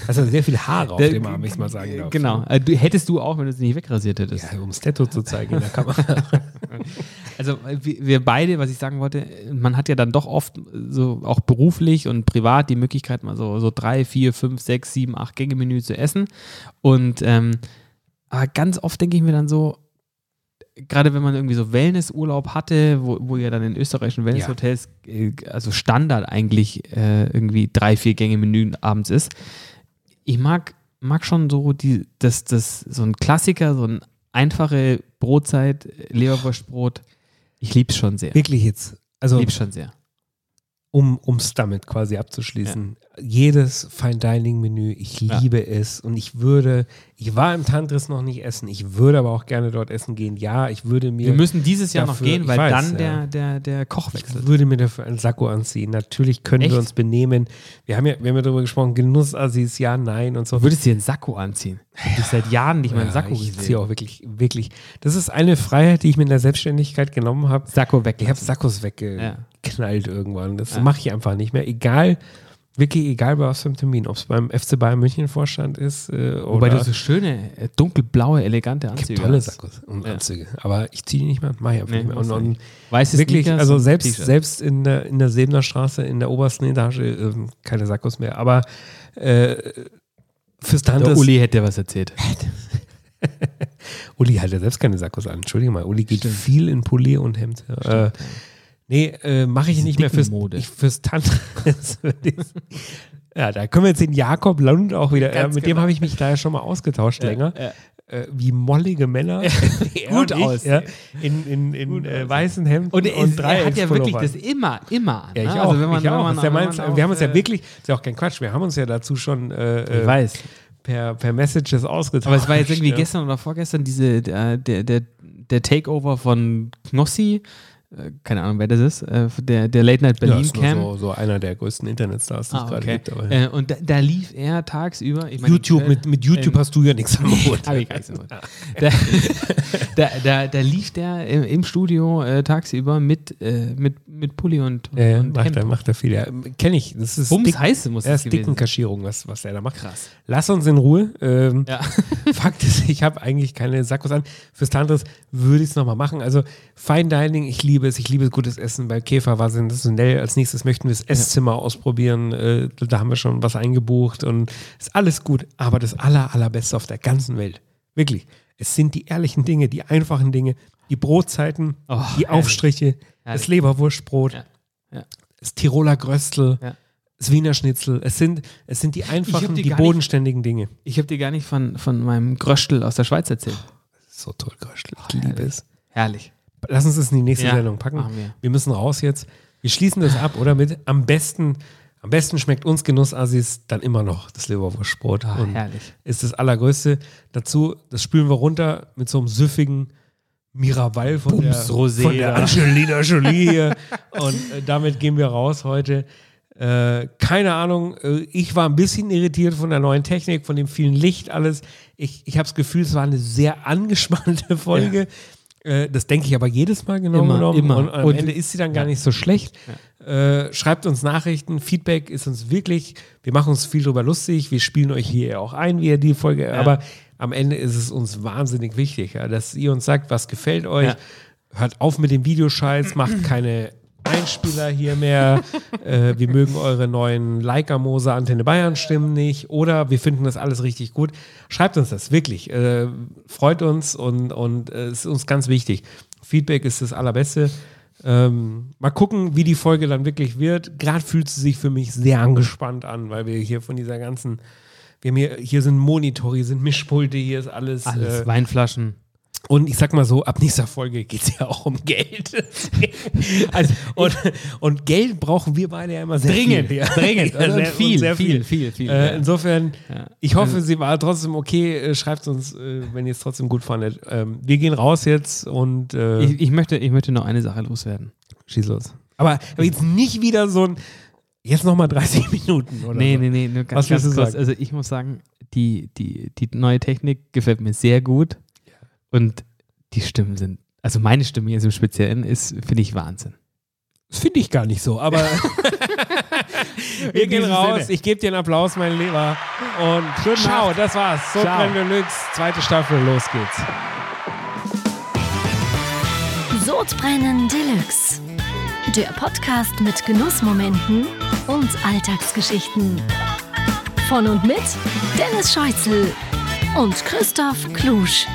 Speaker 1: Hast du sehr viel Haare auf
Speaker 2: Der-
Speaker 1: dem Arm, wenn ich mal sagen darf.
Speaker 2: Genau. Äh, Du, hättest du auch, wenn du es nicht wegrasiert hättest.
Speaker 1: Ja, um das Tattoo zu zeigen in der
Speaker 2: (laughs)
Speaker 1: Kamera.
Speaker 2: Also äh, wir wir beide, was ich sagen wollte, man hat ja dann doch oft äh, so auch beruflich und privat die Möglichkeit, mal so, so drei, vier, fünf, sechs, sieben, acht Gänge-Menü zu essen. Und ähm, aber ganz oft denke ich mir dann so, gerade wenn man irgendwie so Wellnessurlaub hatte, wo, wo ja dann in österreichischen Wellnesshotels, äh, also Standard eigentlich äh, irgendwie drei, vier Gänge-Menü abends ist. Ich mag, mag schon so die, das, das, so ein Klassiker, so ein einfache Brotzeit, Leberwurstbrot. Ich lieb's schon sehr.
Speaker 1: Wirklich jetzt. Also
Speaker 2: Lieb's schon sehr.
Speaker 1: um es damit quasi abzuschließen. jedes Fine Dining Menü. Ich liebe es und ich würde, ich war im Tantris noch nicht essen. Ich würde aber auch gerne dort essen gehen. Ja, ich würde mir
Speaker 2: Wir müssen dieses Jahr noch
Speaker 1: Dafür-
Speaker 2: gehen, weil
Speaker 1: ich weiß,
Speaker 2: dann
Speaker 1: ja.
Speaker 2: der, der, der Koch
Speaker 1: ich
Speaker 2: wechselt.
Speaker 1: würde mir dafür einen Sakko anziehen. Natürlich können
Speaker 2: Echt?
Speaker 1: wir uns benehmen. Wir haben ja, wir haben ja darüber gesprochen, Genussassis, ja, nein und so.
Speaker 2: Du würdest dir einen Sakko anziehen. Du bist seit Jahren nicht mehr einen Sakko
Speaker 1: ich
Speaker 2: gesehen.
Speaker 1: ziehe auch wirklich, wirklich. Das ist eine Freiheit, die ich mir in der Selbstständigkeit genommen habe.
Speaker 2: Sakko weg.
Speaker 1: Ich habe Sakkos weggeknallt irgendwann. Das mache ich einfach nicht mehr. Egal, wirklich egal bei was für einem Termin. Ob es beim FC Bayern München Vorstand ist äh, oder
Speaker 2: Wobei du so schöne, äh, dunkelblaue, elegante
Speaker 1: Ich hab
Speaker 2: Anzüge
Speaker 1: tolle
Speaker 2: hast.
Speaker 1: Sakkos und Anzüge. Aber ich ziehe die nicht mehr, mache ich einfach
Speaker 2: Nee,
Speaker 1: nicht mehr.
Speaker 2: machst
Speaker 1: Und,
Speaker 2: du
Speaker 1: und
Speaker 2: nicht. Weißes
Speaker 1: wirklich,
Speaker 2: Sneakers
Speaker 1: also
Speaker 2: und
Speaker 1: selbst,
Speaker 2: T-Shirt.
Speaker 1: selbst in der, in der Sebener Straße, in der obersten Etage, ähm, keine Sakkos mehr. Aber äh, fürs
Speaker 2: Der
Speaker 1: Tantes,
Speaker 2: Uli hätte dir was erzählt.
Speaker 1: Uli hat ja selbst keine Sakkos an. Entschuldige mal, Uli geht viel in Pulli und Hemd. Äh, nee, äh, mache ich nicht mehr fürs,
Speaker 2: Dickenmode.
Speaker 1: ich, fürs Tantris. würde ich- (laughs) ja, da können wir jetzt den Jakob Lund auch wieder, äh,
Speaker 2: Ganz genau.
Speaker 1: mit dem habe ich mich da ja schon mal ausgetauscht länger. Äh, wie mollige Männer. (laughs)
Speaker 2: (laughs)
Speaker 1: Er
Speaker 2: Gut
Speaker 1: und ich, Ja,
Speaker 2: aussehen.
Speaker 1: in in, in äh, weißen Hemden und,
Speaker 2: Und, er ist- er hat ja wirklich
Speaker 1: Dreieckspullovern.
Speaker 2: das immer, immer an.
Speaker 1: Ja, ich
Speaker 2: ne?
Speaker 1: auch.
Speaker 2: Also wenn man,
Speaker 1: ich auch.
Speaker 2: Wenn man,
Speaker 1: ist ja
Speaker 2: wenn
Speaker 1: meins,
Speaker 2: man
Speaker 1: wir haben uns ja
Speaker 2: auch,
Speaker 1: wirklich, ist ja auch kein Quatsch, wir haben uns ja dazu schon
Speaker 2: äh,
Speaker 1: äh,
Speaker 2: Ich
Speaker 1: äh,
Speaker 2: weiß.
Speaker 1: per, per Messages ausgetauscht.
Speaker 2: Aber es war jetzt irgendwie
Speaker 1: ja.
Speaker 2: gestern oder vorgestern diese, der, der, der, der Takeover von Knossi, äh, keine Ahnung, wer das ist, äh, der, der Late Night
Speaker 1: ja,
Speaker 2: Berlin
Speaker 1: ist nur
Speaker 2: Camp.
Speaker 1: So, so einer der größten Internetstars, die es
Speaker 2: Ah,
Speaker 1: gerade
Speaker 2: okay.
Speaker 1: gibt. Aber
Speaker 2: äh, und da, da lief er tagsüber. Ich meine,
Speaker 1: YouTube,
Speaker 2: äh,
Speaker 1: mit, mit YouTube
Speaker 2: ähm,
Speaker 1: hast du ja nichts am Hut.
Speaker 2: (laughs) Hab ich gar nichts am Hut. da, (laughs) da, da, da lief der im, im Studio äh, tagsüber mit, äh, mit, mit Pulli und,
Speaker 1: Ja, ja,
Speaker 2: und
Speaker 1: macht
Speaker 2: Hemd.
Speaker 1: er, macht er viel. Ja, Kenne ich. Das ist
Speaker 2: Bums
Speaker 1: dick-
Speaker 2: heiße muss
Speaker 1: Er
Speaker 2: das
Speaker 1: ist dicken
Speaker 2: gewesen.
Speaker 1: Kaschierung, was, was er da macht.
Speaker 2: Krass.
Speaker 1: Lass uns in Ruhe. Ähm,
Speaker 2: Ja.
Speaker 1: Fakt ist, ich habe eigentlich keine Sakkos an. Fürs Tantris würde ich es nochmal machen. Also Fine Dining, ich liebe es. Ich liebe gutes Essen. Bei Käfer war sensationell. Als nächstes möchten wir das Esszimmer ausprobieren. Äh, da haben wir schon was eingebucht und ist alles gut. Aber das aller, allerbeste auf der ganzen Welt. Wirklich. Es sind die ehrlichen Dinge, die einfachen Dinge, die Brotzeiten,
Speaker 2: Oh,
Speaker 1: die
Speaker 2: herrlich.
Speaker 1: Aufstriche, das
Speaker 2: Herrlich.
Speaker 1: Leberwurstbrot,
Speaker 2: Ja. Ja.
Speaker 1: das Tiroler Gröstl,
Speaker 2: Ja.
Speaker 1: das Wiener Schnitzel. Es sind, es sind die einfachen,
Speaker 2: die
Speaker 1: die
Speaker 2: gar nicht-
Speaker 1: bodenständigen Dinge.
Speaker 2: Ich habe dir gar nicht von, von meinem Gröschtel aus der Schweiz erzählt.
Speaker 1: So toll, Gröschl. Ich liebe es.
Speaker 2: Oh, Herrlich.
Speaker 1: Lass uns das in die nächste
Speaker 2: Ja,
Speaker 1: Sendung packen.
Speaker 2: machen wir.
Speaker 1: wir müssen raus jetzt. Wir schließen das ab, oder? Mit am besten, am besten schmeckt uns Genussassis dann immer noch das Leberwurstbrot.
Speaker 2: Ah,
Speaker 1: Und
Speaker 2: herrlich.
Speaker 1: Ist das Allergrößte. Dazu, das spülen wir runter mit so einem süffigen Miraval von, der,
Speaker 2: Bums-Rosé
Speaker 1: von der
Speaker 2: da.
Speaker 1: Angelina Jolie hier. Und äh, damit gehen wir raus heute. Äh, keine Ahnung, äh, ich war ein bisschen irritiert von der neuen Technik, von dem vielen Licht, alles. Ich, ich habe das Gefühl, es war eine sehr (laughs) angespannte Folge. Äh, das denke ich aber jedes Mal genau
Speaker 2: Immer,
Speaker 1: genommen.
Speaker 2: immer.
Speaker 1: Und am
Speaker 2: Und-
Speaker 1: Ende ist sie dann gar nicht so schlecht. Äh, schreibt uns Nachrichten, Feedback ist uns wirklich, wir machen uns viel drüber lustig, wir spielen euch hier auch ein, wie ihr die Folge, aber am Ende ist es uns wahnsinnig wichtig, ja, dass ihr uns sagt, was gefällt euch.
Speaker 2: Ja.
Speaker 1: Hört auf mit dem Videoscheiß, macht keine Einspieler hier mehr. äh, wir mögen eure neuen Leica-Mose Antenne Bayern Stimmen nicht oder wir finden das alles richtig gut. Schreibt uns das wirklich. Äh, freut uns und, und äh, ist uns ganz wichtig. Feedback ist das Allerbeste. Ähm, mal gucken, wie die Folge dann wirklich wird. Gerade fühlt sie sich für mich sehr angespannt an, weil wir hier von dieser ganzen, wir haben hier, hier sind Monitore, hier sind Mischpulte, hier ist alles.
Speaker 2: Alles.
Speaker 1: äh,
Speaker 2: Weinflaschen.
Speaker 1: und ich sag mal so, ab nächster Folge geht es ja auch um
Speaker 2: (laughs)
Speaker 1: Geld. also, und, und Geld brauchen wir beide ja immer sehr
Speaker 2: Dringend,
Speaker 1: viel. Ja.
Speaker 2: dringend.
Speaker 1: (laughs) Ja,
Speaker 2: Also
Speaker 1: sehr-
Speaker 2: viel,
Speaker 1: und sehr
Speaker 2: viel, viel, viel, ja. Also
Speaker 1: Äh, insofern,
Speaker 2: Ja.
Speaker 1: ich hoffe, sie war trotzdem okay. Äh, Schreibt uns, äh, wenn ihr es trotzdem gut fandet. Ähm, wir gehen raus jetzt und äh,
Speaker 2: Also, Ich, ich, möchte, ich möchte noch eine Sache loswerden.
Speaker 1: schieß los. Aber, aber jetzt nicht wieder so ein, jetzt nochmal 30 Minuten oder
Speaker 2: Nee,
Speaker 1: so.
Speaker 2: nee, nee, nur
Speaker 1: Was
Speaker 2: ganz,
Speaker 1: willst
Speaker 2: ganz
Speaker 1: du
Speaker 2: kurz.
Speaker 1: sagen?
Speaker 2: Also ich muss sagen, die, die, die neue Technik gefällt mir sehr gut. Und die Stimmen sind, also meine Stimme jetzt im Speziellen ist, finde ich Wahnsinn.
Speaker 1: Das finde ich gar nicht so, aber (laughs) wir
Speaker 2: (laughs) In
Speaker 1: gehen
Speaker 2: diesem
Speaker 1: raus.
Speaker 2: Sinne.
Speaker 1: Ich gebe dir einen Applaus, mein Lieber. Und ciao, das war's. So
Speaker 2: Ciao.
Speaker 1: Deluxe, zweite Staffel, los geht's.
Speaker 3: Sodbrennen Deluxe. Der Podcast mit Genussmomenten und Alltagsgeschichten. Von und mit Dennis Scheuzel und Christoph Klusch.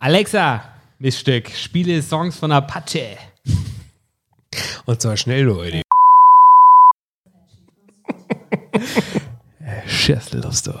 Speaker 2: Alexa, Miststück, spiele Songs von Apache.
Speaker 1: Und zwar schnell, Leute. Äh,
Speaker 2: Schiss, Lust, du.